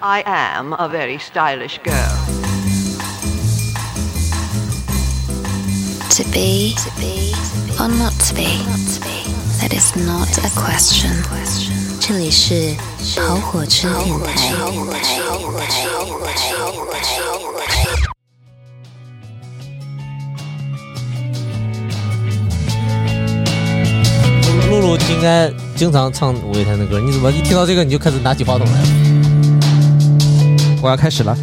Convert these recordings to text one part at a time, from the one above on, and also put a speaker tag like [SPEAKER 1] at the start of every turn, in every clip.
[SPEAKER 1] I am a very stylish girl.
[SPEAKER 2] To be, to be, or not to be, that is not a question. 这里是跑火车电台。
[SPEAKER 3] 露露应该经常唱五月天的歌，你怎么一听到这个你就开始拿起话筒来了？
[SPEAKER 4] 我要开始了。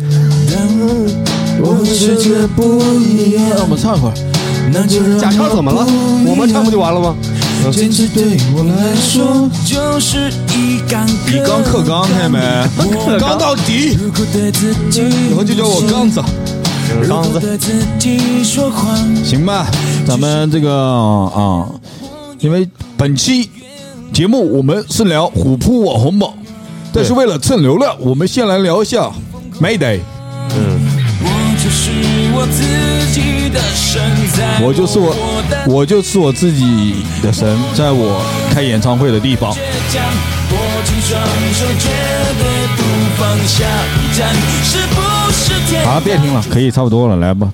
[SPEAKER 5] 我们世界不一样。让我们唱一会儿。那就让
[SPEAKER 4] 假唱怎么了？我们唱不就完了吗？
[SPEAKER 5] 坚持对我来说就是一杆
[SPEAKER 6] 比刚克刚，看见没？刚到底，
[SPEAKER 5] 如果对自己
[SPEAKER 6] 以后就叫我刚子，
[SPEAKER 5] 如果对自己说谎，
[SPEAKER 6] 行吧？咱们这个啊、因为本期节目我们是聊虎扑网红榜，但是为了蹭流量，我们先来聊一下 Mayday，
[SPEAKER 5] 我就是我自己的神，在
[SPEAKER 6] 我就是我，我就是我自己的神，在我开演唱会的地方，
[SPEAKER 5] 倔强，握紧双手，绝对不放下。一站是不是天？
[SPEAKER 6] 啊，别听了，可以差不多了，来吧。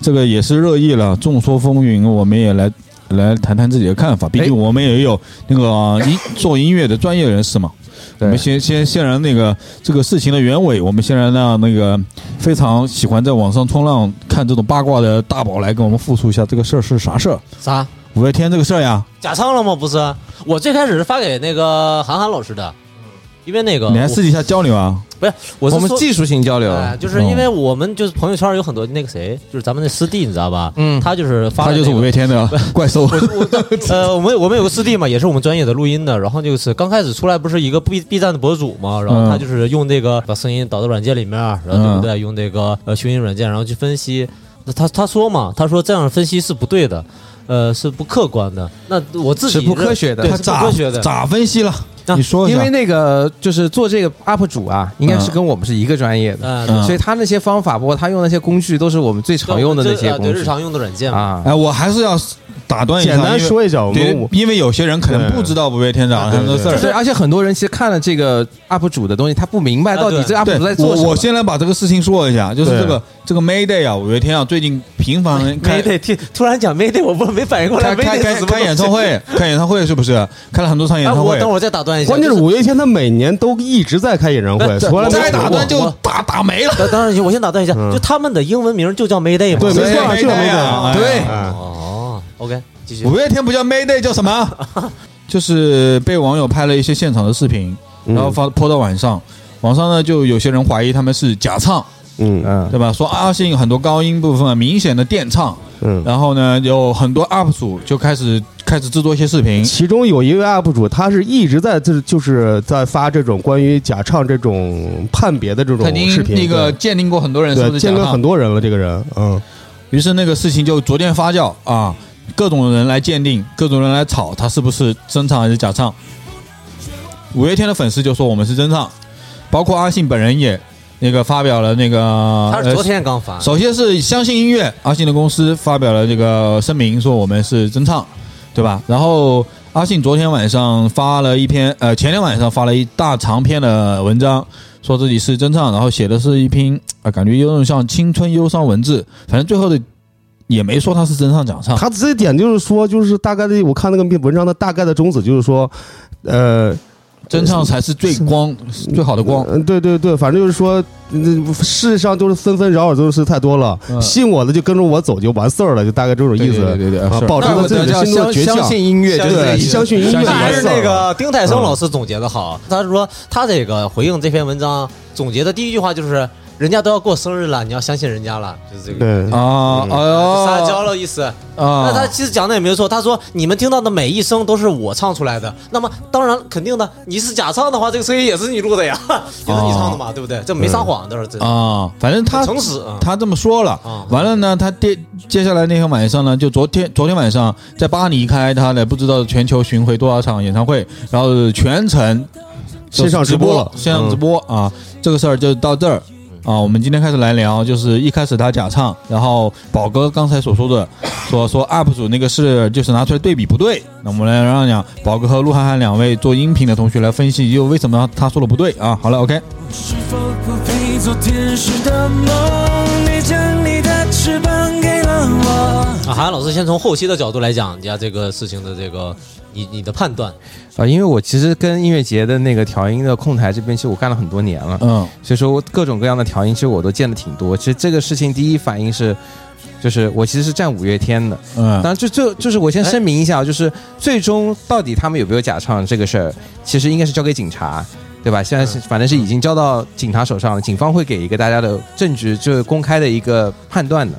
[SPEAKER 6] 这个也是热议了，众说风云，我们也来来谈谈自己的看法。毕
[SPEAKER 4] 哎
[SPEAKER 6] 竟我们也有那个呃音、做音乐的专业人士嘛。我们先先先然那个这个事情的原委，我们先然让那个非常喜欢在网上冲浪看这种八卦的大宝来给我们复述一下这个事儿是啥事儿。
[SPEAKER 3] 啥？
[SPEAKER 6] 五月天这个事儿呀，
[SPEAKER 3] 假唱了吗？不是，我最开始是发给那个韩寒老师的，因为那个
[SPEAKER 6] 你还私底下交流啊？
[SPEAKER 3] 我不是我是
[SPEAKER 4] 我们
[SPEAKER 3] 说
[SPEAKER 4] 技术性交流，
[SPEAKER 3] 哎就是因为
[SPEAKER 6] 哦
[SPEAKER 3] 我们就是朋友圈有很多那个谁，就是咱们的师弟，你知道吧？
[SPEAKER 4] 嗯
[SPEAKER 3] 他就是发
[SPEAKER 6] 他
[SPEAKER 3] 的那
[SPEAKER 6] 就
[SPEAKER 3] 个
[SPEAKER 6] 是五月天的怪兽。
[SPEAKER 3] 呃，我们我们有个师弟嘛，也是我们专业的录音的，然后就是刚开始出来不是一个 B B 站的博主嘛，然后他
[SPEAKER 6] 嗯
[SPEAKER 3] 就是用这个把声音导到软件里面，啊然后对不对？用这个呃修音软件，然后去分析。那他他说嘛，他说这样分析是不对的，呃，是不客观的。那我自己
[SPEAKER 4] 是不科学的
[SPEAKER 3] 对，
[SPEAKER 4] 他
[SPEAKER 3] 是不
[SPEAKER 6] 咋
[SPEAKER 3] 科学的。
[SPEAKER 6] 咋分析了？
[SPEAKER 3] 啊
[SPEAKER 6] 你说一
[SPEAKER 4] 因
[SPEAKER 6] 下
[SPEAKER 4] 为那个就是做这个 UP 主啊，应该是跟我们是一个专业的，
[SPEAKER 3] 呃，
[SPEAKER 6] 嗯
[SPEAKER 4] 所以他那些方法，包括他用那些工具，都是我们最常用的那些
[SPEAKER 3] 呃
[SPEAKER 4] 工
[SPEAKER 3] 对日
[SPEAKER 4] 具
[SPEAKER 3] 常用的软件嘛。
[SPEAKER 4] 啊。
[SPEAKER 6] 哎，我还是要打断一下，
[SPEAKER 7] 简单
[SPEAKER 6] 因为
[SPEAKER 7] 说一下我们
[SPEAKER 6] 对
[SPEAKER 7] 我，
[SPEAKER 6] 因为有些人可能不知道五月天长什么事
[SPEAKER 4] 对，
[SPEAKER 6] 儿。
[SPEAKER 4] 而且很多人其实看了这个 UP 主的东西，他不明白到底
[SPEAKER 3] 啊对
[SPEAKER 4] 这个 UP
[SPEAKER 6] 对
[SPEAKER 4] 主在，做什
[SPEAKER 6] 我
[SPEAKER 4] 么。
[SPEAKER 6] 我先来把这个事情说一下，就是这个这个 Mayday 啊，五月天啊，最近频繁开
[SPEAKER 3] 没得听，突然讲没得，我不没啊反应过来，
[SPEAKER 6] 开
[SPEAKER 3] 没
[SPEAKER 6] 开
[SPEAKER 3] 得
[SPEAKER 6] 开开演唱。会，开演唱会是不是？开了很多场演
[SPEAKER 3] 哎，
[SPEAKER 6] 唱
[SPEAKER 3] 我
[SPEAKER 6] 会
[SPEAKER 3] 等，会儿再打断一下。
[SPEAKER 7] 关键是
[SPEAKER 3] 就
[SPEAKER 7] 五月天他每年都一直在开演唱
[SPEAKER 3] 哎
[SPEAKER 7] 会，
[SPEAKER 3] 这
[SPEAKER 7] 从来没
[SPEAKER 6] 再
[SPEAKER 7] 停
[SPEAKER 6] 打
[SPEAKER 7] 过
[SPEAKER 6] 断就打打没了。
[SPEAKER 3] 当当然，我先打断一下，就他们的英文名就叫 Mayday 嘛。
[SPEAKER 7] 对，没错，
[SPEAKER 6] 对
[SPEAKER 7] 就没
[SPEAKER 6] 没
[SPEAKER 7] 错，
[SPEAKER 6] 错对
[SPEAKER 7] 哎
[SPEAKER 3] 哦，OK，继续。
[SPEAKER 6] 五月天不叫 Mayday 叫什么？就是被网友拍了一些现场的视频，然后发泼到网上，网上呢就有些人怀疑他们是假唱，
[SPEAKER 7] 嗯嗯
[SPEAKER 6] 对吧？说阿信很多高音部分啊明显的电唱，
[SPEAKER 7] 嗯。
[SPEAKER 6] 然后呢，有很多 UP 主就开始开始制作一些视频，
[SPEAKER 7] 其中有一位 UP 主，他是一直在就是就是在发这种关于假唱这种判别的这
[SPEAKER 6] 他已
[SPEAKER 7] 种视
[SPEAKER 6] 经
[SPEAKER 7] 频，
[SPEAKER 6] 那个鉴定过很多人是
[SPEAKER 7] 对
[SPEAKER 6] 不
[SPEAKER 7] 对
[SPEAKER 6] 是
[SPEAKER 7] 见
[SPEAKER 6] 假
[SPEAKER 7] 过很
[SPEAKER 6] 唱，啊
[SPEAKER 7] 多人了，这个人，嗯，
[SPEAKER 6] 于是那个事情就逐渐发酵啊，各种人来鉴定，各种人来吵他是不是真唱还是假唱。五月天的粉丝就说我们是真唱，包括阿信本人也那个发表了那个
[SPEAKER 3] 他是昨
[SPEAKER 6] 呃
[SPEAKER 3] 天刚发，
[SPEAKER 6] 首先是相信音乐，阿信的公司发表了这个声明，说我们是真唱，对吧？然后阿信昨天晚上发了一篇，呃，前天晚上发了一大长篇的文章，说自己是真唱，然后写的是一篇啊、感觉有种像青春忧伤文字，反正最后的也没说他是真唱假唱，
[SPEAKER 7] 他这点就是说，就是大概的，我看那个文章的大概的宗旨就是说，呃，
[SPEAKER 6] 真唱才是最光最好的光。
[SPEAKER 7] 嗯，对对对，反正就是说，嗯世上就是纷纷扰扰都是事太多了，
[SPEAKER 6] 嗯
[SPEAKER 7] 信我的就跟着我走就完事儿了，就大概这种意思。
[SPEAKER 6] 对对对对
[SPEAKER 7] 啊
[SPEAKER 6] 是
[SPEAKER 7] 保持
[SPEAKER 4] 那我
[SPEAKER 7] 着自己的
[SPEAKER 4] 叫
[SPEAKER 7] 心
[SPEAKER 4] 相
[SPEAKER 7] 中的倔
[SPEAKER 4] 相
[SPEAKER 7] 强。
[SPEAKER 4] 信音乐，
[SPEAKER 3] 相
[SPEAKER 4] 就是
[SPEAKER 3] 信
[SPEAKER 4] 这
[SPEAKER 7] 对，
[SPEAKER 4] 意思
[SPEAKER 7] 相信音乐
[SPEAKER 6] 相
[SPEAKER 7] 就
[SPEAKER 6] 信
[SPEAKER 3] 那还
[SPEAKER 7] 完
[SPEAKER 3] 是
[SPEAKER 7] 事
[SPEAKER 3] 那
[SPEAKER 7] 儿了。
[SPEAKER 3] 个丁太升老师总结的好，他说他这个回应这篇文章总结的第一句话就是：人家都要过生日了，你要相信人家了，就是这个。
[SPEAKER 7] 对
[SPEAKER 6] 啊，哎呦，
[SPEAKER 3] 撒娇了意思，
[SPEAKER 6] 啊！
[SPEAKER 3] 那他其实讲的也没错。他说你们听到的每一声都是我唱出来的，那么当然肯定的，你是假唱的话，这个声音也是你录的呀， 也是你唱的嘛，对不对？这没撒谎，都是真的。
[SPEAKER 6] 啊，反正他
[SPEAKER 3] 诚实啊
[SPEAKER 6] 他这么说了
[SPEAKER 3] 啊。
[SPEAKER 6] 完了呢，他接接下来那天晚上呢，就昨天昨天晚上在巴黎开他的不知道全球巡回多少场演唱会，然后全程都是
[SPEAKER 7] 线上直
[SPEAKER 6] 直
[SPEAKER 7] 播了嗯
[SPEAKER 6] 线上直播啊，这个事儿就到这儿。啊，我们今天开始来聊，就是一开始他假唱，然后宝哥刚才所说的，说说 UP 主那个是就是拿出来对比不对，那我们来让让宝哥和鹿晗晗两位做音频的同学来分析，又为什么他说的不对啊？好了，OK，
[SPEAKER 5] 是否不配做天使的梦？你将你的翅膀给了我。
[SPEAKER 3] 啊，韩寒老师先从后期的角度来讲一下这个事情的这个你你的判断，
[SPEAKER 4] 啊，因为我其实跟音乐节的那个调音的控台这边，其实我干了很多年了，
[SPEAKER 6] 嗯
[SPEAKER 4] 所以说我各种各样的调音，其实我都见的挺多。其实这个事情第一反应是，就是我其实是站五月天的，当
[SPEAKER 6] 嗯
[SPEAKER 4] 然，就就就是我先声明一下，就是最终到底他们有没有假唱这个事儿，其实应该是交给警察，对吧？现在是反正是已经交到警察手上了，警方会给一个大家的证据，就是公开的一个判断的。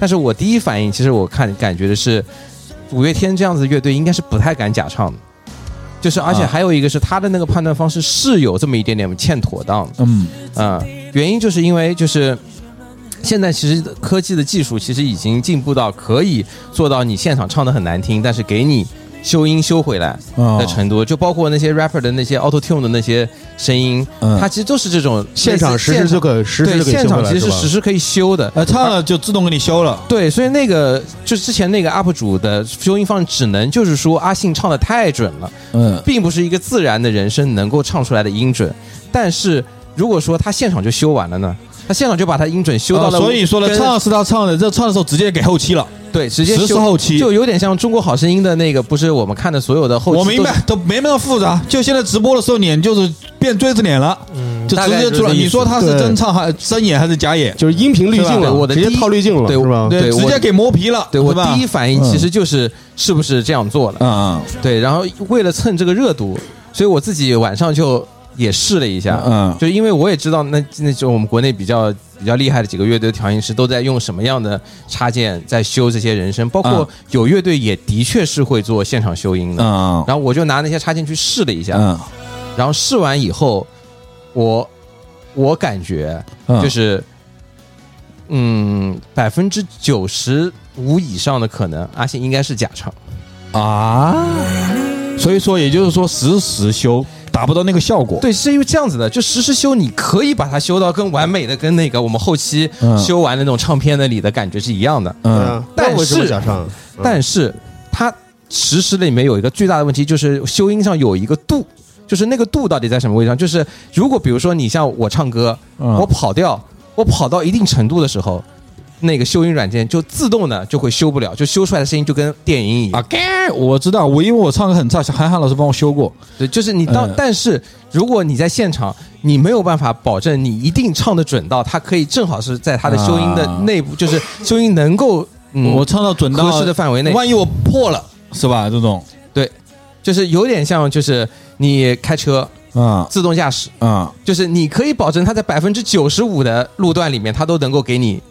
[SPEAKER 4] 但是我第一反应，其实我看感觉的是，五月天这样子的乐队应该是不太敢假唱的，就是而且
[SPEAKER 6] 啊
[SPEAKER 4] 还有一个是他的那个判断方式是有这么一点点欠妥当的。
[SPEAKER 6] 嗯
[SPEAKER 4] 啊、原因就是因为就是现在其实科技的技术其实已经进步到可以做到你现场唱的很难听，但是给你修音修回来
[SPEAKER 6] 哦
[SPEAKER 4] 的程度，就包括那些 rapper 的那些 auto tune 的那些声音，
[SPEAKER 6] 嗯
[SPEAKER 4] 它其实都是这种
[SPEAKER 7] 现场
[SPEAKER 4] 类似
[SPEAKER 7] 实时就可实时
[SPEAKER 4] 对
[SPEAKER 7] 就可以
[SPEAKER 4] 现
[SPEAKER 7] 修回
[SPEAKER 4] 场
[SPEAKER 7] 来
[SPEAKER 4] 其实
[SPEAKER 7] 是
[SPEAKER 4] 是
[SPEAKER 7] 吧
[SPEAKER 4] 实？时可以修的，
[SPEAKER 6] 呃，唱了就自动给你修了。
[SPEAKER 4] 对，所以那个就是之前那个 UP 主的修音方式，只能就是说阿信唱的太准了，
[SPEAKER 6] 嗯
[SPEAKER 4] 并不是一个自然的人声能够唱出来的音准。但是如果说他现场就修完了呢，他现场就把他音准修到
[SPEAKER 6] 啊
[SPEAKER 4] 了跟、
[SPEAKER 6] 所以说了，唱是他唱的，这唱的时候直接给后期了，
[SPEAKER 4] 对直接
[SPEAKER 6] 实时
[SPEAKER 4] 修
[SPEAKER 6] 后期
[SPEAKER 4] 就有点像《中国好声音》的那个，不是我们看的所有的后期，
[SPEAKER 6] 我明白，，都没那么复杂。就现在直播的时候，脸就是变锥子脸了，
[SPEAKER 3] 嗯
[SPEAKER 6] 就
[SPEAKER 4] 大
[SPEAKER 6] 直
[SPEAKER 4] 概
[SPEAKER 6] 接
[SPEAKER 4] 就是
[SPEAKER 6] 出来。
[SPEAKER 4] 这意思
[SPEAKER 6] 你说他是
[SPEAKER 7] 对
[SPEAKER 6] 真唱还真演还是假演？
[SPEAKER 7] 就是音频滤镜
[SPEAKER 4] 是吧对
[SPEAKER 7] 了，
[SPEAKER 4] 我的
[SPEAKER 7] 直接
[SPEAKER 4] 第一
[SPEAKER 7] 套滤镜了，
[SPEAKER 4] 对
[SPEAKER 7] 是吧？
[SPEAKER 4] 哦
[SPEAKER 7] 嗯
[SPEAKER 4] 对
[SPEAKER 6] 直
[SPEAKER 4] 我
[SPEAKER 6] 接给磨皮了，
[SPEAKER 4] 对我
[SPEAKER 6] 是吧
[SPEAKER 4] 第一反应其实就是是不是这样做的？
[SPEAKER 6] 嗯
[SPEAKER 4] 对，然后为了蹭这个热度，所以我自己晚上就也试了一下，
[SPEAKER 6] 嗯
[SPEAKER 4] 啊就因为我也知道那那种我们国内比较比较厉害的几个乐队调音师都在用什么样的插件在修这些人声，包括
[SPEAKER 6] 嗯
[SPEAKER 4] 有乐队也的确是会做现场修音的，
[SPEAKER 6] 嗯
[SPEAKER 4] 然后我就拿那些插件去试了一下，
[SPEAKER 6] 嗯
[SPEAKER 4] 然后试完以后，我我感觉
[SPEAKER 6] 嗯，
[SPEAKER 4] 就是，嗯，百分之九十五以上的可能阿信应该是假唱。
[SPEAKER 6] 啊，所以说也就是说实时修达不到那个效果。
[SPEAKER 4] 对，是因为这样子的，就实时修，你可以把它修到跟完美的，跟那个我们后期
[SPEAKER 6] 嗯
[SPEAKER 4] 修完的那种唱片的里的感觉是一样的。
[SPEAKER 7] 对
[SPEAKER 6] 嗯
[SPEAKER 7] 啊，那为什
[SPEAKER 4] 但
[SPEAKER 7] 么
[SPEAKER 4] 是
[SPEAKER 7] 假唱？
[SPEAKER 4] 但是它实时的里面有一个巨大的问题，就是修音上有一个度，就是那个度到底在什么位置上？就是如果比如说你像我唱歌，
[SPEAKER 6] 嗯
[SPEAKER 4] 我跑调，我跑到一定程度的时候。那个修音软件就自动的就会修不了，就修出来的声音就跟电音一样
[SPEAKER 6] 啊，该我知道，我因为我唱歌很差，韩寒老师帮我修过。
[SPEAKER 4] 对，就是你当，
[SPEAKER 6] 嗯
[SPEAKER 4] 但是如果你在现场，你没有办法保证你一定唱的准到，它可以正好是在它的修音的
[SPEAKER 6] 啊
[SPEAKER 4] 内部，就是修音能够，嗯，
[SPEAKER 6] 我唱到准到
[SPEAKER 4] 合适的范围内
[SPEAKER 6] 万一我破了是吧？这种
[SPEAKER 4] 对，就是有点像就是你开车
[SPEAKER 6] 啊
[SPEAKER 4] 自动驾驶，
[SPEAKER 6] 啊
[SPEAKER 4] 就是你可以保证它在百分之九十五的路段里面，它都能够给你。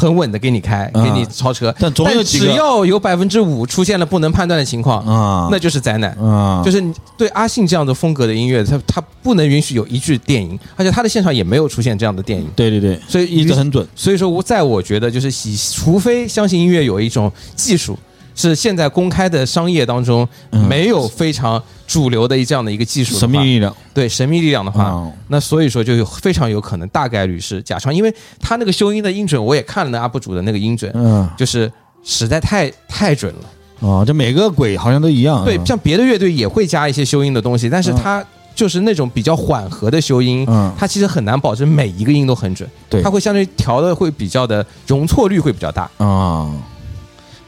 [SPEAKER 4] 很稳的给你开，
[SPEAKER 6] 嗯
[SPEAKER 4] 给你超车，
[SPEAKER 6] 但总有几个
[SPEAKER 4] 只要有百分之五出现了不能判断的情况，
[SPEAKER 6] 啊，
[SPEAKER 4] 那就是灾难。
[SPEAKER 6] 啊
[SPEAKER 4] 就是你对阿信这样的风格的音乐，他他不能允许有一句电影，而且他的现场也没有出现这样的电影，
[SPEAKER 6] 对对对，
[SPEAKER 4] 所以
[SPEAKER 6] 一直很准。
[SPEAKER 4] 所以说我在我觉得就是以，除非相信音乐有一种技术。是现在公开的商业当中
[SPEAKER 6] 嗯
[SPEAKER 4] 没有非常主流的一这样的一个技术的话
[SPEAKER 6] 神秘力量
[SPEAKER 4] 对神秘力量的话，
[SPEAKER 6] 哦
[SPEAKER 4] 那所以说就有非常有可能大概率是假唱，因为他那个修音的音准我也看了那 UP 主的那个音准，
[SPEAKER 6] 嗯
[SPEAKER 4] 就是实在太太准了。
[SPEAKER 6] 啊，就每个鬼好像都一样。
[SPEAKER 4] 对
[SPEAKER 6] 嗯，
[SPEAKER 4] 像别的乐队也会加一些修音的东西，但是它就是那种比较缓和的修音，
[SPEAKER 6] 嗯
[SPEAKER 4] 它其实很难保证每一个音都很准，
[SPEAKER 6] 对
[SPEAKER 4] 它会相对调的会比较的容错率会比较大。
[SPEAKER 6] 啊。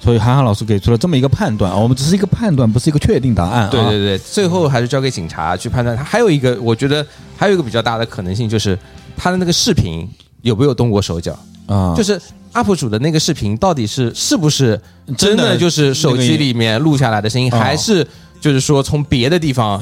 [SPEAKER 6] 所以韩寒老师给出了这么一个判断，啊我们只是一个判断，不是一个确定答案啊。
[SPEAKER 4] 对对对，最后还是交给警察去判断。它还有一个，我觉得还有一个比较大的可能性就是它的那个视频有没有动过手脚，
[SPEAKER 6] 啊，
[SPEAKER 4] 就是 UP 主的那个视频到底是是不是真
[SPEAKER 6] 真的
[SPEAKER 4] 的就是手机里面录下来的声音，
[SPEAKER 6] 那个
[SPEAKER 4] 还是就是说从别的地方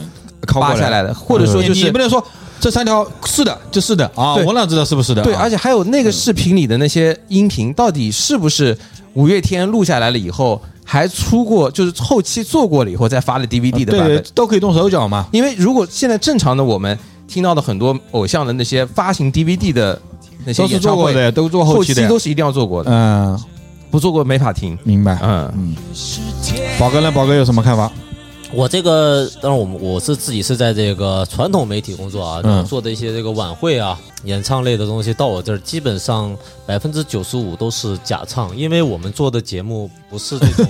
[SPEAKER 6] 拷
[SPEAKER 4] 扒
[SPEAKER 6] 过哎
[SPEAKER 4] 下来的，或者说
[SPEAKER 6] 啊你
[SPEAKER 4] 就是
[SPEAKER 6] 你不能说这三条是的，就是的啊，
[SPEAKER 4] 对
[SPEAKER 6] 我哪知道是不是的啊？
[SPEAKER 4] 对，而且还有那个视频里的那些音频，到底是不是五月天录下来了以后，还出过，就是后期做过了以后再发了 DVD 的版
[SPEAKER 6] 对啊对
[SPEAKER 4] 本？
[SPEAKER 6] 都可以动手脚嘛。
[SPEAKER 4] 因为如果现在正常的我们听到的很多偶像的那些发行 DVD 的那些
[SPEAKER 6] 都是
[SPEAKER 4] 演
[SPEAKER 6] 做
[SPEAKER 4] 唱
[SPEAKER 6] 过
[SPEAKER 4] 会，
[SPEAKER 6] 的，都做
[SPEAKER 4] 后
[SPEAKER 6] 期的呀。
[SPEAKER 4] 都是一定要做过的，
[SPEAKER 6] 嗯，
[SPEAKER 4] 不做过没法听。
[SPEAKER 6] 明白。
[SPEAKER 4] 嗯，
[SPEAKER 6] 宝哥呢？宝哥有什么看法？
[SPEAKER 3] 我这个，当然我们我是自己是在这个传统媒体工作啊，
[SPEAKER 6] 嗯
[SPEAKER 3] 做的一些这个晚会啊、演唱类的东西，到我这儿基本 上百分之九十五都是假唱，因为我们做的节目不是这种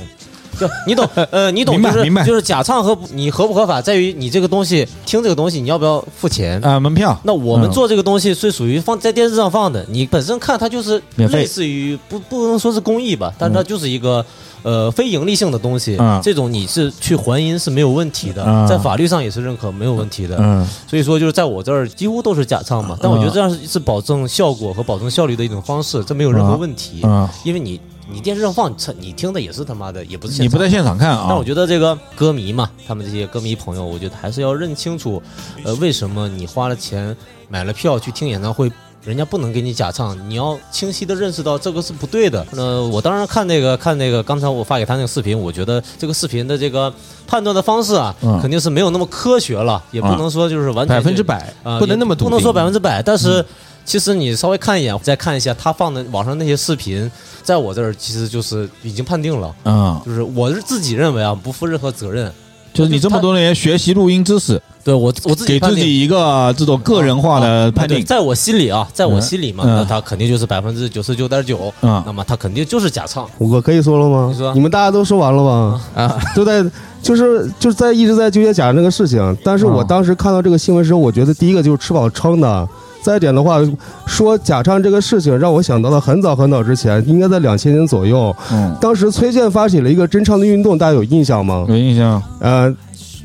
[SPEAKER 3] 就你懂，呃，你懂，
[SPEAKER 6] 明白
[SPEAKER 3] 就是
[SPEAKER 6] 明白
[SPEAKER 3] 就是假唱和不你合不合法，在于你这个东西听这个东西，你要不要付钱？
[SPEAKER 6] 啊，门票。
[SPEAKER 3] 那我们
[SPEAKER 6] 嗯
[SPEAKER 3] 做这个东西是属于放在电视上放的，你本身看它就是
[SPEAKER 6] 免费
[SPEAKER 3] 类似于不不能说是公益吧，但它就是一个呃非盈利性的东西
[SPEAKER 6] 嗯，
[SPEAKER 3] 这种你是去还音是没有问题的
[SPEAKER 6] 嗯，
[SPEAKER 3] 在法律上也是认可没有问题的。
[SPEAKER 6] 嗯，
[SPEAKER 3] 所以说就是在我这儿几乎都是假唱嘛，但我觉得这样是是保证效果和保证效率的一种方式，这没有任何问题
[SPEAKER 6] 嗯，
[SPEAKER 3] 因为你你电视上放，你听的也是他妈的，也不是现
[SPEAKER 6] 你不
[SPEAKER 3] 场
[SPEAKER 6] 在现场看啊？
[SPEAKER 3] 但我觉得这个歌迷嘛，他们这些歌迷朋友，我觉得还是要认清楚，呃，为什么你花了钱买了票去听演唱会，人家不能给你假唱，你要清晰的认识到这个是不对的。那我当然看那个 看那个，刚才我发给他那个视频，我觉得这个视频的这个判断的方式啊，
[SPEAKER 6] 嗯
[SPEAKER 3] 肯定是没有那么科学了，也不能说就是完全
[SPEAKER 4] 啊百分
[SPEAKER 3] 就
[SPEAKER 4] 之百
[SPEAKER 3] 啊，
[SPEAKER 4] 不能那么
[SPEAKER 3] 也
[SPEAKER 4] 笃
[SPEAKER 3] 不
[SPEAKER 4] 定，嗯
[SPEAKER 3] 能说百分之百，但是其实你稍微看一眼，再看一下他放的网上那些视频，在我这儿其实就是已经判定了。
[SPEAKER 6] 嗯，
[SPEAKER 3] 就是我是自己认为啊，不负任何责任。
[SPEAKER 6] 就是你这么多年学习录音知识，
[SPEAKER 3] 对我我自己
[SPEAKER 6] 给
[SPEAKER 3] 判
[SPEAKER 6] 自
[SPEAKER 3] 定啊
[SPEAKER 6] 己一个这种个人化
[SPEAKER 7] 啊
[SPEAKER 6] 的判
[SPEAKER 3] 对
[SPEAKER 6] 定。
[SPEAKER 3] 在我心里啊，在我心里嘛，
[SPEAKER 6] 嗯
[SPEAKER 3] 那他肯定就是百分之九十九点九，
[SPEAKER 6] 嗯
[SPEAKER 3] 那么他肯定就是假唱。
[SPEAKER 7] 我可以说了吗？
[SPEAKER 3] 你说
[SPEAKER 7] 们大家都说完了吧？
[SPEAKER 4] 啊，
[SPEAKER 7] 都在就是就是在一直在纠结假那个事情。但是我
[SPEAKER 4] 啊
[SPEAKER 6] 嗯
[SPEAKER 7] 当时看到这个新闻时候，我觉得第一个就是吃饱撑的。再一点的话，说假唱这个事情，让我想到了很早很早之前，应该在两千年左右，
[SPEAKER 6] 嗯，
[SPEAKER 7] 当时崔健发起了一个真唱的运动，大家有印象吗？
[SPEAKER 6] 有印象。
[SPEAKER 7] 呃，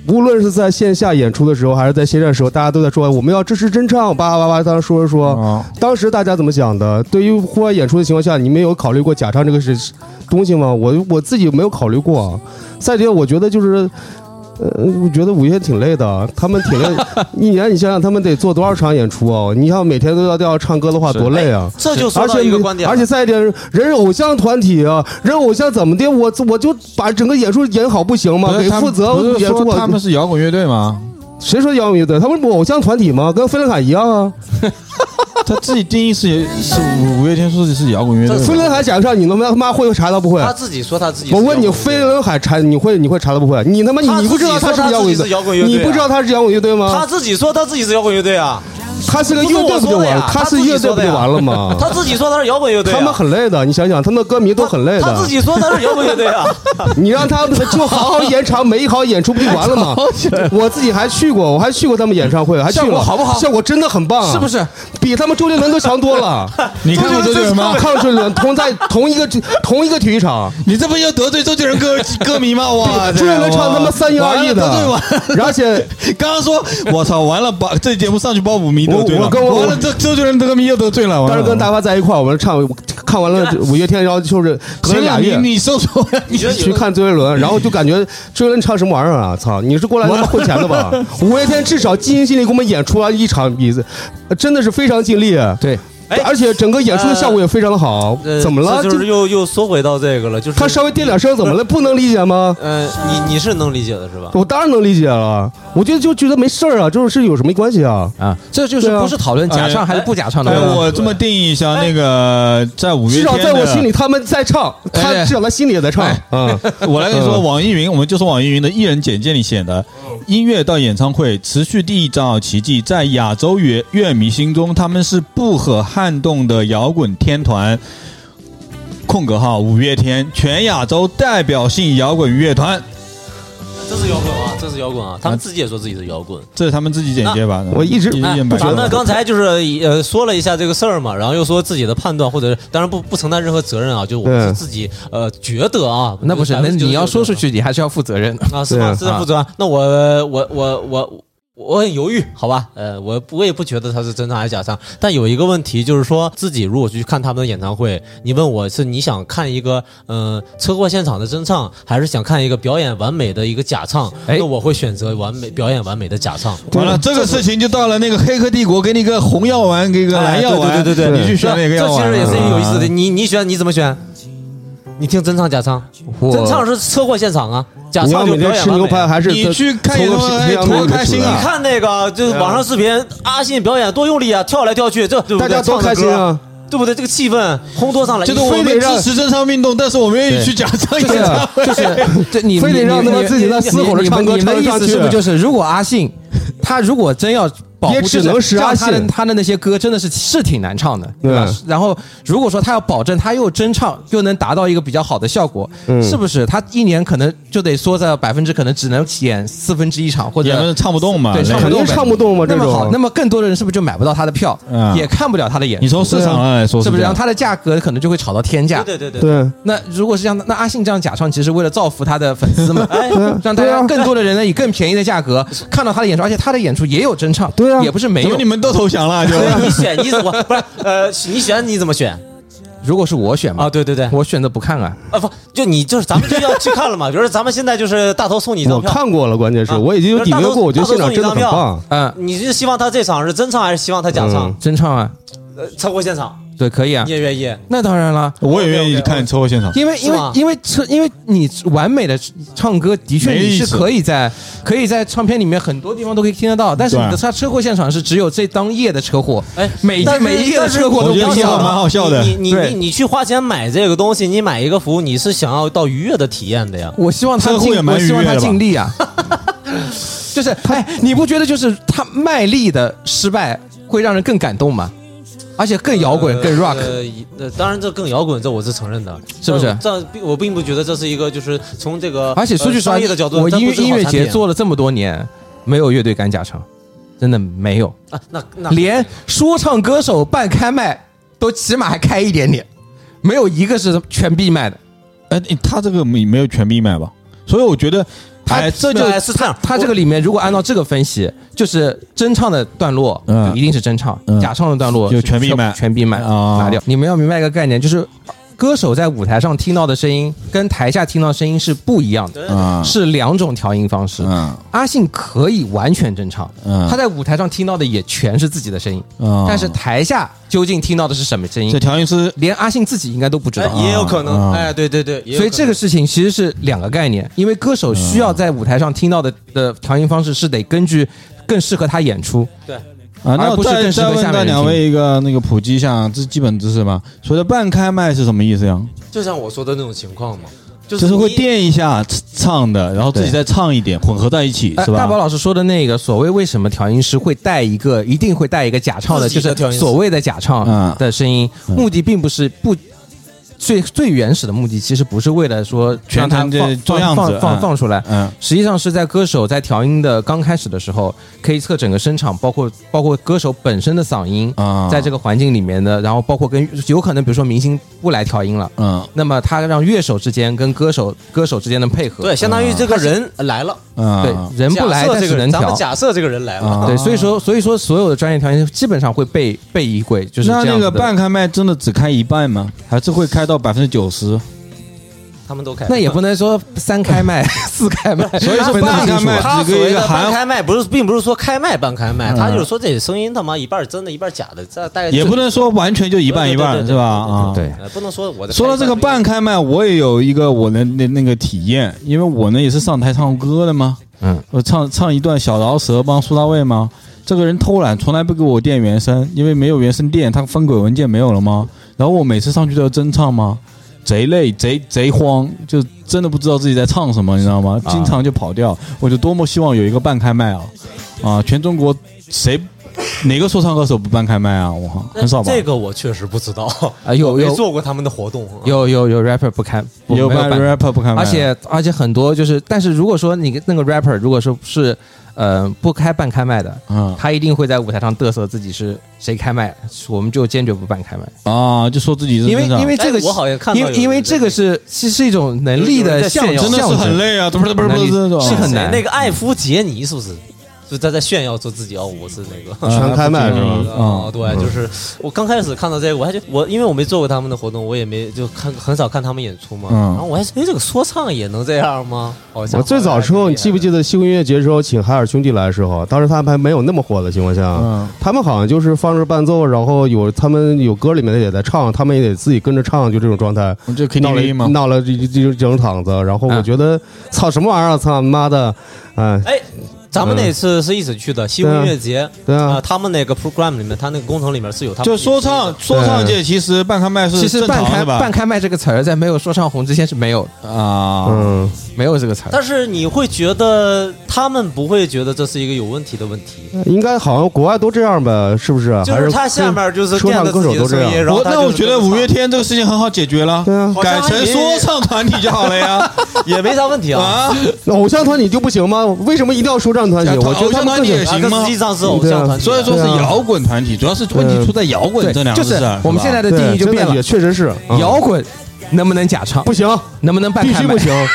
[SPEAKER 7] 无论是在线下演出的时候，还是在线上的时候，大家都在说我们要支持真唱，叭叭叭，当时说着说。
[SPEAKER 6] 啊，
[SPEAKER 7] 当时大家怎么想的？对于户外演出的情况下，你们有考虑过假唱这个是东西吗？我我自己没有考虑过啊。再者，我觉得就是，呃，我觉得五月天挺累的，他们挺累，一年你想想他们得做多少场演出啊？你想每天都要都要唱歌的话，多累啊！
[SPEAKER 3] 哎这就说
[SPEAKER 7] 而
[SPEAKER 3] 到
[SPEAKER 7] 且
[SPEAKER 3] 一个观点了，
[SPEAKER 7] 而且再一点，人偶像团体啊，人偶像怎么的？我我就把整个演出演好不行吗？
[SPEAKER 6] 不
[SPEAKER 7] 给
[SPEAKER 6] 是他
[SPEAKER 7] 负
[SPEAKER 6] 们
[SPEAKER 7] 责
[SPEAKER 6] 不是
[SPEAKER 7] 演出
[SPEAKER 6] 说
[SPEAKER 7] 啊，
[SPEAKER 6] 他们是摇滚乐队吗？
[SPEAKER 7] 谁说摇滚乐队？他们不偶像团体吗？跟飞轮海一样啊！
[SPEAKER 6] 他自己定义是是五月天说的是摇滚乐队吗，
[SPEAKER 7] 飞轮海假唱，你他妈他妈会查到不会？
[SPEAKER 3] 他自己说他自己是
[SPEAKER 7] 我
[SPEAKER 3] 摇滚乐队。
[SPEAKER 7] 问你，飞轮海查你会你会查到不会？你他妈你
[SPEAKER 3] 他
[SPEAKER 7] 你不知道
[SPEAKER 3] 自己说
[SPEAKER 7] 是不摇
[SPEAKER 3] 他
[SPEAKER 7] 滚
[SPEAKER 3] 自己是摇滚乐队
[SPEAKER 7] 你
[SPEAKER 3] 啊
[SPEAKER 7] 不知道他是摇滚乐队
[SPEAKER 3] 他
[SPEAKER 7] 吗？
[SPEAKER 3] 自己说他自己是摇滚乐队啊，
[SPEAKER 7] 他是个
[SPEAKER 3] 不是
[SPEAKER 7] 乐队
[SPEAKER 3] 我
[SPEAKER 7] 不
[SPEAKER 3] 说
[SPEAKER 7] 就
[SPEAKER 3] 的
[SPEAKER 7] 完？
[SPEAKER 3] 呀
[SPEAKER 7] 他
[SPEAKER 3] 他
[SPEAKER 7] 是
[SPEAKER 3] 自己
[SPEAKER 7] 乐队
[SPEAKER 3] 说
[SPEAKER 7] 不
[SPEAKER 3] 的
[SPEAKER 7] 就
[SPEAKER 3] 呀
[SPEAKER 7] 完了 吗？
[SPEAKER 3] 他自己说他是摇滚乐队啊，
[SPEAKER 7] 他们很累的，你想想，他们的歌迷都很累
[SPEAKER 3] 他
[SPEAKER 7] 的
[SPEAKER 3] 自。己说他是摇滚乐队 啊，
[SPEAKER 7] 你让他们就好好演场，每一好演出不就完了吗？我自己还去过，我还去过他们演唱会，还去
[SPEAKER 4] 效果
[SPEAKER 7] 了，
[SPEAKER 4] 好不好
[SPEAKER 7] 效果真的很棒、啊
[SPEAKER 4] 是不？是？
[SPEAKER 7] 比他们周杰伦都强多了。
[SPEAKER 6] 你看过周杰伦吗？
[SPEAKER 7] 抗周杰伦，同在同一个同一个体育场，
[SPEAKER 6] 你这不又得罪周杰伦歌 歌迷吗？哇，
[SPEAKER 7] 周杰伦唱他妈三幺二一的
[SPEAKER 6] 对完，了
[SPEAKER 7] 而且
[SPEAKER 6] 刚刚说我操，完了把这节目上去把五迷得罪
[SPEAKER 7] 我
[SPEAKER 6] 了，
[SPEAKER 7] 我跟我
[SPEAKER 6] 完了这周杰伦歌迷又得罪了，完
[SPEAKER 7] 当
[SPEAKER 6] 了
[SPEAKER 7] 时跟大发在一块儿，我们唱看完了五月天，然后就是隔了
[SPEAKER 6] 行
[SPEAKER 7] 俩
[SPEAKER 6] 了，
[SPEAKER 7] 月
[SPEAKER 6] 你你说错了，你
[SPEAKER 7] 去看周杰伦，然后就感觉周杰伦唱什么玩意儿啊！操，你是过来他妈混钱的吧？五月天至少尽心尽力给我们演出了一场比赛，呃真的是非常尽力。啊
[SPEAKER 4] 对，
[SPEAKER 3] 哎
[SPEAKER 7] 而且整个演出的效果也非常的好。
[SPEAKER 3] 呃
[SPEAKER 7] 怎么了？
[SPEAKER 3] 这就是又又缩回到这个了，就是
[SPEAKER 7] 他稍微垫两声怎么了？不能理解吗？
[SPEAKER 3] 呃，你你是能理解的是吧？
[SPEAKER 7] 我当然能理解了，我就就觉得没事儿啊，这种事有什么关系啊？
[SPEAKER 4] 啊，这就是
[SPEAKER 7] 对啊
[SPEAKER 4] 不是讨论假唱还是不假唱的
[SPEAKER 6] 哎，
[SPEAKER 4] 问题。
[SPEAKER 6] 我这么定义一下，那
[SPEAKER 3] 哎
[SPEAKER 6] 个在五月
[SPEAKER 7] 至
[SPEAKER 6] 天
[SPEAKER 7] 少
[SPEAKER 6] 的，
[SPEAKER 7] 在我心里，他们在唱，他
[SPEAKER 4] 哎
[SPEAKER 7] 至少他心里也在唱
[SPEAKER 4] 哎。
[SPEAKER 7] 嗯，
[SPEAKER 6] 我来跟你说，网易云，我们就从网易云的艺人简介里写的，
[SPEAKER 3] 嗯
[SPEAKER 6] 音乐到演唱会持续缔造奇迹，在亚洲乐乐迷心中，他们是不可撼动的摇滚天团。空格号五月天，全亚洲代表性摇滚乐团，
[SPEAKER 3] 这是摇滚啊，这是摇滚啊，他们自己也说自己是摇滚。
[SPEAKER 6] 这是他们自己简介吧？
[SPEAKER 7] 我一直
[SPEAKER 6] 一
[SPEAKER 3] 哎
[SPEAKER 6] 眼百，
[SPEAKER 3] 咱
[SPEAKER 6] 合
[SPEAKER 3] 们刚才就是呃说了一下这个事儿嘛，然后又说自己的判断，或者当然不不承担任何责任啊，就我
[SPEAKER 7] 对
[SPEAKER 3] 们是自己呃觉得啊，
[SPEAKER 4] 那不是，那
[SPEAKER 3] 99%
[SPEAKER 4] 你要说出去，你还是要负责任的。
[SPEAKER 3] 啊，是
[SPEAKER 7] 对啊
[SPEAKER 3] 吗？是负责啊。那我我我我我很犹豫，好吧，呃，我我也不觉得他是真唱还是假唱，但有一个问题就是说，自己如果去看他们的演唱会，你问我是你想看一个嗯、呃车祸现场的真唱，还是想看一个表演完美的一个假唱？
[SPEAKER 4] 哎
[SPEAKER 3] 那我会选择完美表演完美的假唱。
[SPEAKER 6] 完了，这个事情就到了那个《黑客帝国》给你个红药丸，给个蓝药丸，
[SPEAKER 3] 哎对对对对对
[SPEAKER 6] 你去选哪个药
[SPEAKER 3] 这其
[SPEAKER 6] 丸？啊
[SPEAKER 3] 实也是
[SPEAKER 7] 啊
[SPEAKER 3] 有意思的。你你选你怎么选？你听真唱假唱，
[SPEAKER 4] 我
[SPEAKER 3] 真唱是车祸现场啊，假
[SPEAKER 7] 你要
[SPEAKER 3] 唱就
[SPEAKER 7] 每
[SPEAKER 3] 表
[SPEAKER 7] 天
[SPEAKER 3] 演
[SPEAKER 7] 吃
[SPEAKER 3] 完
[SPEAKER 7] 牛
[SPEAKER 3] 美
[SPEAKER 7] 排还是
[SPEAKER 6] 你去看演唱会
[SPEAKER 7] 从
[SPEAKER 6] 多开心啊
[SPEAKER 3] 你看那个就是网上视频，阿信表演多用力啊，跳来跳去，这
[SPEAKER 7] 大家多开心！啊！
[SPEAKER 3] 对不对？这个气氛烘托上来，
[SPEAKER 6] 就是
[SPEAKER 3] 你
[SPEAKER 6] 我
[SPEAKER 3] 非
[SPEAKER 6] 们
[SPEAKER 3] 得
[SPEAKER 6] 支
[SPEAKER 3] 让
[SPEAKER 6] 持正常运动，但是我们愿意去假唱
[SPEAKER 4] 啊
[SPEAKER 6] 演唱会。
[SPEAKER 4] 就是这你
[SPEAKER 7] 非得
[SPEAKER 4] 你
[SPEAKER 7] 让他们
[SPEAKER 4] 你
[SPEAKER 7] 自己在
[SPEAKER 4] 你
[SPEAKER 7] 嘶吼着
[SPEAKER 4] 你们
[SPEAKER 7] 唱歌
[SPEAKER 4] 你们的
[SPEAKER 7] 唱
[SPEAKER 4] 意
[SPEAKER 7] 上
[SPEAKER 4] 思
[SPEAKER 7] 去
[SPEAKER 4] 是不是就是，如果阿信他如果真要保护
[SPEAKER 7] 也
[SPEAKER 4] 这
[SPEAKER 7] 只
[SPEAKER 4] 首
[SPEAKER 7] 能是
[SPEAKER 4] 这样
[SPEAKER 7] 阿
[SPEAKER 4] 他的
[SPEAKER 7] 信
[SPEAKER 4] 他的那些歌真的是是挺难唱的，对吧
[SPEAKER 7] 对？
[SPEAKER 4] 然后如果说他要保证他又真唱又能达到一个比较好的效果，
[SPEAKER 7] 嗯
[SPEAKER 4] 是不是？他一年可能就得缩在百分之，可能只能演四分之一场或
[SPEAKER 6] 也
[SPEAKER 4] 者
[SPEAKER 6] 能唱不动嘛。
[SPEAKER 4] 对
[SPEAKER 6] 那个
[SPEAKER 4] 唱
[SPEAKER 7] 肯
[SPEAKER 4] 不
[SPEAKER 7] 定
[SPEAKER 4] 动呗
[SPEAKER 7] 唱不动嘛，这
[SPEAKER 4] 那么
[SPEAKER 7] 种
[SPEAKER 4] 好，那么更多的人是不是就买不到他的票，
[SPEAKER 6] 嗯
[SPEAKER 4] 也看不了他的演出？
[SPEAKER 6] 你从市场上来说
[SPEAKER 4] 啊是不
[SPEAKER 6] 这
[SPEAKER 4] 是？然
[SPEAKER 6] 样
[SPEAKER 4] 后他的价格可能就会炒到天价。
[SPEAKER 3] 对对对，
[SPEAKER 7] 对。
[SPEAKER 4] 那如果是这样，那阿信这样假唱，其实为了造福他的粉丝嘛，
[SPEAKER 3] 哎
[SPEAKER 4] 让大
[SPEAKER 7] 对
[SPEAKER 4] 家
[SPEAKER 7] 啊
[SPEAKER 4] 更多的人呢以更便宜的价格看到他的演出，而且他的演出也有真唱，
[SPEAKER 7] 对啊
[SPEAKER 4] 也不是没
[SPEAKER 6] 怎么
[SPEAKER 4] 有
[SPEAKER 6] 哎你。们都投降了？就
[SPEAKER 3] 对啊，你选你怎么不是？呃，你选你怎么选
[SPEAKER 4] 如果是我选嘛
[SPEAKER 3] 啊？，对对对，
[SPEAKER 4] 我选择不看啊。
[SPEAKER 3] 啊不，就你就是咱们就要去看了嘛。比如说咱们现在就是大头送你一
[SPEAKER 7] 我
[SPEAKER 3] 张票，
[SPEAKER 7] 看过了，关键是
[SPEAKER 3] 啊
[SPEAKER 7] 我已经有底约
[SPEAKER 3] 大头
[SPEAKER 7] 过，我觉得
[SPEAKER 3] 大头送你
[SPEAKER 7] 现场真的
[SPEAKER 3] 一张
[SPEAKER 7] 很
[SPEAKER 3] 票啊
[SPEAKER 7] 棒。
[SPEAKER 4] 嗯，
[SPEAKER 3] 你是希望他这场是真唱还是希望他假唱？
[SPEAKER 4] 真唱啊，
[SPEAKER 3] 呃，车祸现场
[SPEAKER 4] 对，可以啊
[SPEAKER 3] 你。也愿意？
[SPEAKER 4] 那当然了，
[SPEAKER 6] 我也愿意看车祸现场。
[SPEAKER 4] 因为
[SPEAKER 3] 是
[SPEAKER 4] 因为
[SPEAKER 3] 吗
[SPEAKER 4] 因为这因为你完美的唱歌，的确
[SPEAKER 6] 没
[SPEAKER 4] 你
[SPEAKER 6] 意
[SPEAKER 4] 是
[SPEAKER 6] 思
[SPEAKER 4] 可以在可以在唱片里面很多地方都可以听得到，但是
[SPEAKER 6] 对
[SPEAKER 4] 你的车车祸现场是只有这当夜的车祸，
[SPEAKER 3] 哎
[SPEAKER 4] 每一
[SPEAKER 3] 但是
[SPEAKER 4] 每一夜的
[SPEAKER 3] 但是
[SPEAKER 4] 车祸
[SPEAKER 6] 我
[SPEAKER 4] 都
[SPEAKER 6] 觉得
[SPEAKER 4] 不一
[SPEAKER 6] 这
[SPEAKER 4] 样
[SPEAKER 6] 个蛮
[SPEAKER 4] 啊。
[SPEAKER 6] 好笑的。
[SPEAKER 3] 你你
[SPEAKER 4] 对
[SPEAKER 3] 你你去花钱买这个东西，你买一个服务，你是想要到愉悦的体验的呀。
[SPEAKER 4] 我希望他
[SPEAKER 6] 车祸也
[SPEAKER 4] 尽，
[SPEAKER 6] 蛮
[SPEAKER 4] 我希望
[SPEAKER 6] 愉悦
[SPEAKER 4] 他
[SPEAKER 6] 的吧
[SPEAKER 4] 尽 力啊。就是，哎，你不觉得就是他卖力的失败会让人更感动吗？而且更摇滚，更 rock。
[SPEAKER 3] 呃呃，当然这更摇滚，这我是承认的，
[SPEAKER 4] 是不是
[SPEAKER 3] 但这并我并不觉得这是一个，就是从这个
[SPEAKER 4] 而且说句实话
[SPEAKER 3] 呃商业的角，度，
[SPEAKER 4] 我
[SPEAKER 3] 这
[SPEAKER 4] 音
[SPEAKER 3] 不是
[SPEAKER 4] 乐
[SPEAKER 3] 个
[SPEAKER 4] 音
[SPEAKER 3] 好
[SPEAKER 4] 乐
[SPEAKER 3] 产
[SPEAKER 4] 节
[SPEAKER 3] 品啊
[SPEAKER 4] 做了这么多年，没有乐队敢假唱，真的没有。
[SPEAKER 3] 啊，那那
[SPEAKER 4] 连说唱歌手半开麦都起码还开一点点，没有一个是全闭麦的。
[SPEAKER 6] 哎，你他这个没没有全闭麦吧？所以我觉得，
[SPEAKER 4] 他
[SPEAKER 6] 哎，这
[SPEAKER 4] 这
[SPEAKER 6] 就
[SPEAKER 4] 就
[SPEAKER 3] 哎是这样，
[SPEAKER 4] 他这个里面，如果按照这个分析，就是真唱的段落，
[SPEAKER 6] 嗯
[SPEAKER 4] 就一定是真唱；
[SPEAKER 6] 嗯
[SPEAKER 4] 假唱的段落
[SPEAKER 6] 就是全闭麦
[SPEAKER 4] 全闭麦
[SPEAKER 6] 啊
[SPEAKER 4] 拿掉。你们要明白一个概念，就是歌手在舞台上听到的声音跟台下听到的声音是不一样的，
[SPEAKER 6] 啊，
[SPEAKER 4] 是两种调音方式。
[SPEAKER 6] 嗯
[SPEAKER 4] 阿信可以完全真唱，
[SPEAKER 6] 嗯
[SPEAKER 4] 他在舞台上听到的也全是自己的声音，
[SPEAKER 6] 啊
[SPEAKER 4] 但是台下究竟听到的是什么声
[SPEAKER 6] 这
[SPEAKER 4] 音，
[SPEAKER 6] 调音师
[SPEAKER 4] 连阿信自己应该都不知道。
[SPEAKER 3] 哎也有可能，
[SPEAKER 6] 啊
[SPEAKER 3] 哎，对对对，也有
[SPEAKER 4] 所以
[SPEAKER 3] 可
[SPEAKER 4] 这
[SPEAKER 3] 能
[SPEAKER 4] 个事情其实是两个概念，因为歌手需要在舞台上听到的的调音方式是得根据更适合他演出。
[SPEAKER 6] 啊，那
[SPEAKER 4] 而不
[SPEAKER 6] 我
[SPEAKER 4] 是
[SPEAKER 6] 再
[SPEAKER 4] 更适
[SPEAKER 6] 再
[SPEAKER 4] 合
[SPEAKER 6] 问
[SPEAKER 4] 下面
[SPEAKER 6] 那
[SPEAKER 4] 人
[SPEAKER 6] 两
[SPEAKER 4] 听
[SPEAKER 6] 位一个那个普及一下这基本知识吧。所谓的半开麦是什么意思呀？
[SPEAKER 3] 就像我说的那种情况嘛，就
[SPEAKER 6] 就是
[SPEAKER 3] 你
[SPEAKER 6] 会垫一下唱的，然后自己再唱一点，混合在一起，
[SPEAKER 4] 哎
[SPEAKER 6] 是吧？
[SPEAKER 4] 大宝老师说的那个所谓为什么调音师会带一个一定会带一个假唱的，
[SPEAKER 3] 自己
[SPEAKER 4] 就
[SPEAKER 3] 的调
[SPEAKER 4] 是
[SPEAKER 3] 音师
[SPEAKER 4] 所谓的假唱
[SPEAKER 6] 嗯
[SPEAKER 4] 的声音，目的并不是不。最最原始的目的其实不是为了说让他
[SPEAKER 6] 全程这
[SPEAKER 4] 放
[SPEAKER 6] 做样
[SPEAKER 4] 放
[SPEAKER 6] 子
[SPEAKER 4] 放放
[SPEAKER 6] 嗯
[SPEAKER 4] 放出来，
[SPEAKER 6] 嗯
[SPEAKER 4] 实际上是在歌手在调音的刚开始的时候，可以测整个声场，包括包括歌手本身的嗓音，
[SPEAKER 6] 啊，
[SPEAKER 4] 在这个环境里面的，然后包括跟有可能比如说明星不来调音了，
[SPEAKER 6] 嗯
[SPEAKER 4] 那么他让乐手之间跟歌手歌手之间的配合，
[SPEAKER 3] 对，相当于这个人来了，
[SPEAKER 6] 嗯，
[SPEAKER 4] 对啊人不来
[SPEAKER 3] 假设
[SPEAKER 4] 但
[SPEAKER 3] 这
[SPEAKER 4] 是
[SPEAKER 3] 个
[SPEAKER 4] 能
[SPEAKER 3] 人，咱们
[SPEAKER 4] 调。
[SPEAKER 3] 假设这个人来了，
[SPEAKER 6] 啊
[SPEAKER 4] 对，所以说，所以说，所有的专业调音师基本上会被被衣柜，就是
[SPEAKER 6] 那
[SPEAKER 4] 这
[SPEAKER 6] 那
[SPEAKER 4] 样子
[SPEAKER 6] 个
[SPEAKER 4] 的
[SPEAKER 6] 半开麦真的只开一半吗？还是会开到百分之九十？
[SPEAKER 3] 他们都开，
[SPEAKER 4] 那也不能说三开麦、四开麦，
[SPEAKER 6] 所以说
[SPEAKER 4] 分得
[SPEAKER 6] 半
[SPEAKER 4] 很清
[SPEAKER 6] 开
[SPEAKER 4] 楚
[SPEAKER 6] 麦
[SPEAKER 4] 啊
[SPEAKER 3] 他
[SPEAKER 6] 只
[SPEAKER 3] 所
[SPEAKER 6] 跟
[SPEAKER 3] 谓
[SPEAKER 6] 一个
[SPEAKER 3] 的半
[SPEAKER 6] 韩，嗯
[SPEAKER 3] 开麦，不是，并不是说开麦半开麦，他就是说这声音他妈一半儿真的，一半儿假的，这大概
[SPEAKER 6] 也不能说完全就一半一半，是吧？啊，
[SPEAKER 4] 呃对
[SPEAKER 3] 呃不能说我的
[SPEAKER 6] 说到这个半开麦，我也有一个我的那那个体验，因为我呢也是上台唱歌的嘛，
[SPEAKER 4] 嗯，
[SPEAKER 6] 我唱唱一段小饶舌帮苏大卫嘛，这个人偷懒，从来不给我垫原声，因为没有原声垫，他分轨文件没有了吗？然后我每次上去都要真唱吗？贼累，贼贼慌，就真的不知道自己在唱什么，你知道吗？
[SPEAKER 4] 啊
[SPEAKER 6] 经常就跑调，我就多么希望有一个半开麦啊！啊，全中国谁哪个说唱歌手不半开麦啊？我靠，很少吧？哎
[SPEAKER 3] 这个我确实不知道
[SPEAKER 4] 啊有
[SPEAKER 3] 我 没
[SPEAKER 4] 有
[SPEAKER 3] 做过他们的活动，啊
[SPEAKER 4] 有有有 rapper 不开，不
[SPEAKER 6] 有
[SPEAKER 4] 没
[SPEAKER 6] 半
[SPEAKER 4] 版
[SPEAKER 6] rapper 不开麦，
[SPEAKER 4] 而
[SPEAKER 6] 啊
[SPEAKER 4] 且而且很多就是，但是如果说你那个 rapper 如果说是呃不开半开麦的，
[SPEAKER 6] 嗯
[SPEAKER 4] 他一定会在舞台上嘚瑟自己是谁开麦，我们就坚决不半开麦，
[SPEAKER 6] 啊，就说自己是
[SPEAKER 4] 因为
[SPEAKER 6] 真唱
[SPEAKER 4] 因为这个
[SPEAKER 3] 哎我好像看到
[SPEAKER 4] 因
[SPEAKER 3] 有
[SPEAKER 4] 为
[SPEAKER 3] 人
[SPEAKER 4] 因为这个是是是一种能力
[SPEAKER 3] 有人
[SPEAKER 4] 的
[SPEAKER 3] 在
[SPEAKER 4] 象
[SPEAKER 3] 炫耀
[SPEAKER 4] 征，
[SPEAKER 6] 真的是
[SPEAKER 4] 象征
[SPEAKER 6] 很累啊，不是不是不是不是，
[SPEAKER 4] 是很
[SPEAKER 3] 谁
[SPEAKER 4] 难
[SPEAKER 3] 那个艾夫杰尼是不是？就他在炫耀说自己哦，我是那
[SPEAKER 6] 嗯
[SPEAKER 3] 个。
[SPEAKER 7] 全开麦是吧嗯
[SPEAKER 3] 哦
[SPEAKER 6] 啊，，
[SPEAKER 3] 对，就是我刚开始看到这个，我还觉得我因为我没做过他们的活动，我也没就看很少看他们演出嘛。
[SPEAKER 6] 嗯
[SPEAKER 3] 然后我还说，哎，这个说唱也能这样吗？好像
[SPEAKER 7] 我最早时候，你记不记得西湖音乐节时候请海尔兄弟来的时候，当时他们还没有那么火的情况下，
[SPEAKER 6] 嗯
[SPEAKER 7] 他们好像就是放着伴奏，然后有他们有歌里面的也在唱，他们也得自己跟着唱，就这种状态。
[SPEAKER 6] 就
[SPEAKER 7] 闹了
[SPEAKER 6] KTV 嘛，
[SPEAKER 7] 闹了这这这整场子，然后我
[SPEAKER 4] 嗯
[SPEAKER 7] 觉得操什么玩意儿，操妈的，哎，
[SPEAKER 3] 哎，咱们那次是一起去的西湖音乐节，
[SPEAKER 7] 对啊
[SPEAKER 3] 啊，他们那个 program 里面，他那个工程里面是有他们
[SPEAKER 6] 就说唱说唱界其实半开麦是
[SPEAKER 4] 其实
[SPEAKER 6] 正
[SPEAKER 4] 半
[SPEAKER 6] 常
[SPEAKER 4] 开
[SPEAKER 6] 的吧？
[SPEAKER 4] 半开麦这个词儿在没有说唱红之前是没有的
[SPEAKER 6] 啊，
[SPEAKER 7] 嗯，
[SPEAKER 4] 没有这个词儿，
[SPEAKER 3] 但是你会觉得他们不会觉得这是一个有问题的问题。
[SPEAKER 7] 嗯应该好像国外都这样呗，是不是？
[SPEAKER 3] 就
[SPEAKER 7] 还是
[SPEAKER 3] 他下面就是
[SPEAKER 7] 说
[SPEAKER 3] 垫
[SPEAKER 7] 唱
[SPEAKER 3] 着
[SPEAKER 7] 歌
[SPEAKER 3] 自
[SPEAKER 7] 手
[SPEAKER 3] 己的
[SPEAKER 7] 都这
[SPEAKER 3] 声音，
[SPEAKER 7] 样。
[SPEAKER 3] 然后
[SPEAKER 6] 我
[SPEAKER 3] 他
[SPEAKER 6] 那
[SPEAKER 3] 就
[SPEAKER 6] 我
[SPEAKER 3] 是
[SPEAKER 6] 觉
[SPEAKER 3] 这
[SPEAKER 6] 得
[SPEAKER 3] 么
[SPEAKER 6] 五月
[SPEAKER 3] 唱
[SPEAKER 6] 天这个事情很好解决了，
[SPEAKER 7] 对啊
[SPEAKER 6] 改成说唱团体就好了 呀。
[SPEAKER 3] 也没啥问题啊。
[SPEAKER 6] 啊，
[SPEAKER 7] 偶像团体就不行吗？为什么一定要说唱团体？哎我觉
[SPEAKER 6] 偶
[SPEAKER 7] 得他
[SPEAKER 6] 像
[SPEAKER 7] 们
[SPEAKER 6] 团
[SPEAKER 7] 更
[SPEAKER 6] 体也
[SPEAKER 7] 得
[SPEAKER 3] 啊
[SPEAKER 6] 行
[SPEAKER 3] 跟实
[SPEAKER 6] 吗
[SPEAKER 3] 际？上是偶像团体啊，
[SPEAKER 6] 所以说是
[SPEAKER 7] 对啊
[SPEAKER 6] 摇滚团体，主要是问题出在摇滚这两
[SPEAKER 4] 就
[SPEAKER 6] 个
[SPEAKER 4] 是
[SPEAKER 6] 字啊儿。
[SPEAKER 4] 我们现在
[SPEAKER 6] 的
[SPEAKER 4] 的定义就
[SPEAKER 7] 对
[SPEAKER 4] 变
[SPEAKER 7] 真的
[SPEAKER 4] 了，
[SPEAKER 7] 也
[SPEAKER 4] 嗯
[SPEAKER 7] 确实是
[SPEAKER 4] 摇滚能不能假唱，
[SPEAKER 7] 不行，
[SPEAKER 4] 能不能办
[SPEAKER 7] 嗯必
[SPEAKER 4] 开
[SPEAKER 7] 须
[SPEAKER 4] 麦
[SPEAKER 7] 不行。啊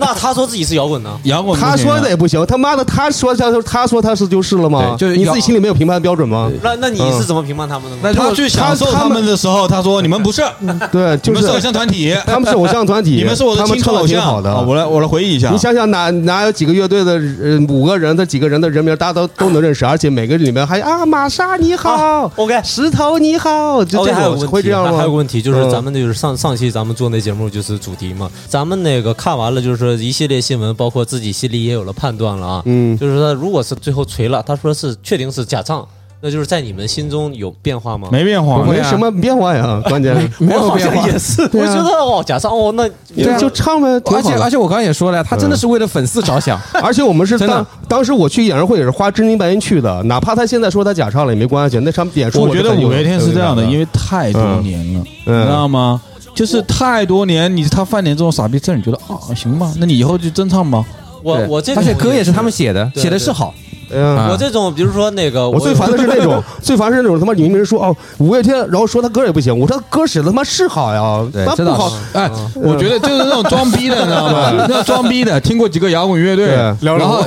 [SPEAKER 3] 那他说自己是摇滚呢？
[SPEAKER 6] 摇滚不行啊，
[SPEAKER 7] 他说的也不行，他妈的，他说他他说他是就是了吗？
[SPEAKER 4] 对就是
[SPEAKER 7] 你
[SPEAKER 4] 要
[SPEAKER 7] 自己心里没有评判标准吗？
[SPEAKER 3] 那那你
[SPEAKER 7] 嗯
[SPEAKER 3] 是怎么评判他们的呢？
[SPEAKER 4] 那
[SPEAKER 6] 他去享受
[SPEAKER 7] 他他
[SPEAKER 6] 他
[SPEAKER 7] 们
[SPEAKER 6] 们的时候，他说你们不是，
[SPEAKER 7] 对，
[SPEAKER 6] 你
[SPEAKER 7] 就
[SPEAKER 6] 们是偶
[SPEAKER 7] 嗯是
[SPEAKER 6] 像团体，
[SPEAKER 7] 他们是偶像团体，
[SPEAKER 6] 你们是我的
[SPEAKER 7] 他们
[SPEAKER 6] 青
[SPEAKER 7] 唱
[SPEAKER 6] 春偶
[SPEAKER 7] 的挺
[SPEAKER 6] 像。
[SPEAKER 7] 好的
[SPEAKER 6] 啊。我来我来回忆一下
[SPEAKER 7] 你，想想哪哪有几个乐队的呃五个人的几个人的人名，大家都都能认识，而且每个里面还啊玛莎你好
[SPEAKER 3] 啊，OK
[SPEAKER 7] 石头你好，就
[SPEAKER 3] OK，
[SPEAKER 7] 这
[SPEAKER 3] 哦还有
[SPEAKER 7] 种
[SPEAKER 3] 个问
[SPEAKER 7] 会
[SPEAKER 3] 题
[SPEAKER 7] 这样吗？
[SPEAKER 3] 还有个问题就是
[SPEAKER 7] 嗯
[SPEAKER 3] 咱们就是上上期咱们做那节目就是主题嘛，咱们那个看完了就是一系列新闻，包括自己心里也有了判断了啊。
[SPEAKER 7] 嗯
[SPEAKER 3] 就是他如果是最后锤了，他说是确定是假唱，那就是在你们心中有变化
[SPEAKER 7] 哦
[SPEAKER 3] 吗？
[SPEAKER 6] 没变化，
[SPEAKER 4] 不会
[SPEAKER 7] 没
[SPEAKER 4] 啊
[SPEAKER 7] 什么变化呀，关键是
[SPEAKER 4] 没有
[SPEAKER 3] 我好
[SPEAKER 4] 变
[SPEAKER 3] 像
[SPEAKER 4] 化。
[SPEAKER 3] 也是，
[SPEAKER 7] 对
[SPEAKER 3] 我
[SPEAKER 7] 啊
[SPEAKER 3] 觉得哦，假唱哦，那
[SPEAKER 4] 对啊
[SPEAKER 7] 就唱呗，挺
[SPEAKER 4] 而且
[SPEAKER 7] 好
[SPEAKER 4] 而
[SPEAKER 7] 的。
[SPEAKER 4] 且我刚刚也说了，他真的是为了粉丝着想，
[SPEAKER 7] 而且我们是
[SPEAKER 4] 真的
[SPEAKER 7] 当当时我去演唱会也是花真金白银去的，哪怕他现在说他假唱了也没关系，那场演出
[SPEAKER 6] 我觉得
[SPEAKER 7] 就很有
[SPEAKER 6] 五月天是这样的，
[SPEAKER 7] 啊有
[SPEAKER 6] 因
[SPEAKER 7] 有
[SPEAKER 6] 为太多年了，
[SPEAKER 7] 嗯
[SPEAKER 6] 你知道吗？就是太多年，你他犯点这种傻逼事儿，你觉得啊行吧，那你以后就真唱吧。
[SPEAKER 7] 啊
[SPEAKER 3] 我
[SPEAKER 4] 对
[SPEAKER 3] 哦我这
[SPEAKER 4] 而
[SPEAKER 3] 种
[SPEAKER 4] 且歌也是他们写的，
[SPEAKER 3] 对
[SPEAKER 4] 写的是好。
[SPEAKER 7] 对啊
[SPEAKER 4] 啊
[SPEAKER 3] 我这种比如说那个
[SPEAKER 7] 我最
[SPEAKER 3] 有
[SPEAKER 7] 烦的是 那种，最烦是那种他妈你明明说哦五月天，然后说他歌也不行，我说他歌写的他妈是好呀，
[SPEAKER 4] 对
[SPEAKER 7] 他
[SPEAKER 4] 这
[SPEAKER 7] 不
[SPEAKER 4] 倒
[SPEAKER 7] 好
[SPEAKER 4] 是，
[SPEAKER 6] 哎，
[SPEAKER 7] 嗯
[SPEAKER 6] 我觉得就是那种装逼的，你知道吗？ 那种装逼的，听过几个摇滚乐队，
[SPEAKER 7] 对
[SPEAKER 6] 然后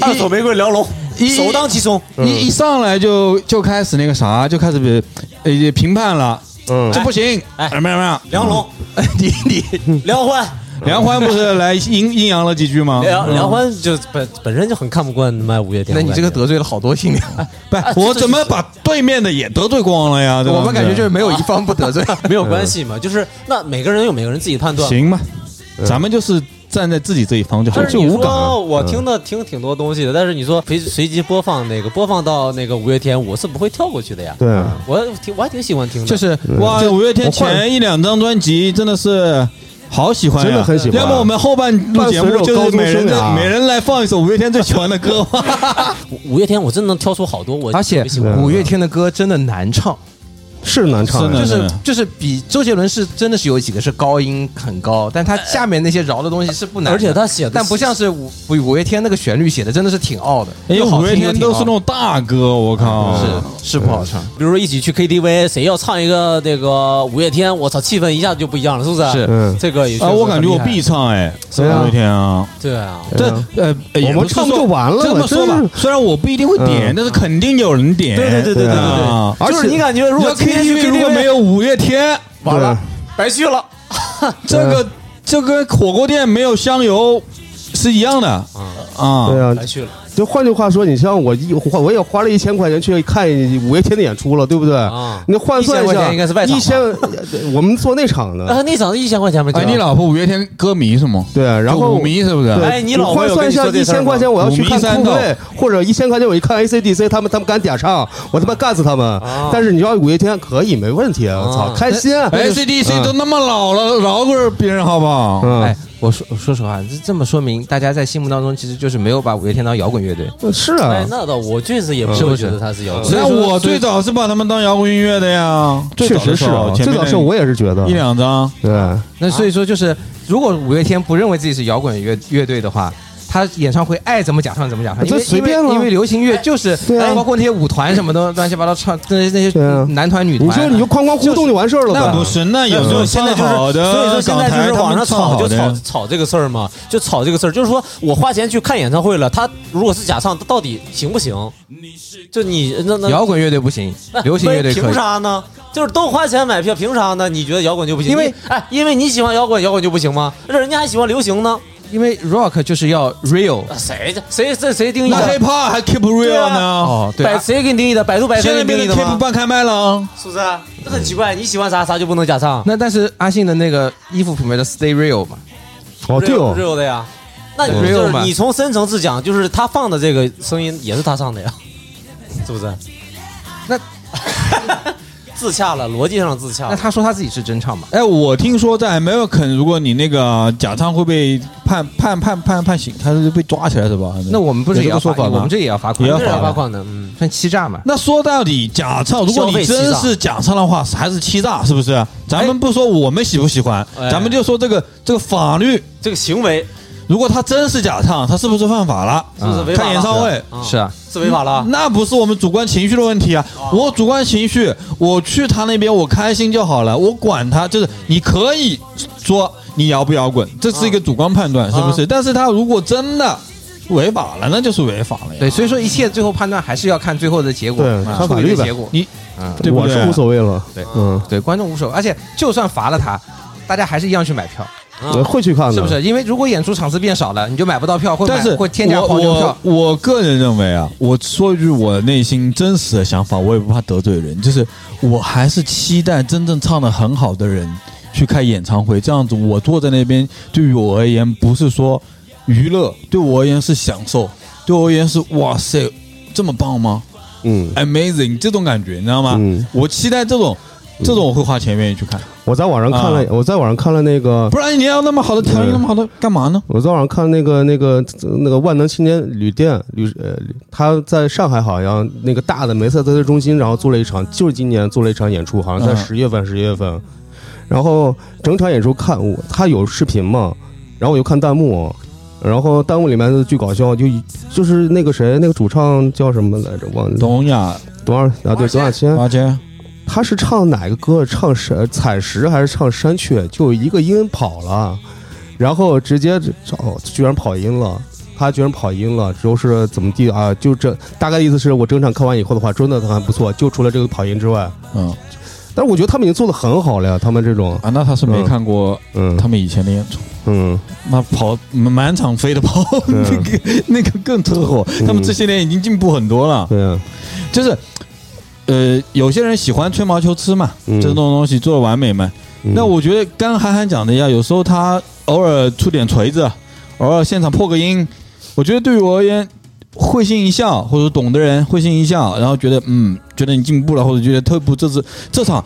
[SPEAKER 3] 二手玫瑰梁龙，
[SPEAKER 6] 一
[SPEAKER 3] 首当其冲。
[SPEAKER 7] 嗯
[SPEAKER 6] 一一上来就就开始那个啥，就开始比呃评判了，
[SPEAKER 7] 嗯
[SPEAKER 6] 这不行，
[SPEAKER 3] 哎
[SPEAKER 6] 怎么样怎么样？
[SPEAKER 3] 梁龙，
[SPEAKER 6] 你
[SPEAKER 7] 嗯
[SPEAKER 6] 你
[SPEAKER 3] 梁欢，哎
[SPEAKER 6] 梁欢不是来阴阴阳了几句
[SPEAKER 7] 嗯
[SPEAKER 6] 吗？
[SPEAKER 3] 梁梁欢就本本身就很看不惯卖五月天。
[SPEAKER 4] 那你这个
[SPEAKER 3] 我感觉
[SPEAKER 4] 得罪了好多新 娘，
[SPEAKER 6] 不啊是，我怎么把对面的也得罪光了呀？对吧
[SPEAKER 4] 我们感觉就是没有一方不得 罪。
[SPEAKER 3] 没有关系嘛，就是那每个人有每个人自己判断嘛。
[SPEAKER 6] 行吧，咱们就是站在自己这一方就啊好
[SPEAKER 3] 就
[SPEAKER 6] 了。
[SPEAKER 3] 是你说
[SPEAKER 6] 嗯
[SPEAKER 3] 我听的听挺多东西的，但是你说随随机播放那个播放到那个五月天，我是不会跳过去的呀。
[SPEAKER 7] 对，
[SPEAKER 3] 我挺我还挺喜欢听的，
[SPEAKER 6] 就是哇，五月天前一两张专辑真的是。好喜欢呀、啊
[SPEAKER 7] 真的很喜欢
[SPEAKER 6] 要么我们后半录节目
[SPEAKER 7] 伴随着
[SPEAKER 6] 就
[SPEAKER 7] 高
[SPEAKER 6] 是
[SPEAKER 7] 中
[SPEAKER 6] 每人
[SPEAKER 7] 生
[SPEAKER 6] 的
[SPEAKER 7] 涯
[SPEAKER 6] 每人来放一首五月天最喜欢的歌 吧。
[SPEAKER 3] 五月天，我真能挑出好多我
[SPEAKER 4] 而且
[SPEAKER 3] 特别喜
[SPEAKER 6] 嗯
[SPEAKER 3] 欢的
[SPEAKER 4] 五月天的歌真的难唱，
[SPEAKER 7] 是难唱
[SPEAKER 6] 是
[SPEAKER 7] 呀
[SPEAKER 6] 呢
[SPEAKER 4] 就
[SPEAKER 6] 嗯
[SPEAKER 4] 是就是比周杰伦是真的是有几个是高音很高，但他下面那些饶的东西是不难的，
[SPEAKER 3] 而且他写的
[SPEAKER 4] 但不像是五五五月天那个旋律写的真的是挺傲的，
[SPEAKER 6] 因为
[SPEAKER 4] 又好
[SPEAKER 6] 哎五
[SPEAKER 4] 听
[SPEAKER 6] 月天都是那
[SPEAKER 4] 又挺
[SPEAKER 6] 种大歌，我靠！
[SPEAKER 4] 傲的是是不好唱，
[SPEAKER 3] 比如说一起去 KTV，谁要唱一个那个五月天，我操，气氛一下就不一样了，是不是？
[SPEAKER 4] 是
[SPEAKER 7] 嗯
[SPEAKER 3] 这个也确
[SPEAKER 6] 啊，
[SPEAKER 3] 实
[SPEAKER 6] 我感觉我
[SPEAKER 3] 很厉害
[SPEAKER 6] 必唱哎，
[SPEAKER 7] 对啊
[SPEAKER 6] 五月天啊，
[SPEAKER 3] 对啊，
[SPEAKER 6] 这
[SPEAKER 7] 啊
[SPEAKER 6] 呃，
[SPEAKER 7] 我们唱不就完了吗
[SPEAKER 6] 这么说吧
[SPEAKER 7] 真，
[SPEAKER 6] 虽然我不一定会点，
[SPEAKER 7] 嗯
[SPEAKER 6] 但是肯定有人点。
[SPEAKER 3] 对对对对对对
[SPEAKER 6] 啊
[SPEAKER 3] 对，
[SPEAKER 7] 而且
[SPEAKER 3] 就是你感觉如
[SPEAKER 6] 你
[SPEAKER 3] 果
[SPEAKER 6] 要
[SPEAKER 3] 今天去
[SPEAKER 6] KTV 如果没有五月天，
[SPEAKER 3] 完了，白去了。
[SPEAKER 6] 这个这跟火锅店没有香油是一样的啊。
[SPEAKER 7] 对啊
[SPEAKER 3] 白，哎去了，
[SPEAKER 7] 就换句话说，你像我一花，我也花了一千块钱去看五月天的演出了，对不对？
[SPEAKER 3] 啊
[SPEAKER 7] 你换算
[SPEAKER 3] 1000
[SPEAKER 7] 一
[SPEAKER 3] 块
[SPEAKER 7] 下，
[SPEAKER 3] 钱应该是外场吧
[SPEAKER 7] 一千，我们做内 场的，
[SPEAKER 3] 啊，那场一千块钱没？
[SPEAKER 6] 哎，你老婆五月天歌迷是吗？
[SPEAKER 7] 对，然
[SPEAKER 6] 就
[SPEAKER 7] 后
[SPEAKER 6] 舞迷是不是？
[SPEAKER 7] 对
[SPEAKER 3] 哎你老婆
[SPEAKER 7] 换
[SPEAKER 3] 有跟
[SPEAKER 7] 算一
[SPEAKER 3] 你
[SPEAKER 7] 下
[SPEAKER 3] 说这
[SPEAKER 7] 一
[SPEAKER 3] 事儿
[SPEAKER 7] 千
[SPEAKER 3] 吗
[SPEAKER 7] 块钱，我要去
[SPEAKER 6] 五迷
[SPEAKER 7] 看
[SPEAKER 6] 三
[SPEAKER 7] 酷
[SPEAKER 6] 道
[SPEAKER 7] 队，或者一千块钱我一看 ACDC，他们他们敢假唱，我他妈干死他们
[SPEAKER 3] 啊！
[SPEAKER 7] 但是你要五月天可以，没问题，啊我操，开心。
[SPEAKER 6] 哎，CDC 都那么老了，饶过别人好不好？
[SPEAKER 7] 嗯
[SPEAKER 4] 哎，，我说我说实话，这这么说明大家在心目当中其实就是没有把五月天当摇滚乐队，
[SPEAKER 7] 是
[SPEAKER 3] 哎
[SPEAKER 7] 啊，，
[SPEAKER 3] 那倒，我确实也不
[SPEAKER 4] 是不
[SPEAKER 3] 会
[SPEAKER 4] 是
[SPEAKER 3] 觉得他是摇滚。
[SPEAKER 4] 所以
[SPEAKER 6] 那
[SPEAKER 4] 说
[SPEAKER 6] 我最早是把他们当摇滚音乐的呀，最
[SPEAKER 7] 确
[SPEAKER 6] 早的
[SPEAKER 7] 实
[SPEAKER 6] 时
[SPEAKER 7] 是
[SPEAKER 6] 候
[SPEAKER 7] 啊，
[SPEAKER 6] 前
[SPEAKER 7] 最
[SPEAKER 6] 面
[SPEAKER 7] 早
[SPEAKER 6] 那
[SPEAKER 7] 是我也是觉得
[SPEAKER 6] 一，两张。
[SPEAKER 7] 对，
[SPEAKER 4] 那所以
[SPEAKER 7] 啊
[SPEAKER 4] 说就是如果五月天不认为自己是摇滚乐乐队的话。他演唱会爱怎么假唱怎么假唱，因为
[SPEAKER 7] 这随便
[SPEAKER 4] 因为
[SPEAKER 7] 了
[SPEAKER 4] 因为流行乐就是，呃
[SPEAKER 7] 对啊
[SPEAKER 4] 包括那些舞团什么的乱七八糟唱那些那些
[SPEAKER 7] 对啊
[SPEAKER 4] 男团女团
[SPEAKER 7] 你
[SPEAKER 4] 啊，
[SPEAKER 7] 就你就哐哐互动就完事儿了
[SPEAKER 6] 那不
[SPEAKER 7] 呗。
[SPEAKER 6] 是，那有时候
[SPEAKER 3] 现在
[SPEAKER 6] 唱
[SPEAKER 3] 就是，
[SPEAKER 6] 嗯好的，
[SPEAKER 3] 所以说现在
[SPEAKER 6] 港台
[SPEAKER 3] 就是
[SPEAKER 6] 他
[SPEAKER 3] 网
[SPEAKER 6] 们
[SPEAKER 3] 上
[SPEAKER 6] 唱
[SPEAKER 3] 吵
[SPEAKER 6] 好
[SPEAKER 3] 就
[SPEAKER 6] 的
[SPEAKER 3] 吵吵这个事儿嘛，就吵这个事儿，就是说我花钱去看演唱会了，他如果是假唱，他到底行不行？就你那那
[SPEAKER 4] 摇滚乐队不 行，流行乐队可
[SPEAKER 3] 凭
[SPEAKER 4] 以。
[SPEAKER 3] 啥呢？就是都花钱买票，凭啥呢？你觉得摇滚就不行？
[SPEAKER 4] 因为
[SPEAKER 3] 你哎，因为你喜欢摇滚，摇滚就不行吗？人家还喜欢流行呢，
[SPEAKER 4] 因为 rock 就是要 real
[SPEAKER 3] 啊谁谁这谁定义
[SPEAKER 6] 那
[SPEAKER 3] 的？
[SPEAKER 6] hiphop 还 keep
[SPEAKER 3] 啊对
[SPEAKER 6] real
[SPEAKER 3] 啊
[SPEAKER 6] 呢？
[SPEAKER 4] 哦，对
[SPEAKER 3] 百，谁给你定义的？百度百科
[SPEAKER 6] 现
[SPEAKER 3] 给
[SPEAKER 6] 在
[SPEAKER 3] 你定
[SPEAKER 6] 变
[SPEAKER 3] 义
[SPEAKER 6] 成
[SPEAKER 3] 的
[SPEAKER 6] keep
[SPEAKER 3] 吗？
[SPEAKER 6] 半开麦了。
[SPEAKER 3] 是不是？这很奇怪，你喜欢啥啥就不能假唱？
[SPEAKER 4] 那但是阿信的那个衣服品牌的 Stay Real 嘛，
[SPEAKER 7] 哦，对哦
[SPEAKER 3] real，real 的呀。那你
[SPEAKER 4] 对
[SPEAKER 3] 就
[SPEAKER 4] real 嘛
[SPEAKER 3] 是你从深层次讲，就是他放的这个声音也是他唱的呀，是不是？
[SPEAKER 4] 那
[SPEAKER 3] 自洽了，逻辑上自洽
[SPEAKER 7] 啊
[SPEAKER 4] 那
[SPEAKER 3] 了。
[SPEAKER 4] 他说他自己是真唱嘛？
[SPEAKER 6] 哎，我听说在 American，如果你那个假唱会被判判判判判刑，他是被抓起来是吧？
[SPEAKER 4] 那我们不是
[SPEAKER 6] 有
[SPEAKER 4] 也
[SPEAKER 6] 这
[SPEAKER 4] 要
[SPEAKER 6] 个说
[SPEAKER 4] 罚
[SPEAKER 6] 法
[SPEAKER 4] 我
[SPEAKER 6] 吗
[SPEAKER 4] 们？这也要罚款，
[SPEAKER 6] 也要
[SPEAKER 3] 这是
[SPEAKER 6] 罚
[SPEAKER 3] 要
[SPEAKER 6] 款
[SPEAKER 3] 罚款的，嗯，
[SPEAKER 4] 啊算欺诈嘛？
[SPEAKER 6] 那说到底，假唱，如果
[SPEAKER 3] 消费
[SPEAKER 6] 你
[SPEAKER 3] 欺诈
[SPEAKER 6] 真是假唱的话，还是欺诈，是不是？咱们不说我们喜不喜欢，
[SPEAKER 3] 哎
[SPEAKER 6] 咱们就说这个这个法律，
[SPEAKER 3] 这个行为
[SPEAKER 6] 如果他真是假唱，他是不是犯法了？
[SPEAKER 3] 是不是违法了？
[SPEAKER 6] 嗯看演唱会
[SPEAKER 3] 啊
[SPEAKER 4] 是啊，
[SPEAKER 3] 是违法了。
[SPEAKER 6] 那不是我们主观情绪的问题啊！我主观情绪，我去他那边我开心就好了，我管他。就是你可以说你摇不摇滚，这是一
[SPEAKER 4] 啊
[SPEAKER 6] 个主观判断，是不是？但是他如果真的违法了，那就是违法了呀。
[SPEAKER 4] 对，所以说一切最后判断还是要看最后的结果，啊
[SPEAKER 7] 对看
[SPEAKER 4] 处
[SPEAKER 7] 法
[SPEAKER 4] 理
[SPEAKER 7] 律
[SPEAKER 4] 的
[SPEAKER 7] 呗
[SPEAKER 4] 结果。
[SPEAKER 6] 你
[SPEAKER 4] 嗯，
[SPEAKER 6] 对不
[SPEAKER 7] 我
[SPEAKER 6] 对
[SPEAKER 7] 是无所谓了，
[SPEAKER 4] 对
[SPEAKER 7] 嗯，
[SPEAKER 4] 对，观众无所谓，而且就算罚了他，大家还是一样去买票，
[SPEAKER 7] 我会去看的，
[SPEAKER 4] 是不是？因为如果演出场次变少了，你就买不到票，会买
[SPEAKER 6] 但是
[SPEAKER 4] 会添加
[SPEAKER 6] 我
[SPEAKER 4] 黄牛票
[SPEAKER 6] 我。我个人认为啊，我说一句我内心真实的想法，我也不怕得罪人，就是我还是期待真正唱的很好的人去开演唱会，这样子我坐在那边，对于我而言不是说娱乐，对我而言是享受，对我而言是哇塞，这么棒吗
[SPEAKER 7] 嗯，
[SPEAKER 6] ？Amazing 这种感觉，你知道吗？
[SPEAKER 7] 嗯
[SPEAKER 6] 我期待这种。这种我会花钱愿意去看，
[SPEAKER 7] 我在网上看了
[SPEAKER 6] 啊，
[SPEAKER 7] 我在网上看了那个
[SPEAKER 6] 不然你要那么好的条件，
[SPEAKER 7] 对
[SPEAKER 6] 那么好的干嘛呢？
[SPEAKER 7] 我在网上看那个那个那个万能青年旅店旅呃，旅他在上海好像那个大的梅赛德斯中心，然后做了一场，就是今年做了一场演出，好像在
[SPEAKER 6] 嗯
[SPEAKER 7] 十月份，十、一月份，然后整场演出看我，他有视频嘛，然后我就看弹幕，然后弹幕里面巨搞笑，就就是那个谁，那个主唱叫什么来着？忘了，
[SPEAKER 6] 董雅、
[SPEAKER 7] 董二啊，对，董亚千，
[SPEAKER 6] 阿坚，
[SPEAKER 7] 他是唱哪个歌？唱山采石还是唱山雀？就一个音跑了，然后直接哦，居然跑音了。他居然跑音了，之后是怎么地啊？就这大概意思是我整场看完以后的话，真的还不错，就除了这个跑音之外。
[SPEAKER 6] 嗯
[SPEAKER 7] 但是我觉得他们已经做的很好了呀，他们这种，
[SPEAKER 6] 啊，那他是没
[SPEAKER 7] 嗯
[SPEAKER 6] 看过
[SPEAKER 7] 嗯
[SPEAKER 6] 他们以前的演出，
[SPEAKER 7] 嗯，
[SPEAKER 6] 那跑满场飞的跑，
[SPEAKER 7] 嗯
[SPEAKER 6] 那个那个更特火。他们这些年已经进步很多了，
[SPEAKER 7] 对啊，
[SPEAKER 6] 就是呃，有些人喜欢吹毛求疵嘛，
[SPEAKER 7] 嗯
[SPEAKER 6] 这种东西做的完美嘛。
[SPEAKER 7] 嗯
[SPEAKER 6] 那我觉得刚韩寒讲的一样，有时候他偶尔出点锤子，偶尔现场破个音，我觉得对于我而言。会心一笑，或者懂的人会心一笑，然后觉得嗯，觉得你进步了，或者觉得退步，这次这场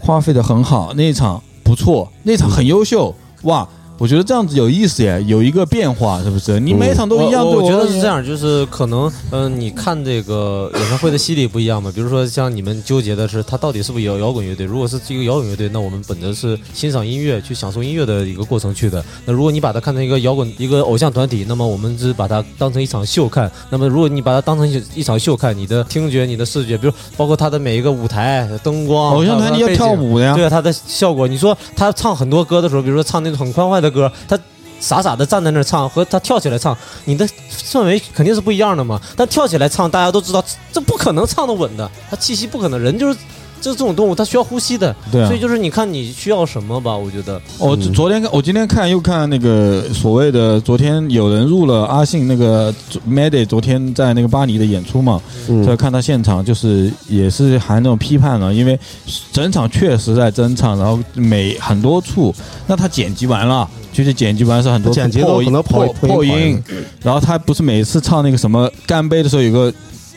[SPEAKER 6] 花费的很好，那一场不错，那一场很优秀，哇！我觉得这样子有意思耶，有一个变化，是不是？你每一场都一样，
[SPEAKER 3] 哦我
[SPEAKER 6] 对
[SPEAKER 3] 我觉
[SPEAKER 6] 而
[SPEAKER 3] 得
[SPEAKER 6] 言
[SPEAKER 3] 是这。样，就是可能，嗯、你看这个演唱会的犀利不一样嘛。比如说，像你们纠结的是，它到底是不是摇摇滚乐队？如果是这个摇滚乐队，那我们本着是欣赏音乐、去享受音乐的一个过程去的。那如果你把它看成一个摇滚、一个偶像团体，那么我们只把它当成一场秀看。那么如果你把它当成一一场秀看，你的听觉、你的视觉，比如包括它的每一个舞台、灯光，
[SPEAKER 6] 偶像团体要
[SPEAKER 3] 还有它
[SPEAKER 6] 跳
[SPEAKER 3] 的背景
[SPEAKER 6] 舞的呀，
[SPEAKER 3] 对啊，他的效果，你说他唱很多歌的时候，比如说唱那种很欢快的歌，他傻傻的站在那儿唱，和他跳起来唱，你的氛围肯定是不一样的嘛。但跳起来唱，大家都知道这不可能唱得稳的，他气息不可能，人就是。就是这种动物，它需要呼吸的，
[SPEAKER 6] 对啊
[SPEAKER 3] 所以就是你看你需要什么吧，我觉得
[SPEAKER 6] 我哦昨昨天看，我今天看又看那个所谓的，昨天有人入了阿信那个 Made，昨天在那个巴黎的演出嘛，在、
[SPEAKER 7] 嗯
[SPEAKER 6] 看他现场，就是也是含那种批判了，因为整场确实在真唱，然后每很多处，那他剪辑完了，就是剪辑完是很多处
[SPEAKER 7] 剪辑都
[SPEAKER 6] 破
[SPEAKER 7] 可能
[SPEAKER 6] 音
[SPEAKER 7] 跑
[SPEAKER 6] 破
[SPEAKER 7] 跑
[SPEAKER 6] 破音，然后他不是每次唱那个什么干杯的时候有个。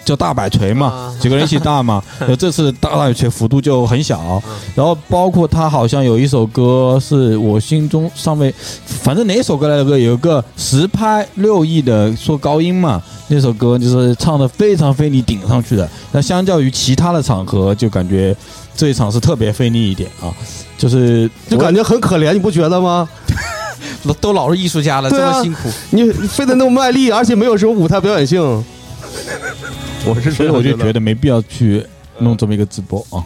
[SPEAKER 6] 叫大摆锤嘛
[SPEAKER 3] 啊，
[SPEAKER 6] 几个人一起大嘛。然后这次大摆锤幅度就很小，然后包括他好像有一首歌是我心中尚未，反正哪首歌来的歌有一个十拍六亿的说高音嘛，那首歌就是唱的非常费力顶上去的。那相较于其他的场合，就感觉这一场是特别费力一点啊，就是
[SPEAKER 7] 就感觉很可怜，你不觉得吗？
[SPEAKER 4] 都老是艺术家了，
[SPEAKER 7] 对
[SPEAKER 4] 这
[SPEAKER 7] 啊
[SPEAKER 4] 么辛苦，
[SPEAKER 7] 你你非得那么卖力，而且没有什么舞台表演性，我是
[SPEAKER 6] 所
[SPEAKER 7] 这
[SPEAKER 6] 以
[SPEAKER 7] 样
[SPEAKER 6] 我就觉
[SPEAKER 7] 得，
[SPEAKER 6] 得没必要去弄这么一个直播 啊，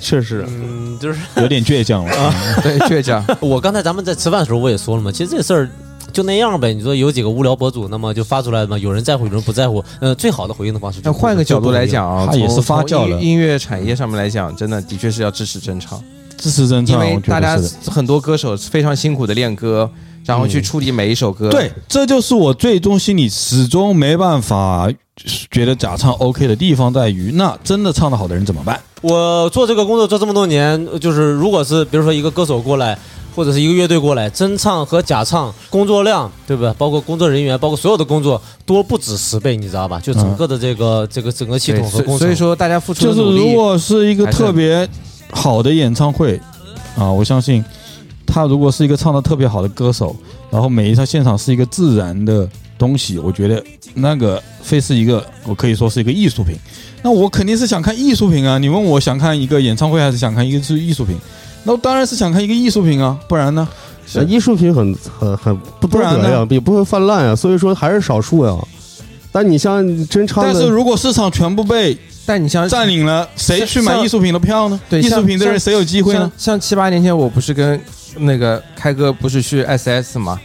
[SPEAKER 7] 确实，
[SPEAKER 3] 嗯，就是
[SPEAKER 6] 有点倔强了啊。
[SPEAKER 4] 对，倔强。
[SPEAKER 3] 我刚才咱们在吃饭的时候我也说了嘛，其实这事儿就那样呗。你说有几个无聊博主，那么就发出来嘛，有人在乎，有人不在乎。呃，最好的回应的方式就是
[SPEAKER 4] 那换个角度来，讲啊，
[SPEAKER 6] 他也
[SPEAKER 4] 从
[SPEAKER 6] 是发
[SPEAKER 4] 从
[SPEAKER 6] 酵
[SPEAKER 4] 音
[SPEAKER 6] 了
[SPEAKER 4] 音乐产业上面来讲，真的的确是要支持真唱，
[SPEAKER 6] 支持真
[SPEAKER 4] 因
[SPEAKER 6] 唱，
[SPEAKER 4] 为
[SPEAKER 6] 我觉
[SPEAKER 4] 大家
[SPEAKER 6] 得是的。
[SPEAKER 4] 很多歌手非常辛苦的练歌，然后去处理每一首歌。
[SPEAKER 6] 对，，这就是我最终心里始终没办法觉得假唱 OK 的地方在于，那真的唱的好的人怎么办？
[SPEAKER 3] 我做这个工作做这么多年，呃就是如果是比如说一个歌手过来，或者是一个乐队过来，真唱和假唱工作量，对吧？包括工作人员，包括所有的工作多不止十倍，你知道吧？就整个的这个、这个整个系
[SPEAKER 4] 对
[SPEAKER 3] 统和
[SPEAKER 4] 所
[SPEAKER 3] 工程，
[SPEAKER 4] 所以说大家付出
[SPEAKER 6] 就
[SPEAKER 4] 的努
[SPEAKER 6] 是如
[SPEAKER 4] 力，
[SPEAKER 6] 果是一个特别好的演唱会啊，我相信他如果是一个唱的特别好的歌手，然后每一场现场是一个自然的东西，我觉得那个非是一个我可以说是一个艺术品。那我肯定是想看艺术品啊！你问我想看一个演唱会还是想看一个是艺术品？那我当然是想看一个艺术品啊，不然呢？是
[SPEAKER 7] 呃艺术品很很很
[SPEAKER 6] 不
[SPEAKER 7] 不多
[SPEAKER 6] 然
[SPEAKER 7] 得呀，
[SPEAKER 6] 呢
[SPEAKER 7] 也不会泛滥呀，所以说还是少数呀。但你像真唱
[SPEAKER 6] 但是
[SPEAKER 7] 的，
[SPEAKER 6] 如果市场全部被
[SPEAKER 4] 但你像
[SPEAKER 6] 占领了，谁去买
[SPEAKER 4] 像
[SPEAKER 6] 艺术品的票呢？
[SPEAKER 4] 对
[SPEAKER 6] 艺术
[SPEAKER 4] 像
[SPEAKER 6] 品的人谁有机会呢
[SPEAKER 4] 像？像七八年前，我不是跟那个开哥不是去 SS 吗？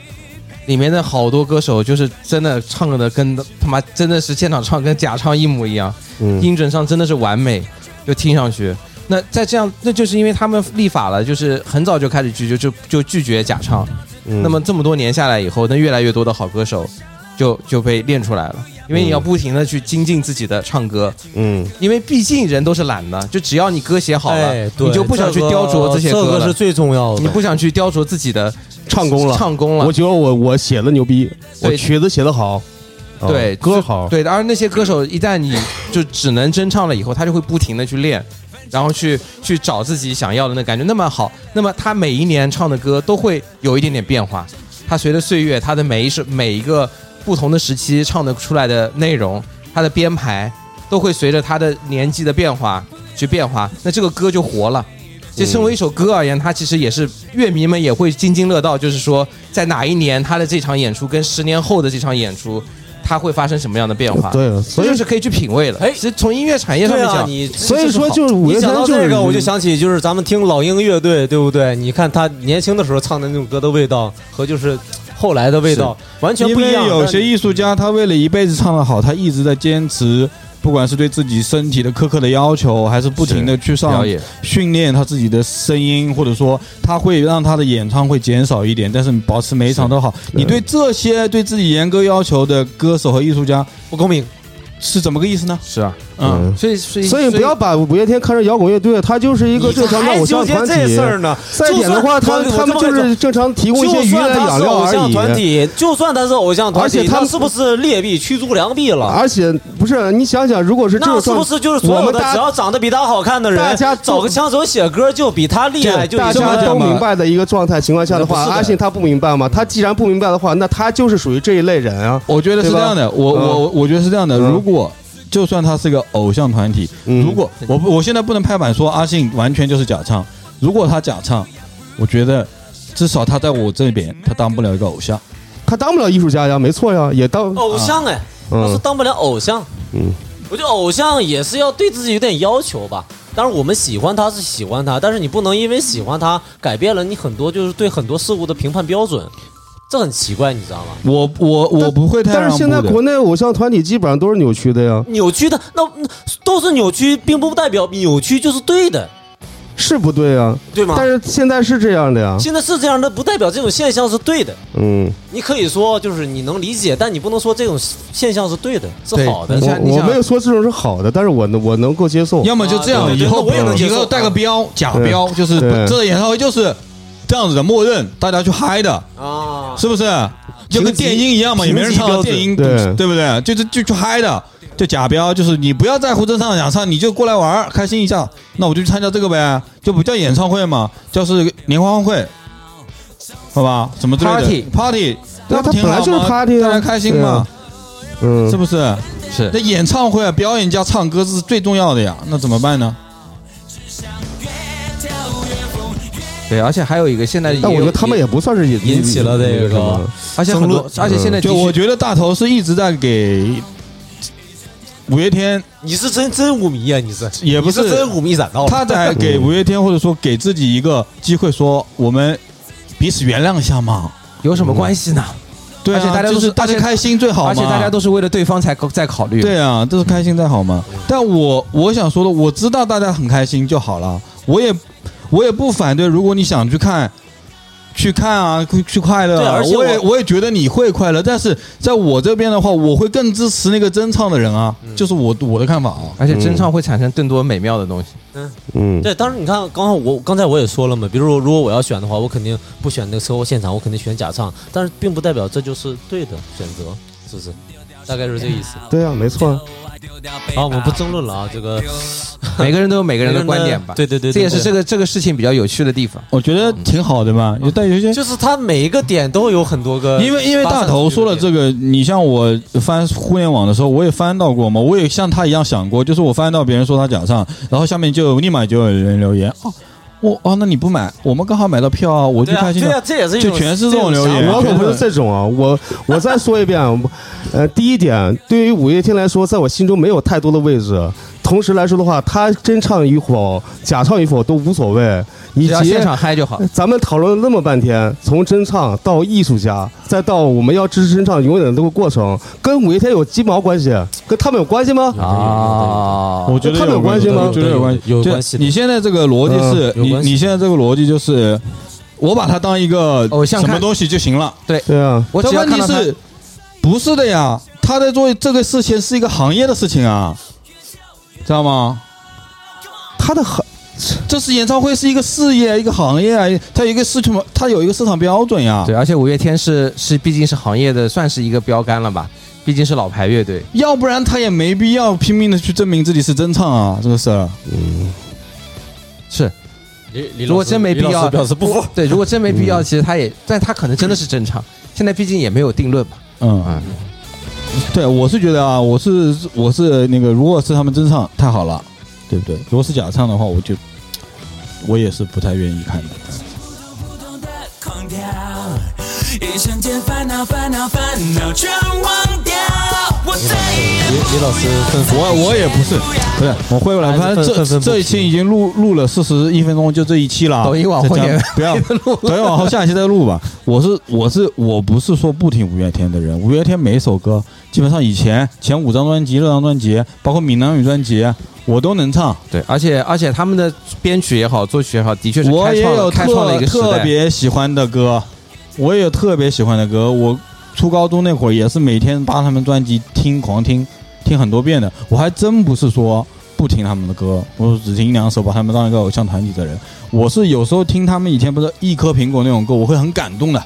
[SPEAKER 4] 里面的好多歌手就是真的唱的跟他妈真的是现场唱跟假唱一模一样，
[SPEAKER 7] 嗯，
[SPEAKER 4] 音准上真的是完美，就听上去。那在这样，那就是因为他们立法了，就是很早就开始拒绝，就就拒绝假唱。
[SPEAKER 7] 嗯
[SPEAKER 4] 那么这么多年下来以后，那越来越多的好歌手就就被练出来了，因为你要不停的去精进自己的唱歌，
[SPEAKER 7] 嗯，
[SPEAKER 4] 因为毕竟人都是懒的，就只要你歌写好了，
[SPEAKER 3] 哎对
[SPEAKER 4] 你就不想去
[SPEAKER 3] 这个
[SPEAKER 4] 雕琢这些歌
[SPEAKER 3] 这
[SPEAKER 4] 了，
[SPEAKER 3] 个是最重要的。
[SPEAKER 4] 啊你不想去雕琢自己的
[SPEAKER 7] 唱功了，
[SPEAKER 4] 唱功了
[SPEAKER 7] 我。觉得我我写的牛逼，我
[SPEAKER 4] 对
[SPEAKER 7] 曲子写的好，啊
[SPEAKER 4] 对
[SPEAKER 7] 歌
[SPEAKER 4] 就
[SPEAKER 7] 好，
[SPEAKER 4] 对，而那些歌手一旦你就只能真唱了以后，他就会不停的去练，然后去去找自己想要的那感觉。那么好，那么他每一年唱的歌都会有一点点变化，他随着岁月，他的每一首每一个不同的时期唱的出来的内容，他的编排都会随着他的年纪的变化去变化，那这个歌就活了。其实，身为一首歌而言，它其实也是乐迷们也会津津乐道，就是说，在哪一年他的这场演出跟十年后的这场演出，它会发生什么样的变化？
[SPEAKER 7] 对，所
[SPEAKER 4] 所以
[SPEAKER 7] 以
[SPEAKER 4] 就是可以去品味了。
[SPEAKER 3] 哎
[SPEAKER 4] 其实从音乐产业上
[SPEAKER 3] 对
[SPEAKER 4] 面
[SPEAKER 3] 啊，
[SPEAKER 4] 讲，
[SPEAKER 3] 你
[SPEAKER 7] 所以说就是五
[SPEAKER 3] 你
[SPEAKER 7] 月
[SPEAKER 3] 讲
[SPEAKER 7] 天
[SPEAKER 3] 到
[SPEAKER 7] 就
[SPEAKER 3] 这
[SPEAKER 7] 是
[SPEAKER 3] 个，我就想起就是咱们听老鹰乐队，对不对？你看他年轻的时候唱的那种歌的味道，和就是后来的味道完全
[SPEAKER 6] 因
[SPEAKER 3] 不一
[SPEAKER 6] 为
[SPEAKER 3] 样。
[SPEAKER 6] 有些艺术家，他为了一辈子唱得好，他一直在坚持，不管是对自己身体的苛刻的要求，还是不停的去上
[SPEAKER 4] 表演
[SPEAKER 6] 训练他自己的声音，或者说他会让他的演唱会减少一点，但是你保持每一场都好。你对这些对自己严格要求的歌手和艺术家
[SPEAKER 3] 不公平，
[SPEAKER 6] 是怎么个意思呢？
[SPEAKER 4] 是啊，
[SPEAKER 6] 嗯，
[SPEAKER 4] 所以所以
[SPEAKER 7] 所以不要把五月天看成摇滚乐队，他就是一个正常的偶像团
[SPEAKER 3] 这
[SPEAKER 7] 体
[SPEAKER 3] 事。儿呢？
[SPEAKER 7] 再一点的话，他他们就是正常提供一些
[SPEAKER 3] 就
[SPEAKER 7] 娱
[SPEAKER 3] 算
[SPEAKER 7] 乐
[SPEAKER 3] 他
[SPEAKER 7] 养
[SPEAKER 3] 是
[SPEAKER 7] 料
[SPEAKER 3] 偶
[SPEAKER 7] 而
[SPEAKER 3] 像团
[SPEAKER 7] 已。
[SPEAKER 3] 体，就算他是偶像团体，
[SPEAKER 7] 而且他们
[SPEAKER 3] 那是不是劣币驱逐良币了？
[SPEAKER 7] 而且不是你想想，如果是这
[SPEAKER 3] 那
[SPEAKER 7] 种
[SPEAKER 3] 是
[SPEAKER 7] 状
[SPEAKER 3] 不是就是所
[SPEAKER 7] 我
[SPEAKER 3] 有
[SPEAKER 7] 们
[SPEAKER 3] 的
[SPEAKER 7] 大
[SPEAKER 3] 只要长得比他好看的人，
[SPEAKER 7] 大家都
[SPEAKER 3] 找个枪手写歌就比他厉害，就
[SPEAKER 7] 大
[SPEAKER 3] 已经
[SPEAKER 6] 这么
[SPEAKER 7] 家
[SPEAKER 6] 讲
[SPEAKER 7] 都
[SPEAKER 6] 吧
[SPEAKER 7] 明白的一个状态情况下的话，
[SPEAKER 6] 不是的
[SPEAKER 7] 阿信他不明白吗？他既然不明白的话，那他就是属于这一类人啊。
[SPEAKER 6] 我觉得是这样的，我
[SPEAKER 7] 嗯
[SPEAKER 6] 我我我觉得是这样的。如
[SPEAKER 7] 嗯
[SPEAKER 6] 果就算他是个偶像团体，
[SPEAKER 7] 嗯
[SPEAKER 6] 如果我不我现在不能拍板说阿信完全就是假唱，如果他假唱，我觉得至少他在我这边他当不了一个偶像。
[SPEAKER 7] 他当不了艺术家呀，没错呀，也当
[SPEAKER 3] 偶像哎，
[SPEAKER 7] 嗯
[SPEAKER 3] 他是当不了偶像。
[SPEAKER 7] 嗯，
[SPEAKER 3] 我觉得偶像也是要对自己有点要求吧。当然，我们喜欢他是喜欢他，但是你不能因为喜欢他改变了你很多就是对很多事物的评判标准，这很奇怪，你知道吗？
[SPEAKER 6] 我我我不会太
[SPEAKER 7] 但
[SPEAKER 6] 让
[SPEAKER 7] 是
[SPEAKER 6] 步
[SPEAKER 7] 现在国
[SPEAKER 6] 的。
[SPEAKER 7] 内偶像团体基本上都是扭曲的呀，
[SPEAKER 3] 扭曲的那那都是扭曲，并不代表扭曲就是对的，
[SPEAKER 7] 是不对呀。
[SPEAKER 3] 对吗
[SPEAKER 7] 但？是现在是这样的
[SPEAKER 6] 啊
[SPEAKER 7] 呀，
[SPEAKER 3] 现在是这样的，不代表这种现象是对的。
[SPEAKER 7] 嗯，
[SPEAKER 3] 你可以说就是你能理解，但你不能说这种现象是对的，是
[SPEAKER 4] 对
[SPEAKER 3] 好的
[SPEAKER 4] 你
[SPEAKER 7] 我。
[SPEAKER 4] 像你
[SPEAKER 7] 我
[SPEAKER 4] 像
[SPEAKER 7] 没有说这种是好的，但是我能我能够接受。
[SPEAKER 6] 要么就这
[SPEAKER 3] 啊
[SPEAKER 6] 样，
[SPEAKER 3] 对
[SPEAKER 6] 以
[SPEAKER 3] 对
[SPEAKER 6] 后
[SPEAKER 3] 对我也能
[SPEAKER 6] 以
[SPEAKER 3] 接受啊
[SPEAKER 6] 后带个标假
[SPEAKER 7] 对
[SPEAKER 6] 标，就是不
[SPEAKER 7] 对
[SPEAKER 6] 这个演唱会就是这样子的，默认大家去嗨的，
[SPEAKER 3] 啊，
[SPEAKER 6] 是不是？就跟电音一样嘛，也没人唱
[SPEAKER 3] 评级标准
[SPEAKER 6] 电音，
[SPEAKER 7] 对
[SPEAKER 6] 对不对？就是就去嗨的，就假标，就是你不要在乎真唱假唱，你就过来玩儿开心一下。那我就去参加这个呗，就不叫演唱会嘛，叫是联欢会，好吧？什么之类的
[SPEAKER 4] Party
[SPEAKER 6] party，
[SPEAKER 7] 对
[SPEAKER 6] 那不
[SPEAKER 7] 它
[SPEAKER 6] 挺
[SPEAKER 7] 本来
[SPEAKER 6] 好
[SPEAKER 7] 就是
[SPEAKER 6] 吗
[SPEAKER 7] party 啊
[SPEAKER 6] 大家开心
[SPEAKER 7] 对
[SPEAKER 6] 嘛
[SPEAKER 7] 啊，嗯
[SPEAKER 6] 是，不是？
[SPEAKER 4] 是
[SPEAKER 6] 那演唱会啊，表演加唱歌是最重要的呀，那怎么办呢？
[SPEAKER 4] 对，而且还有一个现在，
[SPEAKER 7] 但我觉得他们也，不算是引
[SPEAKER 3] 引起了这
[SPEAKER 7] 那
[SPEAKER 3] 个
[SPEAKER 7] 什么
[SPEAKER 4] 而且很
[SPEAKER 3] 争
[SPEAKER 4] 多
[SPEAKER 3] 论，
[SPEAKER 4] 而且现在
[SPEAKER 6] 嗯就
[SPEAKER 4] 的确
[SPEAKER 6] 我觉得大头是一直在给五月天，
[SPEAKER 3] 你是真真舞迷啊，你是
[SPEAKER 6] 也不
[SPEAKER 3] 你是
[SPEAKER 6] 是
[SPEAKER 3] 真舞迷咋到了？
[SPEAKER 6] 他在给五月天或者说给自己一个机会，说我们彼此原谅一下嘛。
[SPEAKER 4] 有什么关系呢？
[SPEAKER 6] 对啊，
[SPEAKER 4] 而且大家都
[SPEAKER 6] 就是大家
[SPEAKER 4] 而且
[SPEAKER 6] 开心最好嘛。
[SPEAKER 4] 而且大家都是为了对方才在考虑。
[SPEAKER 6] 对啊，都是开心最好嘛。但我我想说的，我知道大家很开心就好了，我也我也不反对。如果你想去看，去看啊，去去快乐
[SPEAKER 3] 对
[SPEAKER 6] 啊。
[SPEAKER 3] 而且
[SPEAKER 6] 我也
[SPEAKER 3] 我
[SPEAKER 6] 我也觉得你会快乐，但是在我这边的话，我会更支持那个真唱的人啊，就是我我的看法啊。
[SPEAKER 4] 而且真唱会产生更多美妙的东西。
[SPEAKER 7] 嗯，
[SPEAKER 3] 对，当时你看，刚好我刚才我也说了嘛，比如说如果我要选的话，我肯定不选那个车祸现场，我肯定选假唱，但是并不代表这就是对的选择，是不是？大概是这意思。
[SPEAKER 7] 对啊，没错啊，
[SPEAKER 3] 好，我们不争论了啊，这个
[SPEAKER 4] 每个人都有每个人的观点吧。
[SPEAKER 3] 对对对，
[SPEAKER 4] 这也是
[SPEAKER 3] 对
[SPEAKER 4] 这个这个事情比较有趣的地方。
[SPEAKER 6] 我觉得
[SPEAKER 3] 嗯
[SPEAKER 6] 挺好的嘛，但有些
[SPEAKER 3] 就是他每一个点都有很多个发散
[SPEAKER 6] 因
[SPEAKER 3] 出去的
[SPEAKER 6] 为
[SPEAKER 3] 点，
[SPEAKER 6] 因为大头说了这个，你像我翻互联网的时候，我也翻到过嘛，我也像他一样想过，就是我翻到别人说他假唱，然后下面就立马就有人留言哦，我哦，那你不买，我们刚好买到票啊，我去
[SPEAKER 3] 对啊
[SPEAKER 6] 看现
[SPEAKER 3] 对
[SPEAKER 6] 场，
[SPEAKER 3] 啊，这也是一
[SPEAKER 6] 就全是这种留言
[SPEAKER 3] 想法
[SPEAKER 7] 我可啊不是这种啊，我我再说一遍啊，呃，第一点，对于五月天来说，在我心中没有太多的位置。同时来说的话，他真唱与否，假唱与否都无所谓，以
[SPEAKER 4] 只要
[SPEAKER 7] 及
[SPEAKER 4] 现场嗨就好。
[SPEAKER 7] 咱们讨论了那么半天，从真唱到艺术家，再到我们要支持真唱永远的这个过程，跟五月天有鸡毛关系？跟他们有关系吗？
[SPEAKER 4] 啊
[SPEAKER 6] 我觉得
[SPEAKER 7] 他们有关系吗
[SPEAKER 6] 我觉得有关系，
[SPEAKER 3] 有有
[SPEAKER 6] 就
[SPEAKER 3] 关系的
[SPEAKER 6] 你现在这个逻辑是
[SPEAKER 3] 嗯有
[SPEAKER 6] 你
[SPEAKER 3] 关系
[SPEAKER 6] 你现在这个逻辑就是，我把它当一个
[SPEAKER 4] 偶像
[SPEAKER 6] 什
[SPEAKER 4] 看
[SPEAKER 6] 么东西就行了。
[SPEAKER 7] 对啊，
[SPEAKER 4] 我
[SPEAKER 6] 但
[SPEAKER 4] 只要
[SPEAKER 6] 问
[SPEAKER 4] 看到
[SPEAKER 6] 题
[SPEAKER 4] 他
[SPEAKER 6] 是，不是的呀？他在做这个事情是一个行业的事情啊，知道吗？
[SPEAKER 7] 他的很
[SPEAKER 6] 这是演唱会是一个事业，一个行业啊，它有一个市场，它有一个市场标准呀。
[SPEAKER 4] 对，而且五月天是是毕竟是行业的算是一个标杆了吧，毕竟是老牌乐队。
[SPEAKER 6] 要不然他也没必要拼命的去证明自己是真唱啊，这个事儿。
[SPEAKER 4] 是，
[SPEAKER 3] 李李老师
[SPEAKER 4] 如果真没必
[SPEAKER 3] 李老
[SPEAKER 4] 要，
[SPEAKER 3] 师表示不服。
[SPEAKER 4] 对，如果真没必
[SPEAKER 7] 嗯
[SPEAKER 4] 要，其实他也，但他可能真的是真唱。现在毕竟也没有定论 嘛。
[SPEAKER 6] 嗯，
[SPEAKER 4] 嗯，
[SPEAKER 6] 对，我是觉得啊，我是我是那个，如果是他们真唱，太好了，对不对？如果是假唱的话，我就我也是不太愿意看的。
[SPEAKER 5] 不同的空调，一瞬间烦恼烦恼烦恼全忘掉。我再也
[SPEAKER 3] 李李老师吩咐
[SPEAKER 6] 我我也不是，不是我会了，
[SPEAKER 3] 还是
[SPEAKER 6] 反正
[SPEAKER 3] 愤
[SPEAKER 6] 这
[SPEAKER 3] 愤不
[SPEAKER 6] 这一期已经录录了四十一分钟，就这一期了。
[SPEAKER 4] 抖音往后
[SPEAKER 6] 再加
[SPEAKER 4] 也
[SPEAKER 6] 不要，抖音往后下一期再录吧。我是我是我不是说不听五月天的人，五月天每一首歌基本上以前前五张专辑、六张专辑，包括闽南语专辑，我都能唱。
[SPEAKER 4] 对，而且而且他们的编曲也好，作曲也好，的确是
[SPEAKER 6] 我
[SPEAKER 4] 开
[SPEAKER 6] 也
[SPEAKER 4] 创了
[SPEAKER 6] 有
[SPEAKER 4] 开创了一
[SPEAKER 6] 特
[SPEAKER 4] 个时
[SPEAKER 6] 特
[SPEAKER 4] 代。
[SPEAKER 6] 别喜欢的歌，我也有特别喜欢的歌。我初高中那会儿也是每天扒他们专辑听，狂听，听很多遍的。我还真不是说不听他们的歌，我只听两首，把他们当一个偶像团体的人。我是有时候听他们以前不是一颗苹果那种歌，我会很感动的。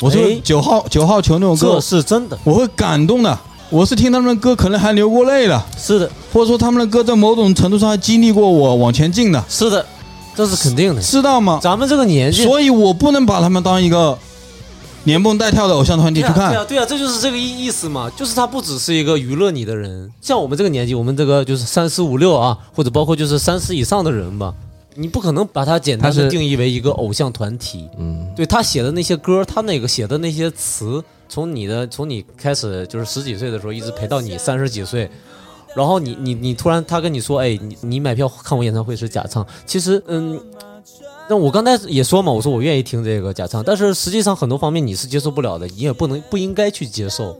[SPEAKER 6] 我是
[SPEAKER 3] 哎
[SPEAKER 6] 九号九号球那种歌
[SPEAKER 3] 这，是真的，
[SPEAKER 6] 我会感动的。我是听他们的歌，可能还流过泪了，
[SPEAKER 3] 是的，
[SPEAKER 6] 或者说他们的歌在某种程度上还激励过我往前进的，
[SPEAKER 3] 是的，这是肯定的。
[SPEAKER 6] 知道吗？
[SPEAKER 3] 咱们这个年纪，
[SPEAKER 6] 所以我不能把他们当一个连蹦带跳的偶像团体
[SPEAKER 3] 对
[SPEAKER 6] 去
[SPEAKER 3] 啊，
[SPEAKER 6] 看
[SPEAKER 3] 对。啊，对啊，这就是这个意意思嘛，就是他不只是一个娱乐你的人，像我们这个年纪，我们这个就是三四五六啊，或者包括就是三十以上的人吧，你不可能把它简单
[SPEAKER 4] 他
[SPEAKER 3] 的
[SPEAKER 4] 是
[SPEAKER 3] 定义为一个偶像团体。嗯，对他写的那些歌，他那个写的那些词，从你的从你开始就是十几岁的时候，一直陪到你三十几岁，然后你你你突然他跟你说，哎，你你买票看我演唱会是假唱，其实嗯。那我刚才也说嘛，我说我愿意听这个假唱，但是实际上很多方面你是接受不了的，你也不能不应该去接受。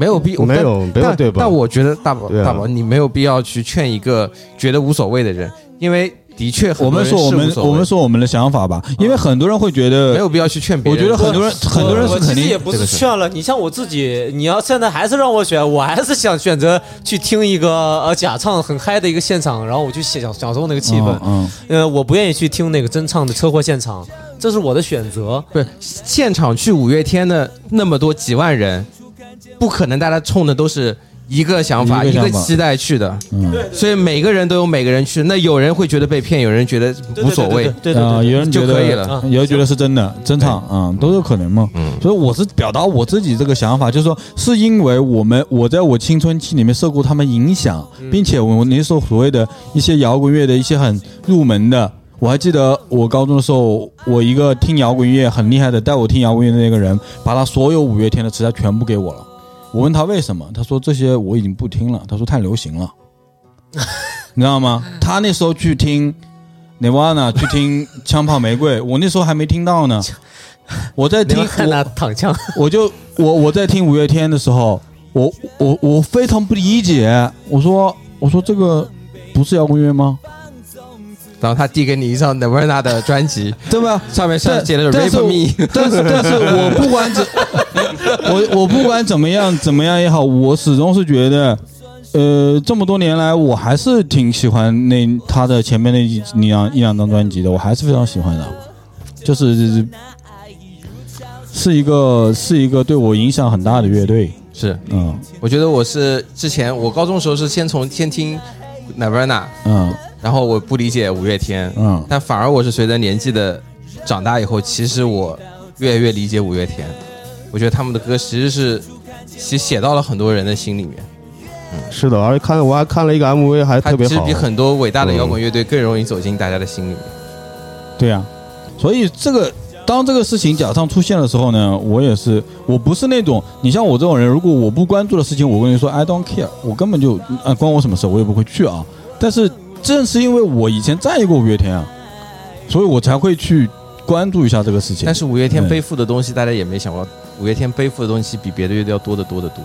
[SPEAKER 4] 没有必
[SPEAKER 7] 没有
[SPEAKER 4] 但
[SPEAKER 7] 没有对吧
[SPEAKER 4] 但但我觉得大宝
[SPEAKER 7] 对啊
[SPEAKER 4] 大宝，你没有必要去劝一个觉得无所谓的人，因为的确很多
[SPEAKER 6] 我们
[SPEAKER 4] 人
[SPEAKER 6] 说我
[SPEAKER 4] 是无
[SPEAKER 6] 们
[SPEAKER 4] 所谓
[SPEAKER 6] 我们说我们的想法吧，因为很多人会觉
[SPEAKER 4] 没
[SPEAKER 6] 得，
[SPEAKER 4] 有必要去劝别
[SPEAKER 6] 我
[SPEAKER 4] 人。
[SPEAKER 6] 觉得很多人很多人
[SPEAKER 3] 我
[SPEAKER 6] 是
[SPEAKER 3] 我
[SPEAKER 6] 肯
[SPEAKER 3] 其实
[SPEAKER 6] 定
[SPEAKER 3] 也不
[SPEAKER 4] 这
[SPEAKER 3] 是
[SPEAKER 4] 个是
[SPEAKER 3] 劝了，你像我自己，你要现在还是让我选，我还是想选择去听一个呃假唱很嗨的一个现场，然后我去享享受那个气氛。
[SPEAKER 6] 嗯，
[SPEAKER 3] 呃，我不愿意去听那个真唱的车祸现场，这是我的选择。
[SPEAKER 4] 不是现场去五月天的那么多几万人，不可能大家冲的都是一个想法、
[SPEAKER 6] 一
[SPEAKER 4] 一
[SPEAKER 6] 个
[SPEAKER 4] 个
[SPEAKER 6] 想法
[SPEAKER 4] 期待去的，
[SPEAKER 6] 嗯
[SPEAKER 4] 所以每个人都有每个人去。那有人会觉得被骗，有人觉得无所谓。
[SPEAKER 3] 对对对对对对
[SPEAKER 6] 啊，有人
[SPEAKER 4] 就
[SPEAKER 6] 觉
[SPEAKER 4] 可以
[SPEAKER 6] 得
[SPEAKER 4] 了，
[SPEAKER 6] 有人觉得是真的，真唱啊，都有可能嘛。所以我是表达我自己这个想法，就是说，是因为我们我在我青春期里面受过他们影响，
[SPEAKER 4] 嗯
[SPEAKER 6] 并且我那时候所谓的一些摇滚乐的一些很入门的。我还记得我高中的时候，我一个听摇滚乐很厉害的，带我听摇滚乐的那个人，把他所有五月天的磁带全部给我了。我问他为什么，他说这些我已经不听了，他说太流行了，你知道吗？他那时候去听 Nirvana，去 听枪炮玫瑰，我那时候还没听到呢。我在
[SPEAKER 3] 你
[SPEAKER 6] 听
[SPEAKER 3] 们看
[SPEAKER 6] 我
[SPEAKER 3] 他躺枪，
[SPEAKER 6] 我就我我在听五月天的时候，我我我非常不理解，我说我说这个不是摇滚乐吗？
[SPEAKER 4] 然后他递给你一张 Nirvana 的专辑，
[SPEAKER 6] 对吧？
[SPEAKER 4] 上面上
[SPEAKER 6] 但
[SPEAKER 4] 写的是
[SPEAKER 6] 但是
[SPEAKER 4] Rape Me，
[SPEAKER 6] 但是但是我不管怎 我我不管怎么样怎么样也好，我始终是觉得，呃，这么多年来，我还是挺喜欢那他的前面那一一两一两张专辑的，我还是非常喜欢的，就是是一个是一个对我影响很大的乐队，
[SPEAKER 4] 是
[SPEAKER 6] 嗯
[SPEAKER 4] 我觉得我是之前我高中的时候是先从先听 Nirvana，
[SPEAKER 6] 嗯
[SPEAKER 4] 然后我不理解五月天，
[SPEAKER 6] 嗯
[SPEAKER 4] 但反而我是随着年纪的长大以后，其实我越来越理解五月天。我觉得他们的歌其实是写写到了很多人的心里面，
[SPEAKER 7] 是的，而且看我还看了一个 MV，还
[SPEAKER 4] 它
[SPEAKER 7] 特别
[SPEAKER 4] 其实
[SPEAKER 7] 好啊
[SPEAKER 4] 比。很多伟大的摇滚乐队更容易走进大家的心里面。
[SPEAKER 7] 嗯
[SPEAKER 6] 对啊，所以这个当这个事情假唱出现的时候呢，我也是，我不是那种你像我这种人，如果我不关注的事情，我跟你说 I don't care，我根本就啊、关我什么事，我也不会去啊。但是正是因为我以前在意过五月天啊，所以我才会去关注一下这个事情。
[SPEAKER 4] 但是五月天
[SPEAKER 6] 对
[SPEAKER 4] 背负的东西，大家也没想过，五月天背负的东西比别的乐队要多得多得多。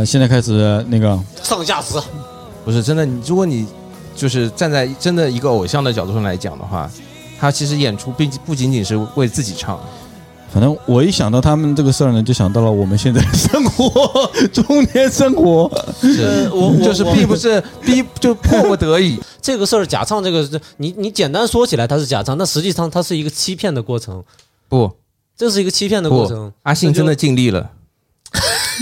[SPEAKER 6] 啊、现在开始那个
[SPEAKER 3] 上价值，
[SPEAKER 4] 不是真的，你如果你就是站在真的一个偶像的角度上来讲的话，他其实演出并不仅仅是为自己唱，
[SPEAKER 6] 反正我一想到他们这个事儿呢，就想到了我们现在的生活， 中年生活。
[SPEAKER 4] 是
[SPEAKER 3] 呃，我我
[SPEAKER 4] 就是
[SPEAKER 3] 我
[SPEAKER 4] 并不是逼就迫不得已。
[SPEAKER 3] 这个事儿假唱这个是，你你简单说起来它是假唱，但实际上它是一个欺骗的过程，
[SPEAKER 4] 不
[SPEAKER 3] 这是一个欺骗的过
[SPEAKER 4] 不
[SPEAKER 3] 程，。
[SPEAKER 4] 阿信真的尽力了，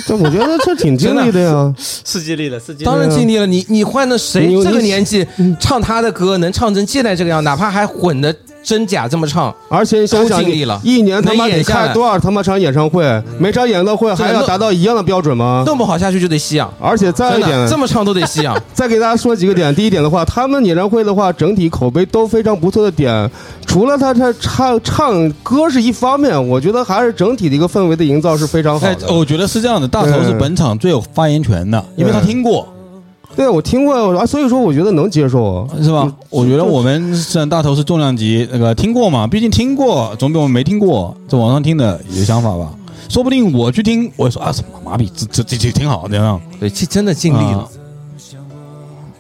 [SPEAKER 7] 这我觉得这 挺经历的呀。
[SPEAKER 3] 是激励了，是激
[SPEAKER 4] 当然尽力了。你你换了谁
[SPEAKER 7] 你有嗯
[SPEAKER 4] 这个
[SPEAKER 7] 你
[SPEAKER 4] 年纪唱他的歌能唱成现在这个样，哪怕还混的真假这么唱，
[SPEAKER 7] 而且你想
[SPEAKER 4] 都
[SPEAKER 7] 想，
[SPEAKER 4] 经历
[SPEAKER 7] 你
[SPEAKER 4] 了
[SPEAKER 7] 一年他妈
[SPEAKER 4] 能
[SPEAKER 7] 得
[SPEAKER 4] 演下来
[SPEAKER 7] 开多少他妈场演唱会？每场演唱会还
[SPEAKER 4] 这
[SPEAKER 7] 要
[SPEAKER 4] 个
[SPEAKER 7] 达到一样的标准吗？
[SPEAKER 4] 弄不好下去就得吸氧。
[SPEAKER 7] 而且嗯再
[SPEAKER 4] 真
[SPEAKER 7] 一点
[SPEAKER 4] 的，这么唱都得吸 氧。
[SPEAKER 7] 再给大家说几个点。第一点的话，他们演唱会的话，整体口碑都非常不错的点，除了他他唱唱歌是一方面，我觉得还是整体的一个氛围的营造是非常好
[SPEAKER 6] 哎，
[SPEAKER 7] 的。
[SPEAKER 6] 我觉得是这样的，大头是本场最有发言权的，因为他听过。
[SPEAKER 7] 对，我听过，啊，所以说我觉得能接受。
[SPEAKER 6] 是吧？我觉得我们虽然大头是重量级，那个听过嘛，毕竟听过总比我们没听过在网上听的有想法吧。说不定我去听，我也说啊，什么麻痹，这这这这挺好的呀，
[SPEAKER 4] 对，其真的尽力了
[SPEAKER 6] 啊，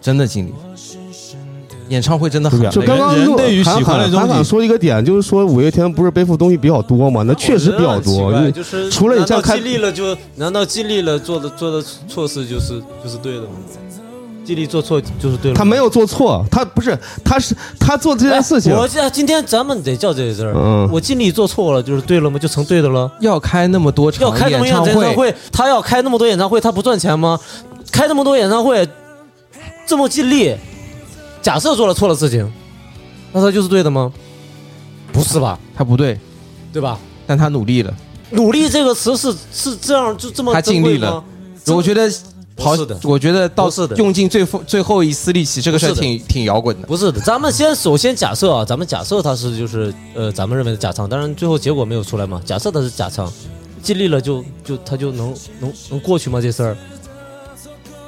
[SPEAKER 4] 真的尽力了。演唱会真的很
[SPEAKER 6] 对不
[SPEAKER 7] 就
[SPEAKER 6] 对
[SPEAKER 7] 刚刚
[SPEAKER 6] 人
[SPEAKER 7] 如果
[SPEAKER 6] 对于喜欢的东西
[SPEAKER 7] 韩寒韩寒说一个点，就是说五月天不是背负东西比较多嘛？那确实比较
[SPEAKER 3] 哦
[SPEAKER 7] 多。因为
[SPEAKER 3] 就是
[SPEAKER 7] 除了你
[SPEAKER 3] 难道
[SPEAKER 7] 像看
[SPEAKER 3] 激励了就，难道激励了做的做的措施就是就是对的吗？激励做错就是对了吗，
[SPEAKER 7] 他没有做错，他不是，他是他做这件事情
[SPEAKER 3] 哎。我这今天咱们得叫这个字儿，
[SPEAKER 7] 嗯
[SPEAKER 3] 我尽力做错了就是对了吗？就成对的了。
[SPEAKER 4] 要开那么
[SPEAKER 7] 嗯
[SPEAKER 4] 多场
[SPEAKER 3] 要开那么多演唱会，他要开那么多演唱会，他不赚钱吗？开那么多演唱会，这么尽力，假设做了错了事情，那他就是对的吗？不是吧？
[SPEAKER 4] 他不对，
[SPEAKER 3] 对吧？
[SPEAKER 4] 但他努力了。
[SPEAKER 3] 努力这个词是是这样就这么
[SPEAKER 4] 他尽力
[SPEAKER 3] 珍贵吗
[SPEAKER 4] 了？我觉得跑
[SPEAKER 3] 是的，
[SPEAKER 4] 我觉得到
[SPEAKER 3] 不是的
[SPEAKER 4] 用尽最后最后一丝力气，这个事儿
[SPEAKER 3] 不是的
[SPEAKER 4] 挺挺摇滚的。
[SPEAKER 3] 不是的，咱们先首先假设啊，咱们假设他是就是呃，咱们认为的假唱，当然最后结果没有出来嘛。假设他是假唱，尽力了就就他就能能能过去吗？这事儿，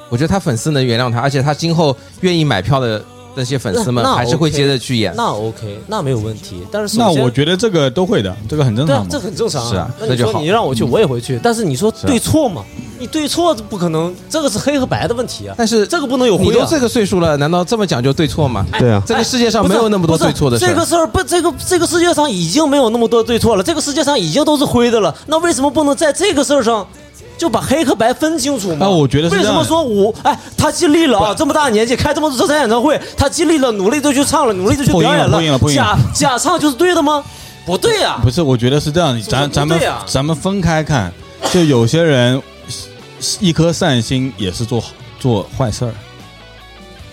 [SPEAKER 4] 我觉得他粉丝能原谅他，而且他今后愿意买票的那些粉丝们
[SPEAKER 3] 呃那那
[SPEAKER 4] 还是会
[SPEAKER 3] OK
[SPEAKER 4] 接着去演。
[SPEAKER 3] 那 OK，那没有问题。但是首
[SPEAKER 6] 那
[SPEAKER 3] 先
[SPEAKER 6] 我觉得这个都会的，这个很正
[SPEAKER 3] 对
[SPEAKER 6] 常
[SPEAKER 3] 啊
[SPEAKER 6] 嘛，。
[SPEAKER 3] 这很正常
[SPEAKER 4] 是啊
[SPEAKER 3] 那
[SPEAKER 4] 那
[SPEAKER 3] 你
[SPEAKER 4] 就
[SPEAKER 3] 说
[SPEAKER 4] 好嗯啊
[SPEAKER 3] 你让我去，我也会去。但是你说对错嘛？你对错不可能，这个是黑和白的问题啊。
[SPEAKER 4] 但是
[SPEAKER 3] 这个不能有
[SPEAKER 4] 你
[SPEAKER 3] 灰
[SPEAKER 4] 都
[SPEAKER 3] 啊。哎
[SPEAKER 4] 这个岁数了，难道这么讲究对错吗？
[SPEAKER 7] 对啊，
[SPEAKER 4] 这个世界上
[SPEAKER 3] 不是
[SPEAKER 4] 没有那么多对错的
[SPEAKER 3] 不
[SPEAKER 4] 事
[SPEAKER 3] 是这个
[SPEAKER 4] 儿。
[SPEAKER 3] 事儿不，这个这个世界上已经没有那么多对错了，这个世界上已经都是灰的了。那为什么不能在这个事儿上就把黑和白分清楚吗？
[SPEAKER 6] 啊我觉得是
[SPEAKER 3] 为
[SPEAKER 6] 这
[SPEAKER 3] 什
[SPEAKER 6] 样的
[SPEAKER 3] 么说我哎，他尽力了啊，这么大年纪开这么多这场演唱会，他尽力了，努力的去唱了，努力的去
[SPEAKER 6] 破音
[SPEAKER 3] 表演
[SPEAKER 6] 了破音了破音
[SPEAKER 3] 假
[SPEAKER 6] 了
[SPEAKER 3] 假唱就是对的吗？不对啊，
[SPEAKER 6] 不是，我觉得是这样，咱咱们
[SPEAKER 3] 对啊
[SPEAKER 6] 咱们分开看，就有些人一颗善心也是做做坏事儿，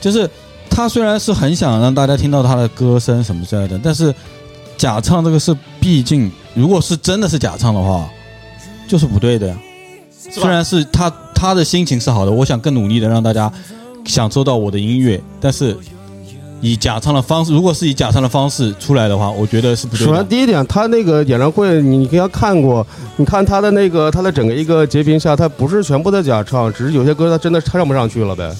[SPEAKER 6] 就是他虽然是很想让大家听到他的歌声什么之类的，但是假唱这个是毕竟，如果是真的是假唱的话，就是不对的呀。
[SPEAKER 3] 吧
[SPEAKER 6] 虽然是他他的心情是好的，我想更努力的让大家享受到我的音乐，但是以假唱的方式，如果是以假唱的方式出来的话，我觉得是不对
[SPEAKER 7] 首
[SPEAKER 6] 的
[SPEAKER 7] 先。第一点，他那个演唱会你给他看过，你看他的那个他的整个一个截屏下，他不是全部的假唱，只是有些歌他真的唱不上去了呗。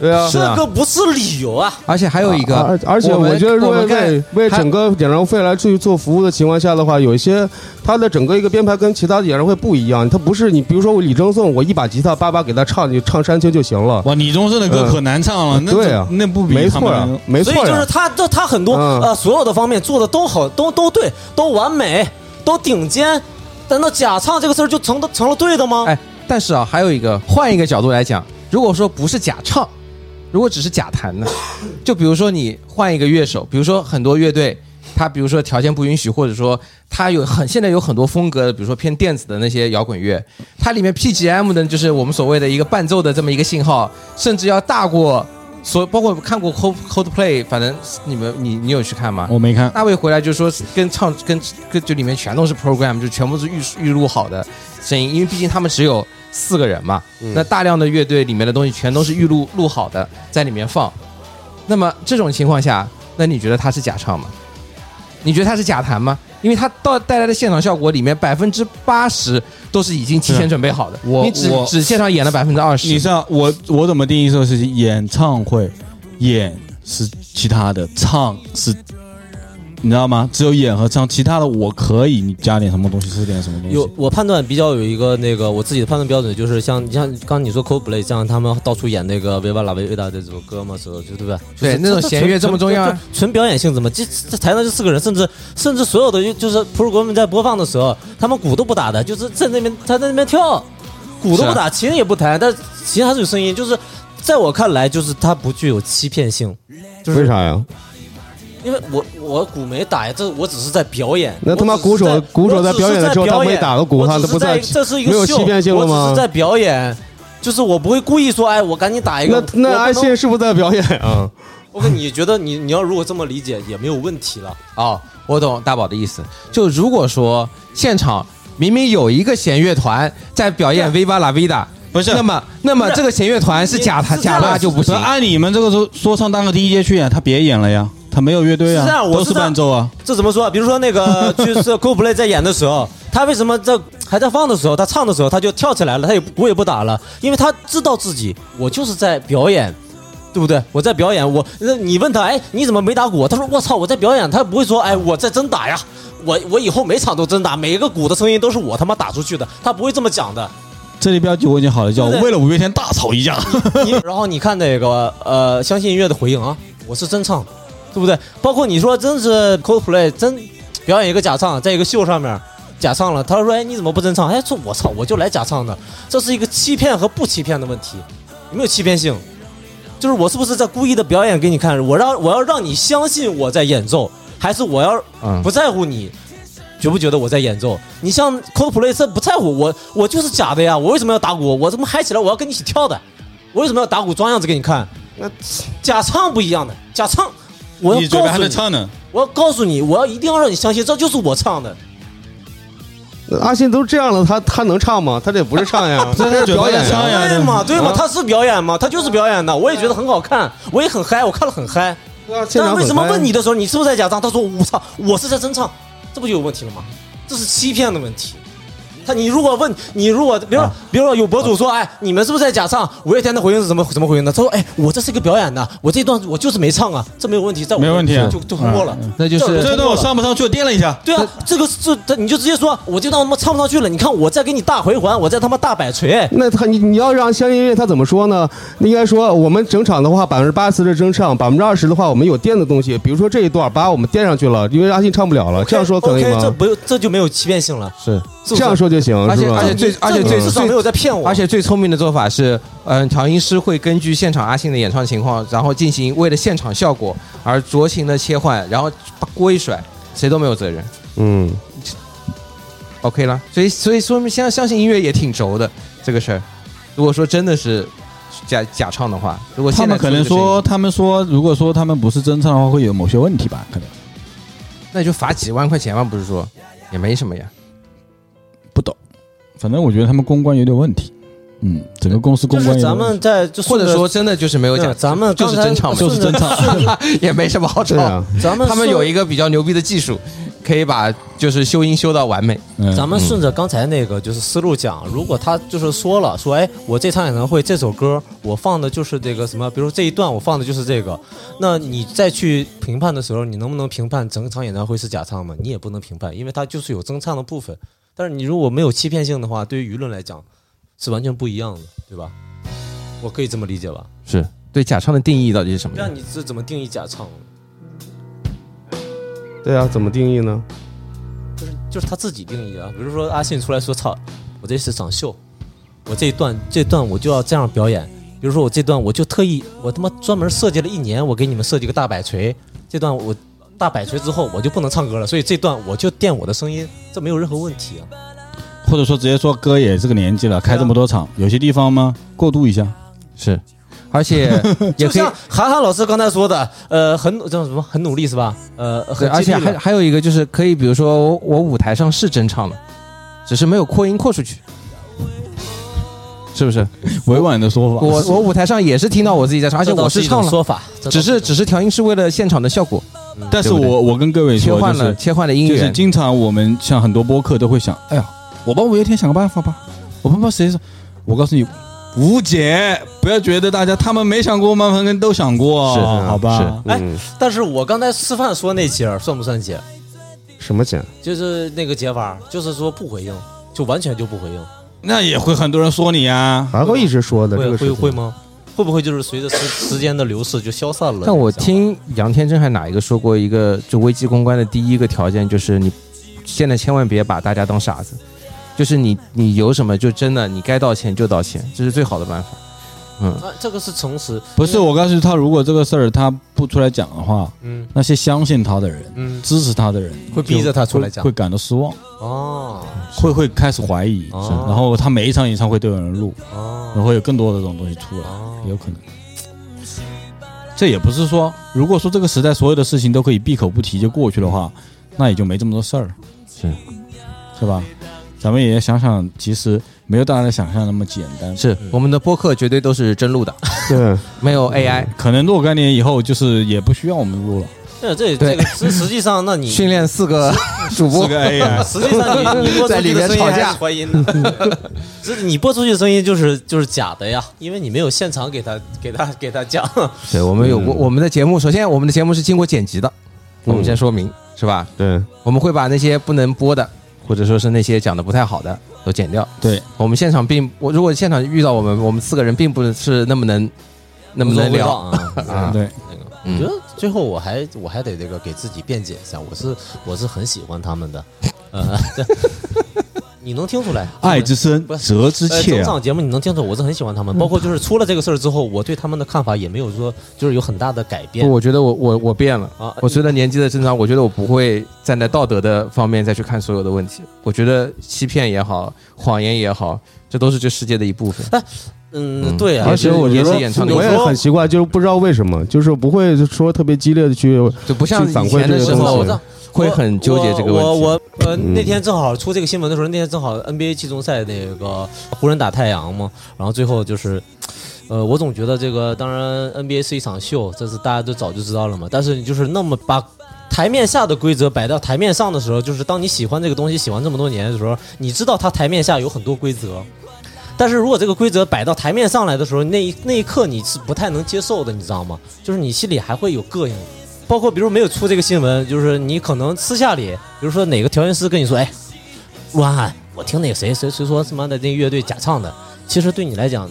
[SPEAKER 7] 对啊
[SPEAKER 4] 是
[SPEAKER 3] 这
[SPEAKER 4] 啊
[SPEAKER 3] 个不是理由啊！
[SPEAKER 4] 而且还有一个，
[SPEAKER 7] 而而且
[SPEAKER 4] 我
[SPEAKER 7] 我
[SPEAKER 4] 们
[SPEAKER 7] 觉得，如
[SPEAKER 4] 我
[SPEAKER 7] 果
[SPEAKER 4] 们看
[SPEAKER 7] 为为
[SPEAKER 4] 还
[SPEAKER 7] 整个演唱会来去做服务的情况下的话，有一些它的整个一个编排跟其他的演唱会不一样，它不是你比如说我李征颂，我一把吉他叭叭给他唱，你唱山青就行了。
[SPEAKER 6] 哇，李宗盛的歌可难唱了，那
[SPEAKER 7] 嗯对啊，
[SPEAKER 6] 那不比
[SPEAKER 7] 没
[SPEAKER 6] 他
[SPEAKER 7] 错啊
[SPEAKER 6] 们，嗯
[SPEAKER 7] 没
[SPEAKER 3] 所
[SPEAKER 7] 错
[SPEAKER 3] 以
[SPEAKER 7] 啊，
[SPEAKER 3] 就是他，这他很多、
[SPEAKER 7] 嗯
[SPEAKER 3] 呃，所有的方面做的都好，都都对，都完美，都顶尖。难道假唱这个事儿就成的成了对的吗？
[SPEAKER 4] 哎，但是啊，还有一个换一个角度来讲，如果说不是假唱，如果只是假弹呢，就比如说你换一个乐手，比如说很多乐队，他比如说条件不允许，或者说他有很现在有很多风格的，比如说偏电子的那些摇滚乐，它里面 PGM 的就是我们所谓的一个伴奏的这么一个信号，甚至要大过所包括看过 Cold Coldplay，反正你们你你有去看吗？
[SPEAKER 6] 我没看，
[SPEAKER 4] 大卫回来就说跟唱跟跟就里面全都是 program，就全部是预预录好的声音，因为毕竟他们只有四个人嘛，
[SPEAKER 6] 嗯
[SPEAKER 4] 那大量的乐队里面的东西全都是预录录好的在里面放。那么这种情况下，那你觉得他是假唱吗？你觉得他是假弹吗？因为他到带来的现场效果里面百分之八十都是已经提前准备好的，
[SPEAKER 6] 啊我
[SPEAKER 4] 你只
[SPEAKER 6] 我
[SPEAKER 4] 只现场演了百分之二
[SPEAKER 6] 你
[SPEAKER 4] 十
[SPEAKER 6] 知。道我我怎么定义这个事情？演唱会，演是其他的，唱是，你知道吗？只有演和唱，其他的我可以，你加点什么东西是点什么东西。
[SPEAKER 3] 有我判断比较有一个那个我自己的判断标准，就是像你像刚刚你说 Coldplay，像他们到处演那个《维瓦拉维维达》这首歌嘛，时候就对吧？
[SPEAKER 4] 对
[SPEAKER 3] 就是
[SPEAKER 4] 那种弦乐这么重要啊
[SPEAKER 3] 纯纯纯表演性质嘛。这这台上就四个人，甚至甚至所有的就是 program 在播放的时候，他们鼓都不打的，就是在那边他在那边跳，鼓
[SPEAKER 4] 啊
[SPEAKER 3] 都不打，琴也不弹，但琴还是有声音。就是在我看来，就是它不具有欺骗性，
[SPEAKER 7] 为啥呀？
[SPEAKER 3] 因为我我鼓没打呀，这我只是在表演。
[SPEAKER 7] 那他妈
[SPEAKER 3] 我只是
[SPEAKER 7] 鼓手
[SPEAKER 3] 在
[SPEAKER 7] 鼓手在
[SPEAKER 3] 我只是
[SPEAKER 7] 表演的时
[SPEAKER 3] 在
[SPEAKER 7] 候
[SPEAKER 3] 表
[SPEAKER 7] 他
[SPEAKER 3] 演
[SPEAKER 7] 没打个鼓
[SPEAKER 3] 我只
[SPEAKER 7] 他
[SPEAKER 3] 是
[SPEAKER 7] 都不
[SPEAKER 3] 在，
[SPEAKER 7] 在
[SPEAKER 3] 这是一个
[SPEAKER 7] 没有
[SPEAKER 3] 秀
[SPEAKER 7] 欺骗性了吗
[SPEAKER 3] 我只是在表演，就是我不会故意说，哎，我赶紧打一
[SPEAKER 7] 那
[SPEAKER 3] 个。
[SPEAKER 7] 那
[SPEAKER 3] 我
[SPEAKER 7] 阿
[SPEAKER 3] 不能
[SPEAKER 7] 信是不是在表演啊？
[SPEAKER 3] 我跟你觉得你你要如果这么理解也没有问题了。
[SPEAKER 4] 哦，我懂大宝的意思。就如果说现场明明有一个弦乐团在表演《Viva La Vida》，
[SPEAKER 6] 不是
[SPEAKER 4] 那么那么
[SPEAKER 3] 啊不是
[SPEAKER 4] 这个弦乐团是假弹
[SPEAKER 3] 你是这
[SPEAKER 4] 假
[SPEAKER 3] 样
[SPEAKER 4] 拉就不行
[SPEAKER 6] 那。按你们这个说说唱当个 DJ 去演，啊他别演了呀，他没有乐队啊，
[SPEAKER 3] 是这样我
[SPEAKER 6] 都
[SPEAKER 3] 是
[SPEAKER 6] 是
[SPEAKER 3] 这样
[SPEAKER 6] 伴奏啊。
[SPEAKER 3] 这怎么说啊？比如说那个 就是 Coldplay 在演的时候，他为什么在还在放的时候，他唱的时候他就跳起来了，他也不鼓也不打了，因为他知道自己我就是在表演。对不对？我在表演，我那你问他，哎，你怎么没打鼓啊？他说我操，我在表演。他不会说，哎，我在真打呀，我我以后每场都真打，每一个鼓的声音都是我他妈打出去的，他不会这么讲的。
[SPEAKER 6] 这里标题我已经好了，叫
[SPEAKER 3] 对对
[SPEAKER 6] 为了五月天大吵一架。
[SPEAKER 3] 你 然后你看那个呃，相信音乐的回应啊，我是真唱，对不对？包括你说真是 Coldplay 真表演一个假唱，在一个秀上面假唱了，他说哎你怎么不真唱？哎说我操我就来假唱的，这是一个欺骗和不欺骗的问题，有没有欺骗性？就是我是不是在故意的表演给你看？我让我要让你相信我在演奏，还是我要
[SPEAKER 4] 嗯
[SPEAKER 3] 不在乎你？觉不觉得我在演奏？你像 Coldplay 这不在乎我，我就是假的呀！我为什么要打鼓？我怎么嗨起来？我要跟你一起跳的。我为什么要打鼓装样子给你看？
[SPEAKER 7] 那
[SPEAKER 3] 假唱不一样的，假唱，我
[SPEAKER 6] 你
[SPEAKER 3] 要
[SPEAKER 6] 嘴巴
[SPEAKER 3] 告
[SPEAKER 6] 还
[SPEAKER 3] 诉
[SPEAKER 6] 在
[SPEAKER 3] 你，
[SPEAKER 6] 唱呢，
[SPEAKER 3] 我要告诉你，我要一定要让你相信，这就是我唱的。
[SPEAKER 7] 阿信都这样了，他他能唱吗？他这不是唱呀，他这是表演
[SPEAKER 6] 嘴巴在
[SPEAKER 7] 呀
[SPEAKER 6] 唱。呀
[SPEAKER 3] 对嘛，对嘛
[SPEAKER 7] 啊，
[SPEAKER 3] 他是表演嘛，他就是表演的。我也觉得很好看，我也很嗨，我看了很嗨。
[SPEAKER 7] 对啊现
[SPEAKER 3] 但
[SPEAKER 7] 场
[SPEAKER 3] 为
[SPEAKER 7] 很
[SPEAKER 3] 什么
[SPEAKER 7] 嗨
[SPEAKER 3] 问你的时候，你是不是在假唱？他说我操，我是在真唱，这不就有问题了吗？这是欺骗的问题。他你如果问你如果比如
[SPEAKER 6] 啊
[SPEAKER 3] 说比如说有博主说哎你们是不是在假唱？五月天的回应是什么什么回应呢？他说哎我这是一个表演的，我这段我就是没唱啊，这没有问题，在我
[SPEAKER 6] 没问题啊
[SPEAKER 3] 就就通过了
[SPEAKER 6] 嗯嗯。
[SPEAKER 4] 那就是
[SPEAKER 3] 这
[SPEAKER 6] 这
[SPEAKER 3] 通
[SPEAKER 6] 段
[SPEAKER 3] 过
[SPEAKER 6] 我
[SPEAKER 3] 了
[SPEAKER 6] 上不上去，我垫了一下。
[SPEAKER 3] 对啊，这个这这你就直接说，我这段他妈唱不上去了。你看我在给你大回环，我在他妈大摆锤。
[SPEAKER 7] 那他你你要让相信音乐，他怎么说呢？应该说我们整场的话，百分之八十是真唱，百分之二十的话，我们有垫的东西，比如说这一段把我们垫上去了，因为阿信唱不了了，这样说可以
[SPEAKER 3] o k 这
[SPEAKER 7] 吗？
[SPEAKER 3] 不这就没有欺骗性了，
[SPEAKER 7] 是
[SPEAKER 3] 是不是
[SPEAKER 7] 这样说就行，
[SPEAKER 4] 而且
[SPEAKER 7] 是吧
[SPEAKER 4] 而且最而且
[SPEAKER 3] 这
[SPEAKER 4] 最
[SPEAKER 3] 你至少没
[SPEAKER 4] 最
[SPEAKER 3] 有在骗我。
[SPEAKER 4] 而且最聪明的做法是，嗯、调音师会根据现场阿信的演唱情况，然后进行为了现场效果而酌情的切换，然后把锅一甩，谁都没有责任。
[SPEAKER 7] 嗯，
[SPEAKER 4] OK 了，所以所以说明相相信音乐也挺轴的这个事儿。如果说真的是假假唱的话，如果
[SPEAKER 6] 他
[SPEAKER 4] 现在
[SPEAKER 6] 们可能
[SPEAKER 4] 出一个声
[SPEAKER 6] 说，他们说，如果说他们不是真唱的话，会有某些问题吧？可能
[SPEAKER 4] 音，那就罚几万块钱嘛，不是说也没什么呀。
[SPEAKER 6] 不懂，反正我觉得他们公关有点问题。嗯，整个公司
[SPEAKER 3] 就
[SPEAKER 6] 公关
[SPEAKER 3] 是
[SPEAKER 6] 也
[SPEAKER 3] 咱们在就
[SPEAKER 4] 或
[SPEAKER 3] 顺着
[SPEAKER 4] 者说真的就是没有假，
[SPEAKER 3] 嗯咱们
[SPEAKER 4] 就是
[SPEAKER 3] 刚才
[SPEAKER 4] 真唱嘛，
[SPEAKER 3] 就是真唱
[SPEAKER 4] 顺着， 也没什么好
[SPEAKER 7] 对
[SPEAKER 4] 吵
[SPEAKER 7] 啊。，
[SPEAKER 3] 咱们
[SPEAKER 4] 他们
[SPEAKER 3] 顺
[SPEAKER 4] 有一个比较牛逼的技术，可以把就是修音修到完美。
[SPEAKER 6] 嗯
[SPEAKER 3] 咱们顺着刚才那个就是思路讲，如果他就是说了说，哎，我这场演唱会这首歌我放的就是这个什么，比如这一段我放的就是这个，那你再去评判的时候，你能不能评判整场演唱会是假唱吗？你也不能评判，因为它就是有真唱的部分。但是你如果没有欺骗性的话，对于舆论来讲是完全不一样的，对吧？我可以这么理解吧？
[SPEAKER 4] 是对假唱的定义到底是什么
[SPEAKER 3] 那？你是怎么定义假唱？
[SPEAKER 7] 对啊，怎么定义呢？
[SPEAKER 3] 就是就是他自己定义啊。比如说阿信出来说：“操，我这是场秀，我这一段这段我就要这样表演。”比如说我这段我就特意我他妈专门设计了一年，我给你们设计个大摆锤，这段我大摆锤之后我就不能唱歌了，所以这段我就垫我的声音，这没有任何问题啊。
[SPEAKER 6] 或者说直接说哥也这个年纪了，开这么多场，有些地方吗？过渡一下，
[SPEAKER 4] 是，而 且也
[SPEAKER 3] 就
[SPEAKER 4] 可以
[SPEAKER 3] 像。韩寒老师刚才说的，呃，很叫什么很努力是吧？呃，
[SPEAKER 4] 对，
[SPEAKER 3] 很
[SPEAKER 4] 而
[SPEAKER 3] 尽
[SPEAKER 4] 且
[SPEAKER 3] 力了
[SPEAKER 4] 还还有一个就是可以，比如说我我舞台上是真唱了，只是没有扩音扩出去，是不是？
[SPEAKER 6] 委婉的说法。
[SPEAKER 4] 我我舞台上也是听到我自己在唱，而且
[SPEAKER 3] 这倒
[SPEAKER 4] 我
[SPEAKER 3] 是
[SPEAKER 4] 是
[SPEAKER 3] 一种
[SPEAKER 4] 唱了，
[SPEAKER 3] 说法，这倒
[SPEAKER 4] 只
[SPEAKER 3] 一
[SPEAKER 4] 是
[SPEAKER 3] 种
[SPEAKER 4] 只是调音是为了现场的效果，
[SPEAKER 6] 但是
[SPEAKER 4] 对不对
[SPEAKER 6] 我我跟各位
[SPEAKER 4] 切
[SPEAKER 6] 说，
[SPEAKER 4] 换
[SPEAKER 6] 就
[SPEAKER 4] 了
[SPEAKER 6] 是
[SPEAKER 4] 切换了音
[SPEAKER 6] 就是
[SPEAKER 4] 源。
[SPEAKER 6] 经常我们像很多播客都会想，哎呀，我帮五月天想个办法吧，我帮帮谁说？我告诉你，无解，不要觉得大家他们没想过，曼鹏跟都想过，
[SPEAKER 4] 是
[SPEAKER 6] 好吧？
[SPEAKER 3] 哎
[SPEAKER 7] 嗯，
[SPEAKER 3] 但是我刚才示范说那节儿算不算节？
[SPEAKER 7] 什么钱？
[SPEAKER 3] 就是那个解法，就是说不回应，就完全就不回应，
[SPEAKER 6] 那也会很多人说你啊，
[SPEAKER 7] 还会一直说的这
[SPEAKER 3] 会
[SPEAKER 7] 个事
[SPEAKER 3] 会
[SPEAKER 7] 情
[SPEAKER 3] 会吗？会不会就是随着时时间的流逝就消散了？
[SPEAKER 4] 但我听杨天真还哪一个说过一个，就危机公关的第一个条件就是你现在千万别把大家当傻子，就是你你有什么就真的你该道歉就道歉，这是最好的办法。嗯，
[SPEAKER 3] 啊，这个是诚实，
[SPEAKER 6] 不是？我告诉他，如果这个事儿他不出来讲的话，
[SPEAKER 3] 嗯
[SPEAKER 6] 那些相信他的人、
[SPEAKER 3] 嗯，
[SPEAKER 6] 支持他的人
[SPEAKER 3] 会逼着他出来讲
[SPEAKER 6] 会会感到失望，
[SPEAKER 3] 哦
[SPEAKER 6] 会会开始怀疑，
[SPEAKER 3] 哦
[SPEAKER 6] 是然后他每一场演唱会都有人录，然
[SPEAKER 3] 哦
[SPEAKER 6] 后有更多的这种东西出来。有
[SPEAKER 3] 哦，
[SPEAKER 6] 可能。这也不是说，如果说这个时代所有的事情都可以闭口不提就过去的话，那也就没这么多事儿，
[SPEAKER 4] 是
[SPEAKER 6] 是吧？咱们也想想，其实没有大家想象那么简单。
[SPEAKER 4] 是，我们的播客绝对都是真录的，
[SPEAKER 7] 对，
[SPEAKER 4] 没有 AI。
[SPEAKER 6] 可能若干年以后，就是也不需要我们录了。
[SPEAKER 3] 这这这
[SPEAKER 4] 对
[SPEAKER 3] 个实实际上，那你啊
[SPEAKER 4] 训练四个主播
[SPEAKER 6] 这，个 AI，
[SPEAKER 3] 实际 上你你播
[SPEAKER 4] 在
[SPEAKER 3] 出
[SPEAKER 4] 里
[SPEAKER 3] 去
[SPEAKER 4] 面
[SPEAKER 3] 的声音
[SPEAKER 4] 吵
[SPEAKER 3] 还
[SPEAKER 4] 架
[SPEAKER 3] 是回音的， 这你播出去的声音就是就是假的呀，因为你没有现场给他给他给他讲，
[SPEAKER 4] 对我们有过我们的节目，首先我们的节目是经过剪辑的，我们先说明是吧？
[SPEAKER 7] 对，
[SPEAKER 4] 我们会把那些不能播的，或者说是那些讲的不太好的都剪掉。
[SPEAKER 6] 对，
[SPEAKER 4] 我们现场并我如果现场遇到我们，我们四个人并不是那么能那么 能聊。
[SPEAKER 3] 啊？
[SPEAKER 4] 啊
[SPEAKER 6] 对，
[SPEAKER 3] 那个，
[SPEAKER 4] 嗯
[SPEAKER 3] 我觉得最后我还我还得这个给自己辩解一下，我是我是很喜欢他们的， 呃， 对你能听出来，
[SPEAKER 6] 爱之深，
[SPEAKER 3] 不是
[SPEAKER 6] 责之
[SPEAKER 3] 呃
[SPEAKER 6] 切
[SPEAKER 3] 整
[SPEAKER 6] 啊
[SPEAKER 3] 场！节目你能听出来，我是很喜欢他
[SPEAKER 4] 嗯
[SPEAKER 3] 们，包括就是出了这个事儿之后，我对他们的看法也没有说就是有很大的改变
[SPEAKER 4] 不，我觉得我我我变了。
[SPEAKER 3] 啊。
[SPEAKER 4] 我随着年纪的增长，我觉得我不会站在道德的方面再去看所有的问题。我觉得欺骗也好，谎言也好，这都是这世界的一部分。
[SPEAKER 3] 嗯，对啊，
[SPEAKER 4] 而且我觉
[SPEAKER 7] 有时
[SPEAKER 4] 得
[SPEAKER 7] 候
[SPEAKER 4] 演唱的
[SPEAKER 7] 我也很奇怪，就是不知道为什么，就是不会说特别激烈的去，
[SPEAKER 4] 就不像
[SPEAKER 7] 去反
[SPEAKER 4] 以
[SPEAKER 7] 馈
[SPEAKER 4] 前的
[SPEAKER 7] 这
[SPEAKER 4] 时
[SPEAKER 7] 个东西
[SPEAKER 3] 我
[SPEAKER 4] 候
[SPEAKER 3] 我知道
[SPEAKER 4] 会很纠结这个
[SPEAKER 3] 我
[SPEAKER 4] 问题。嗯
[SPEAKER 3] 我我呃那天正好出这个新闻的时候，那天正好 NBA 季中赛那个湖人打太阳嘛，然后最后就是，呃，我总觉得这个当然 NBA 是一场秀，这是大家都早就知道了嘛，但是你就是那么把。台面下的规则摆到台面上的时候，就是当你喜欢这个东西喜欢这么多年的时候，你知道它台面下有很多规则，但是如果这个规则摆到台面上来的时候，那一那一刻你是不太能接受的，你知道吗？就是你心里还会有膈应，包括比如没有出这个新闻，就是你可能私下里，比如说哪个调音师跟你说，哎，陆安涵，我听那个谁谁谁说他妈的那乐队假唱的，其实对你来讲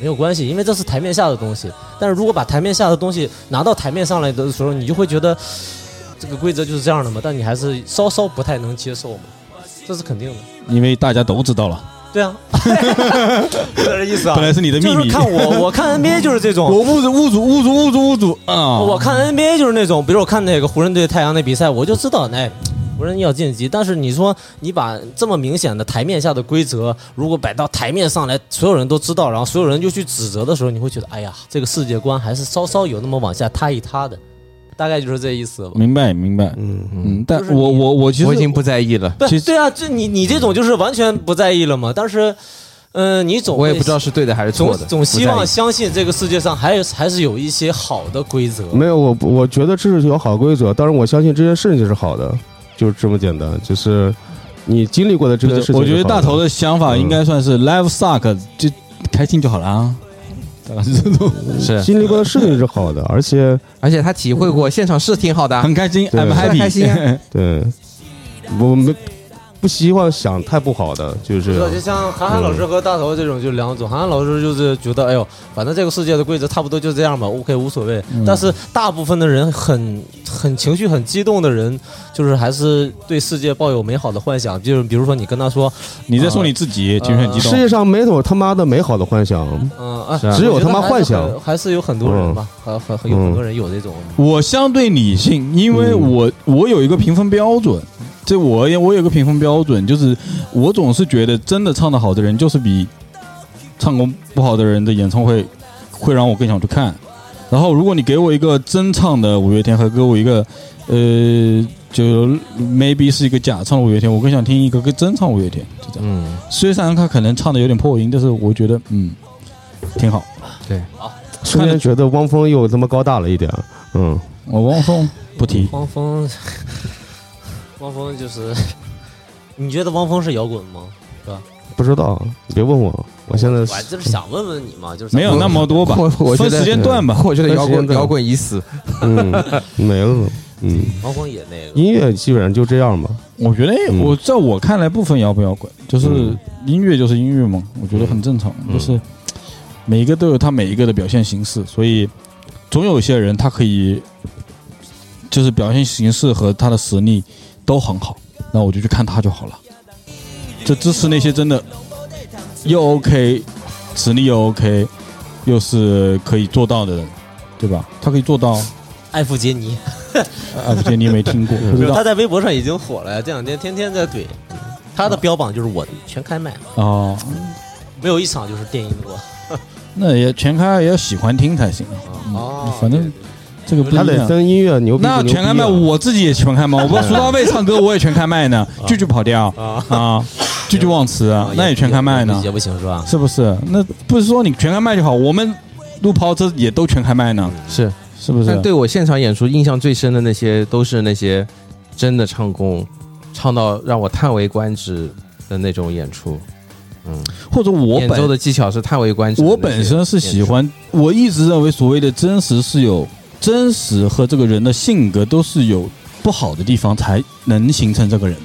[SPEAKER 3] 没有关系，因为这是台面下的东西。但是如果把台面下的东西拿到台面上来的时候，你就会觉得这个规则就是这样的嘛，但你还是稍稍不太能接受嘛，这是肯定的。
[SPEAKER 6] 因为大家都知道了，
[SPEAKER 3] 对啊，有点意思啊
[SPEAKER 6] 本来是你的秘
[SPEAKER 3] 就是
[SPEAKER 6] 密。
[SPEAKER 3] 看啊我，我看 NBA 就是这种，
[SPEAKER 6] 我物主物主物主物主物主啊！
[SPEAKER 3] 我看 NBA 就是那种，比如我看那个湖人对太阳那比赛，我就知道，哎，湖人要晋级。但是你说你把这么明显的台面下的规则，如果摆到台面上来，所有人都知道，然后所有人就去指责的时候，你会觉得，哎呀，这个世界观还是稍稍有那么往下塌一塌的，大概就是这意思吧。
[SPEAKER 6] 明白明白，
[SPEAKER 7] 嗯，
[SPEAKER 6] 嗯，但
[SPEAKER 3] 就是你
[SPEAKER 6] 我我我其实
[SPEAKER 4] 我已经不在意了。
[SPEAKER 3] 不
[SPEAKER 6] 其
[SPEAKER 3] 是
[SPEAKER 6] 实
[SPEAKER 3] 对啊，这你你这种就是完全不在意了嘛。但是，嗯、你总
[SPEAKER 4] 我也
[SPEAKER 3] 会
[SPEAKER 4] 不知道是对的还是
[SPEAKER 3] 总
[SPEAKER 4] 错的，
[SPEAKER 3] 总希
[SPEAKER 4] 不在
[SPEAKER 3] 望
[SPEAKER 4] 意
[SPEAKER 3] 相信这个世界上还有还是有一些好的规则。
[SPEAKER 7] 没有，我不我觉得这是有好规则，当然我相信这件事情是好的，就是这么简单。就是你经历过的这件事情是好
[SPEAKER 6] 我
[SPEAKER 7] 的，
[SPEAKER 6] 觉得大头的想法
[SPEAKER 7] 嗯
[SPEAKER 6] 应该算是 live suck，就开心就好了 啊。大概是这种，
[SPEAKER 4] 是，
[SPEAKER 7] 经历过的事情是好的，而且
[SPEAKER 4] 而且他体会过现场是挺好的啊，
[SPEAKER 6] 很开心
[SPEAKER 7] 对
[SPEAKER 6] ，I'm
[SPEAKER 7] 是
[SPEAKER 6] happy，
[SPEAKER 4] 开心啊
[SPEAKER 7] 对，我没不希望想太不好的，就
[SPEAKER 3] 不
[SPEAKER 7] 是
[SPEAKER 3] 知道，就像韩寒老师和大头这种就两种。韩寒老师就是觉得，哎呦，反正这个世界的规则差不多就这样吧，OK 无所谓。但是大部分的人很很情绪很激动的人，就是还是对世界抱有美好的幻想。就是比如说你跟他说，
[SPEAKER 6] 你在说你自己，情绪很激
[SPEAKER 7] 世
[SPEAKER 6] 动。
[SPEAKER 7] 界上没有他妈的美好的幻想，
[SPEAKER 3] 嗯、啊
[SPEAKER 7] 是啊只有他妈幻想
[SPEAKER 3] 我觉得还是很还是有很多人吧，还很很有很多人有这种。
[SPEAKER 6] 我相对理性，因为
[SPEAKER 7] 嗯
[SPEAKER 6] 我我有一个评分标准，这我也我有一个评分标准，就是我总是觉得真的唱的好的人，就是比唱功不好的人的演唱会会让我更想去看。然后，如果你给我一个真唱的五月天和给我一个，呃，就 maybe 是一个假唱的五月天，我更想听一个个真唱五月天，就这样。
[SPEAKER 4] 嗯，
[SPEAKER 6] 虽然他可能唱的有点破音，但是我觉得嗯挺好。
[SPEAKER 7] 瞬
[SPEAKER 6] 看
[SPEAKER 7] 间
[SPEAKER 6] 着
[SPEAKER 7] 觉得汪峰又他妈高大了一点，嗯，
[SPEAKER 6] 我汪峰不提，
[SPEAKER 3] 汪峰，汪峰就是，你觉得汪峰是摇滚吗？
[SPEAKER 7] 不知道，你别问我，我现在
[SPEAKER 3] 我就是想问问你嘛，就是
[SPEAKER 6] 没有那么多吧
[SPEAKER 4] 我我，觉
[SPEAKER 6] 分
[SPEAKER 4] 得
[SPEAKER 6] 时间段吧。
[SPEAKER 4] 我觉得摇
[SPEAKER 7] 分时间
[SPEAKER 4] 滚
[SPEAKER 7] 段
[SPEAKER 4] 摇滚已死，
[SPEAKER 7] 嗯没了，嗯，
[SPEAKER 3] 汪峰也那个。
[SPEAKER 7] 音乐基本上就这样吧，
[SPEAKER 6] 我觉得哎
[SPEAKER 7] 嗯
[SPEAKER 6] 我在我看来不分摇不摇滚，就是
[SPEAKER 7] 嗯
[SPEAKER 6] 音乐就是音乐嘛，我觉得很正常，
[SPEAKER 4] 嗯
[SPEAKER 6] 就是每一个都有他每一个的表现形式，所以总有一些人他可以就是表现形式和他的实力都很好，那我就去看他就好了。就支持那些真的又 OK，实力又 OK，又是可以做到的人，对吧？他可以做到，
[SPEAKER 3] 艾弗杰尼，
[SPEAKER 6] 啊，不对，你也 没听过，不知道
[SPEAKER 3] 他在微博上已经火了，这两天天天在怼。他的标榜就是我全开麦，
[SPEAKER 6] 哦。
[SPEAKER 3] 没有一场就是电音过。
[SPEAKER 6] 那也全开也要喜欢听才行啊。
[SPEAKER 3] 哦
[SPEAKER 6] 嗯反正这个不
[SPEAKER 7] 他
[SPEAKER 6] 一
[SPEAKER 7] 得
[SPEAKER 6] 样。
[SPEAKER 7] 分音乐牛逼
[SPEAKER 6] 那
[SPEAKER 7] 不牛逼
[SPEAKER 6] 全
[SPEAKER 7] 啊。
[SPEAKER 6] 开麦，我自己也全开麦。我不知道苏大卫唱歌，我也全开麦呢。句句跑调啊，句句忘词，啊那也全开麦呢
[SPEAKER 3] 啊也，不行是吧？
[SPEAKER 6] 是不是？那不是说你全开麦就好，我们路跑车也都全开麦呢，
[SPEAKER 4] 是。
[SPEAKER 6] 是不
[SPEAKER 4] 嗯但
[SPEAKER 6] 是？
[SPEAKER 4] 对我现场演出印象最深的那些，都是那些真的唱功，唱到让我叹为观止的那种演出。
[SPEAKER 6] 或者我
[SPEAKER 4] 演奏
[SPEAKER 6] 本
[SPEAKER 4] 的技巧是叹为观止的那
[SPEAKER 6] 我
[SPEAKER 4] 些。
[SPEAKER 6] 本身是喜欢，我一直认为所谓的真实是有真实和这个人的性格都是有不好的地方才能形成这个人。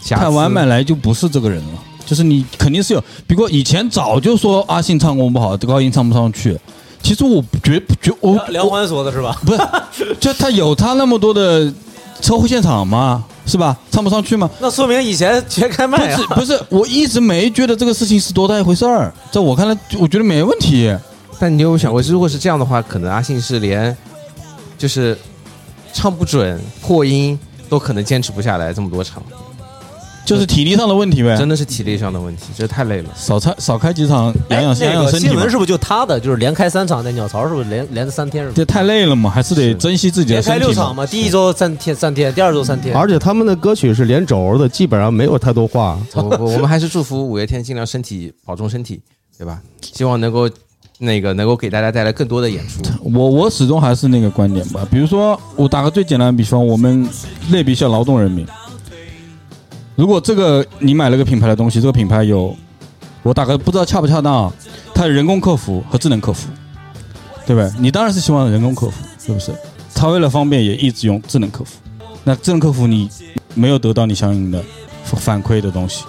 [SPEAKER 4] 瑕疵
[SPEAKER 6] 太完美来就不是这个人了。就是你肯定是有，比如说以前早就说阿信唱功不好，高音唱不上去。其实我绝不觉我
[SPEAKER 3] 梁梁欢说的是 吧？
[SPEAKER 6] 不是，就他有他那么多的车祸现场嘛，是吧？唱不上去嘛？
[SPEAKER 3] 那说明以前全开
[SPEAKER 6] 不
[SPEAKER 3] 麦啊
[SPEAKER 6] 是。不是，我一直没觉得这个事情是多大一回事儿。在我看来，我觉得没问题。
[SPEAKER 4] 但你有没有想过，如果是这样的话，可能阿信是连就是唱不准破音都可能坚持不下来这么多场，
[SPEAKER 6] 就是体力上的问题呗，
[SPEAKER 4] 真的是体力上的问题，这太累了。
[SPEAKER 6] 少开少开几场，养养
[SPEAKER 3] 哎那
[SPEAKER 6] 养养
[SPEAKER 3] 个
[SPEAKER 6] 身体
[SPEAKER 3] 新
[SPEAKER 6] 嘛
[SPEAKER 3] 闻。是不是就他的？就是连开三场，那鸟巢是不是连连着三天是吧？
[SPEAKER 6] 这太累了嘛，还是得珍惜自己的
[SPEAKER 3] 连开
[SPEAKER 6] 身
[SPEAKER 3] 六
[SPEAKER 6] 体
[SPEAKER 3] 场
[SPEAKER 6] 嘛。
[SPEAKER 3] 嘛，第一周三天三天，第二周三天。
[SPEAKER 7] 而且他们的歌曲是连轴的，基本上没有太多话。
[SPEAKER 4] 我我我们还是祝福五月天尽量身体保重身体，对吧？希望能够那个能够给大家带来更多的演出。
[SPEAKER 6] 我我始终还是那个观点吧。比如说，我打个最简单的比方，我们类比一下劳动人民。如果这个你买了个品牌的东西，这个品牌有，我打个不知道恰不恰当啊，它的人工客服和智能客服，对不对？你当然是希望人工客服，是不是？他为了方便也一直用智能客服，那智能客服你没有得到你相应的反馈的东西，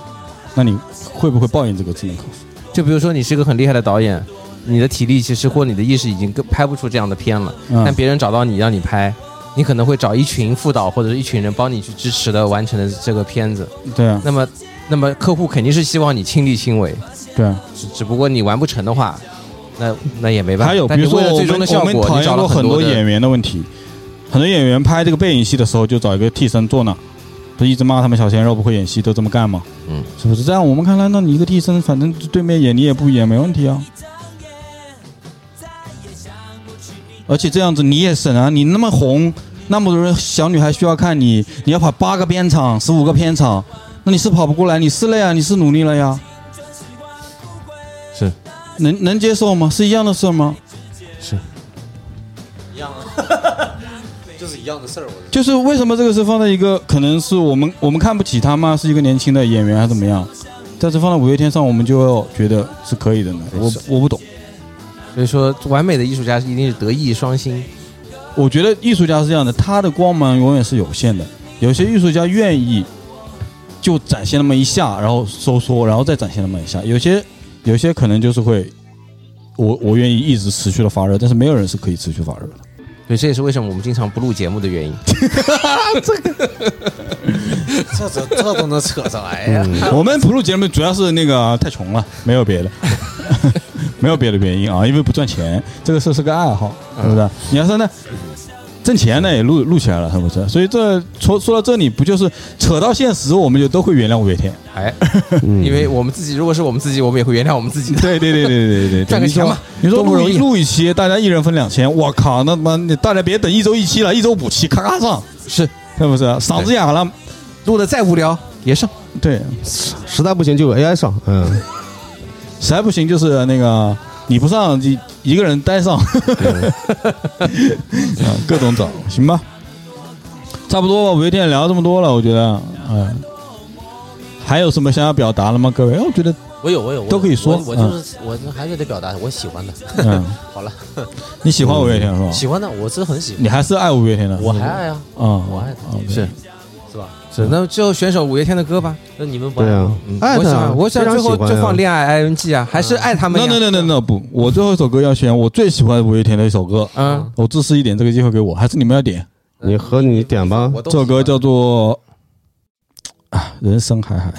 [SPEAKER 6] 那你会不会抱怨这个智能客服？
[SPEAKER 4] 就比如说你是个很厉害的导演，你的体力其实或你的意识已经跟拍不出这样的片了，
[SPEAKER 6] 嗯
[SPEAKER 4] 但别人找到你让你拍，你可能会找一群副导或者是一群人帮你去支持的完成的这个片子。
[SPEAKER 6] 对啊，
[SPEAKER 4] 那么，那么客户肯定是希望你亲力亲为，
[SPEAKER 6] 对啊。
[SPEAKER 4] 只只不过你完不成的话，那那也没办法。
[SPEAKER 6] 还有
[SPEAKER 4] 但
[SPEAKER 6] 比
[SPEAKER 4] 你
[SPEAKER 6] 如说
[SPEAKER 4] 为了
[SPEAKER 6] 我
[SPEAKER 4] 最
[SPEAKER 6] 们
[SPEAKER 4] 终的效
[SPEAKER 6] 我们
[SPEAKER 4] 果，
[SPEAKER 6] 讨
[SPEAKER 4] 你
[SPEAKER 6] 厌
[SPEAKER 4] 找了
[SPEAKER 6] 过很
[SPEAKER 4] 多
[SPEAKER 6] 多
[SPEAKER 4] 的
[SPEAKER 6] 演员的问题，很多演员拍这个背影戏的时候就找一个替身坐那，不是一直骂他们小鲜肉不会演戏都这么干吗？
[SPEAKER 4] 嗯，
[SPEAKER 6] 是不是？在我们看来，那你一个替身，反正对面演你也不演，没问题啊。而且这样子你也省啊，你那么红，那么多人小女孩需要看你，你要跑八个片场、十五个片场，那你是跑不过来，你是累啊，你是努力了呀。能能接受吗？是一样的事儿吗？
[SPEAKER 3] 一样啊， 就是一样的事儿。我觉
[SPEAKER 6] 就是为什么这个事放在一个可能是我们我们看不起他吗？是一个年轻的演员还是怎么样？但是放到五月天上，我们就要觉得是可以的呢。我我不懂，
[SPEAKER 4] 所以说，完美的艺术家是一定是德艺双馨。
[SPEAKER 6] 我觉得艺术家是这样的，他的光芒永远是有限的。有些艺术家愿意就展现那么一下，然后收缩，然后再展现那么一下。有些有些可能就是会，我我愿意一直持续的发热，但是没有人是可以持续发热的。
[SPEAKER 4] 对，这也是为什么我们经常不录节目的原因。
[SPEAKER 3] 得这这这都能扯上，哎呀，
[SPEAKER 6] 我们不录节目主要是那个太穷了，没有别的，没有别的原因啊，因为不赚钱，这个事是个爱好，是不是？你要是呢，挣钱呢也录录起来了，是不是？所以这说说到这里，不就是扯到现实，我们就都会原谅五月天？
[SPEAKER 4] 哎，因
[SPEAKER 6] 嗯
[SPEAKER 4] 为我们自己，如果是我们自己，我们也会原谅我们自己的。
[SPEAKER 6] 对对对对对对对，
[SPEAKER 4] 赚个钱嘛
[SPEAKER 6] 你说
[SPEAKER 4] 多不
[SPEAKER 6] 录
[SPEAKER 4] 容
[SPEAKER 6] 一
[SPEAKER 4] 易
[SPEAKER 6] 录一期，大家一人分两千，我靠，那他妈你大家别等一周一期了，一周补期，咔咔上，
[SPEAKER 4] 是
[SPEAKER 6] 是不是？嗓子哑了，
[SPEAKER 4] 录的再无聊也上。
[SPEAKER 6] 对，
[SPEAKER 7] 实在不行就有 AI 上，嗯，
[SPEAKER 6] 实在不行就是那个你不上，一一个人呆上，啊 各种找，行吧，差不多吧。五月天聊这么多了，我觉得，嗯，还有什么想要表达的吗？各位，我觉得，
[SPEAKER 3] 我有我有我有
[SPEAKER 6] 都可以说
[SPEAKER 3] 我我就是我还是得表达我喜欢的。
[SPEAKER 6] 嗯，
[SPEAKER 3] 好了，
[SPEAKER 6] 你喜欢五月天是吧？
[SPEAKER 3] 喜欢的我是很喜欢，
[SPEAKER 6] 你还是爱五月天的？
[SPEAKER 3] 我还爱啊，
[SPEAKER 6] 嗯，
[SPEAKER 3] 我爱他
[SPEAKER 6] 嗯
[SPEAKER 4] 是
[SPEAKER 3] 是吧？
[SPEAKER 4] 是，那就选首五月天的歌吧。
[SPEAKER 3] 那你们不爱
[SPEAKER 7] 对啊
[SPEAKER 3] 吗？，
[SPEAKER 7] 爱
[SPEAKER 4] 我
[SPEAKER 7] 他啊，
[SPEAKER 4] 想，我想
[SPEAKER 7] 非常
[SPEAKER 4] 最后
[SPEAKER 7] 喜欢
[SPEAKER 4] 就
[SPEAKER 7] 啊
[SPEAKER 4] 放《恋爱 ING》啊，还是爱他们
[SPEAKER 6] no
[SPEAKER 4] 呀。
[SPEAKER 6] no no no no 不，我最后一首歌要选我最喜欢五月天的一首歌。
[SPEAKER 4] 嗯，
[SPEAKER 6] 我自私一点，这个机会给我，还是你们要点？
[SPEAKER 7] 你和你点吧，
[SPEAKER 3] 我都
[SPEAKER 6] 这首歌
[SPEAKER 3] 喜欢
[SPEAKER 6] 叫做啊，人生海海。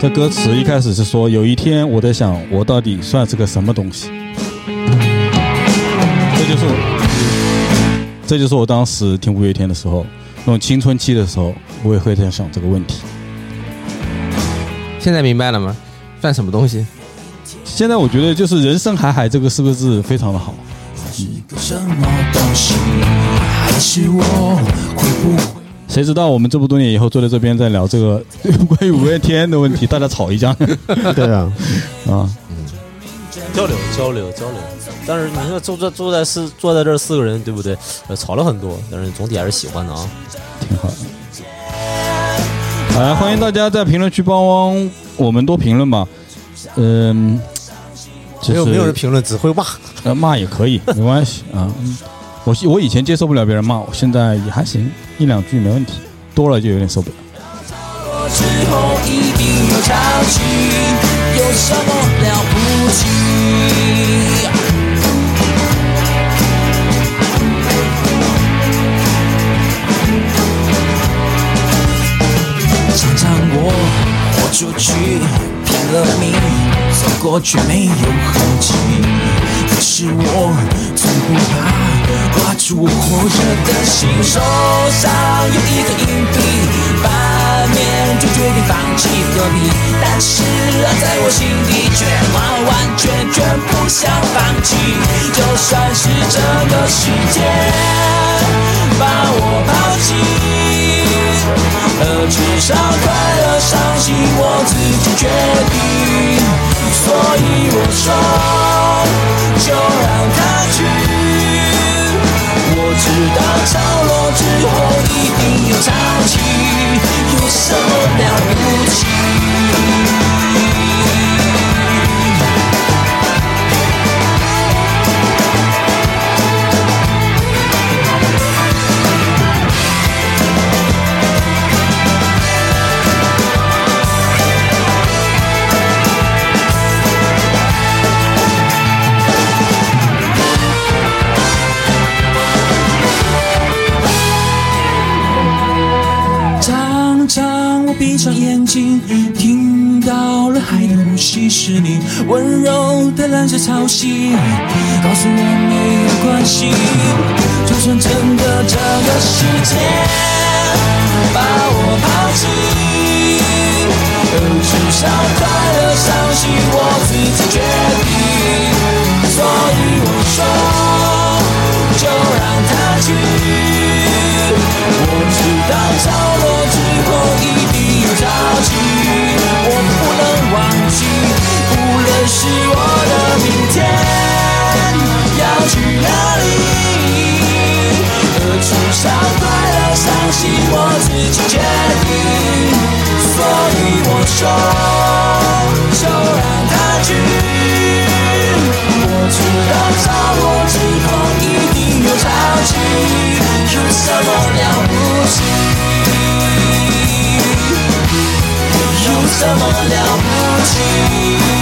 [SPEAKER 6] 这歌词一开始是说，有一天我在想，我到底算是个什么东西？这就是我，这就是我当时听五月天的时候，那种青春期的时候，我也会在想这个问题。
[SPEAKER 4] 现在明白了吗？算什么东西？
[SPEAKER 6] 现在我觉得，就是“人生海海”这个四个字非常的好。
[SPEAKER 5] 什么东西？还是我会不会？
[SPEAKER 6] 谁知道我们这么多年以后坐在这边在聊这个 关于五月天的问题，大家吵一架
[SPEAKER 7] 对啊，
[SPEAKER 6] 啊？
[SPEAKER 3] 交流交流交流。但是你看坐在坐在四坐在这儿四个人，对不对？呃，吵了很多，但是总体还是喜欢的啊。
[SPEAKER 6] 挺好的。好了，欢迎大家在评论区帮我们多评论吧。嗯，就是、
[SPEAKER 3] 没有没有人评论，只会骂。
[SPEAKER 6] 呃骂也 可以，没关系啊。嗯我我以前接受不了别人骂我，现在也还行，一两句没问题，多了就有点受不了。
[SPEAKER 5] 我之后一定有潮起，有什么了不起？想让我豁出去，拼了命，走过却没有痕迹。可是我从不怕刮出我火热的心，手上有一个硬币，半面就决定放弃何必？但是啊，在我心底却完完全全不想放弃，就算是这个世界把我抛弃。呃，至少快乐、伤心我自己决定。所以我说，就让它去。我知道潮落之后一定有潮起，有什么了不起？常常我闭上眼睛，听到了海的呼吸是你温柔的蓝色潮汐，告诉我没有关系，就算真的这个世界把我抛弃，呃至少快乐、伤心我自己决定，所以我说，就让它去。我知道潮落之后一定有潮起，我不能忘去见你，所以我说，就让它去。我知道找我之后一定有交集，有什么了不起？有什么了不起？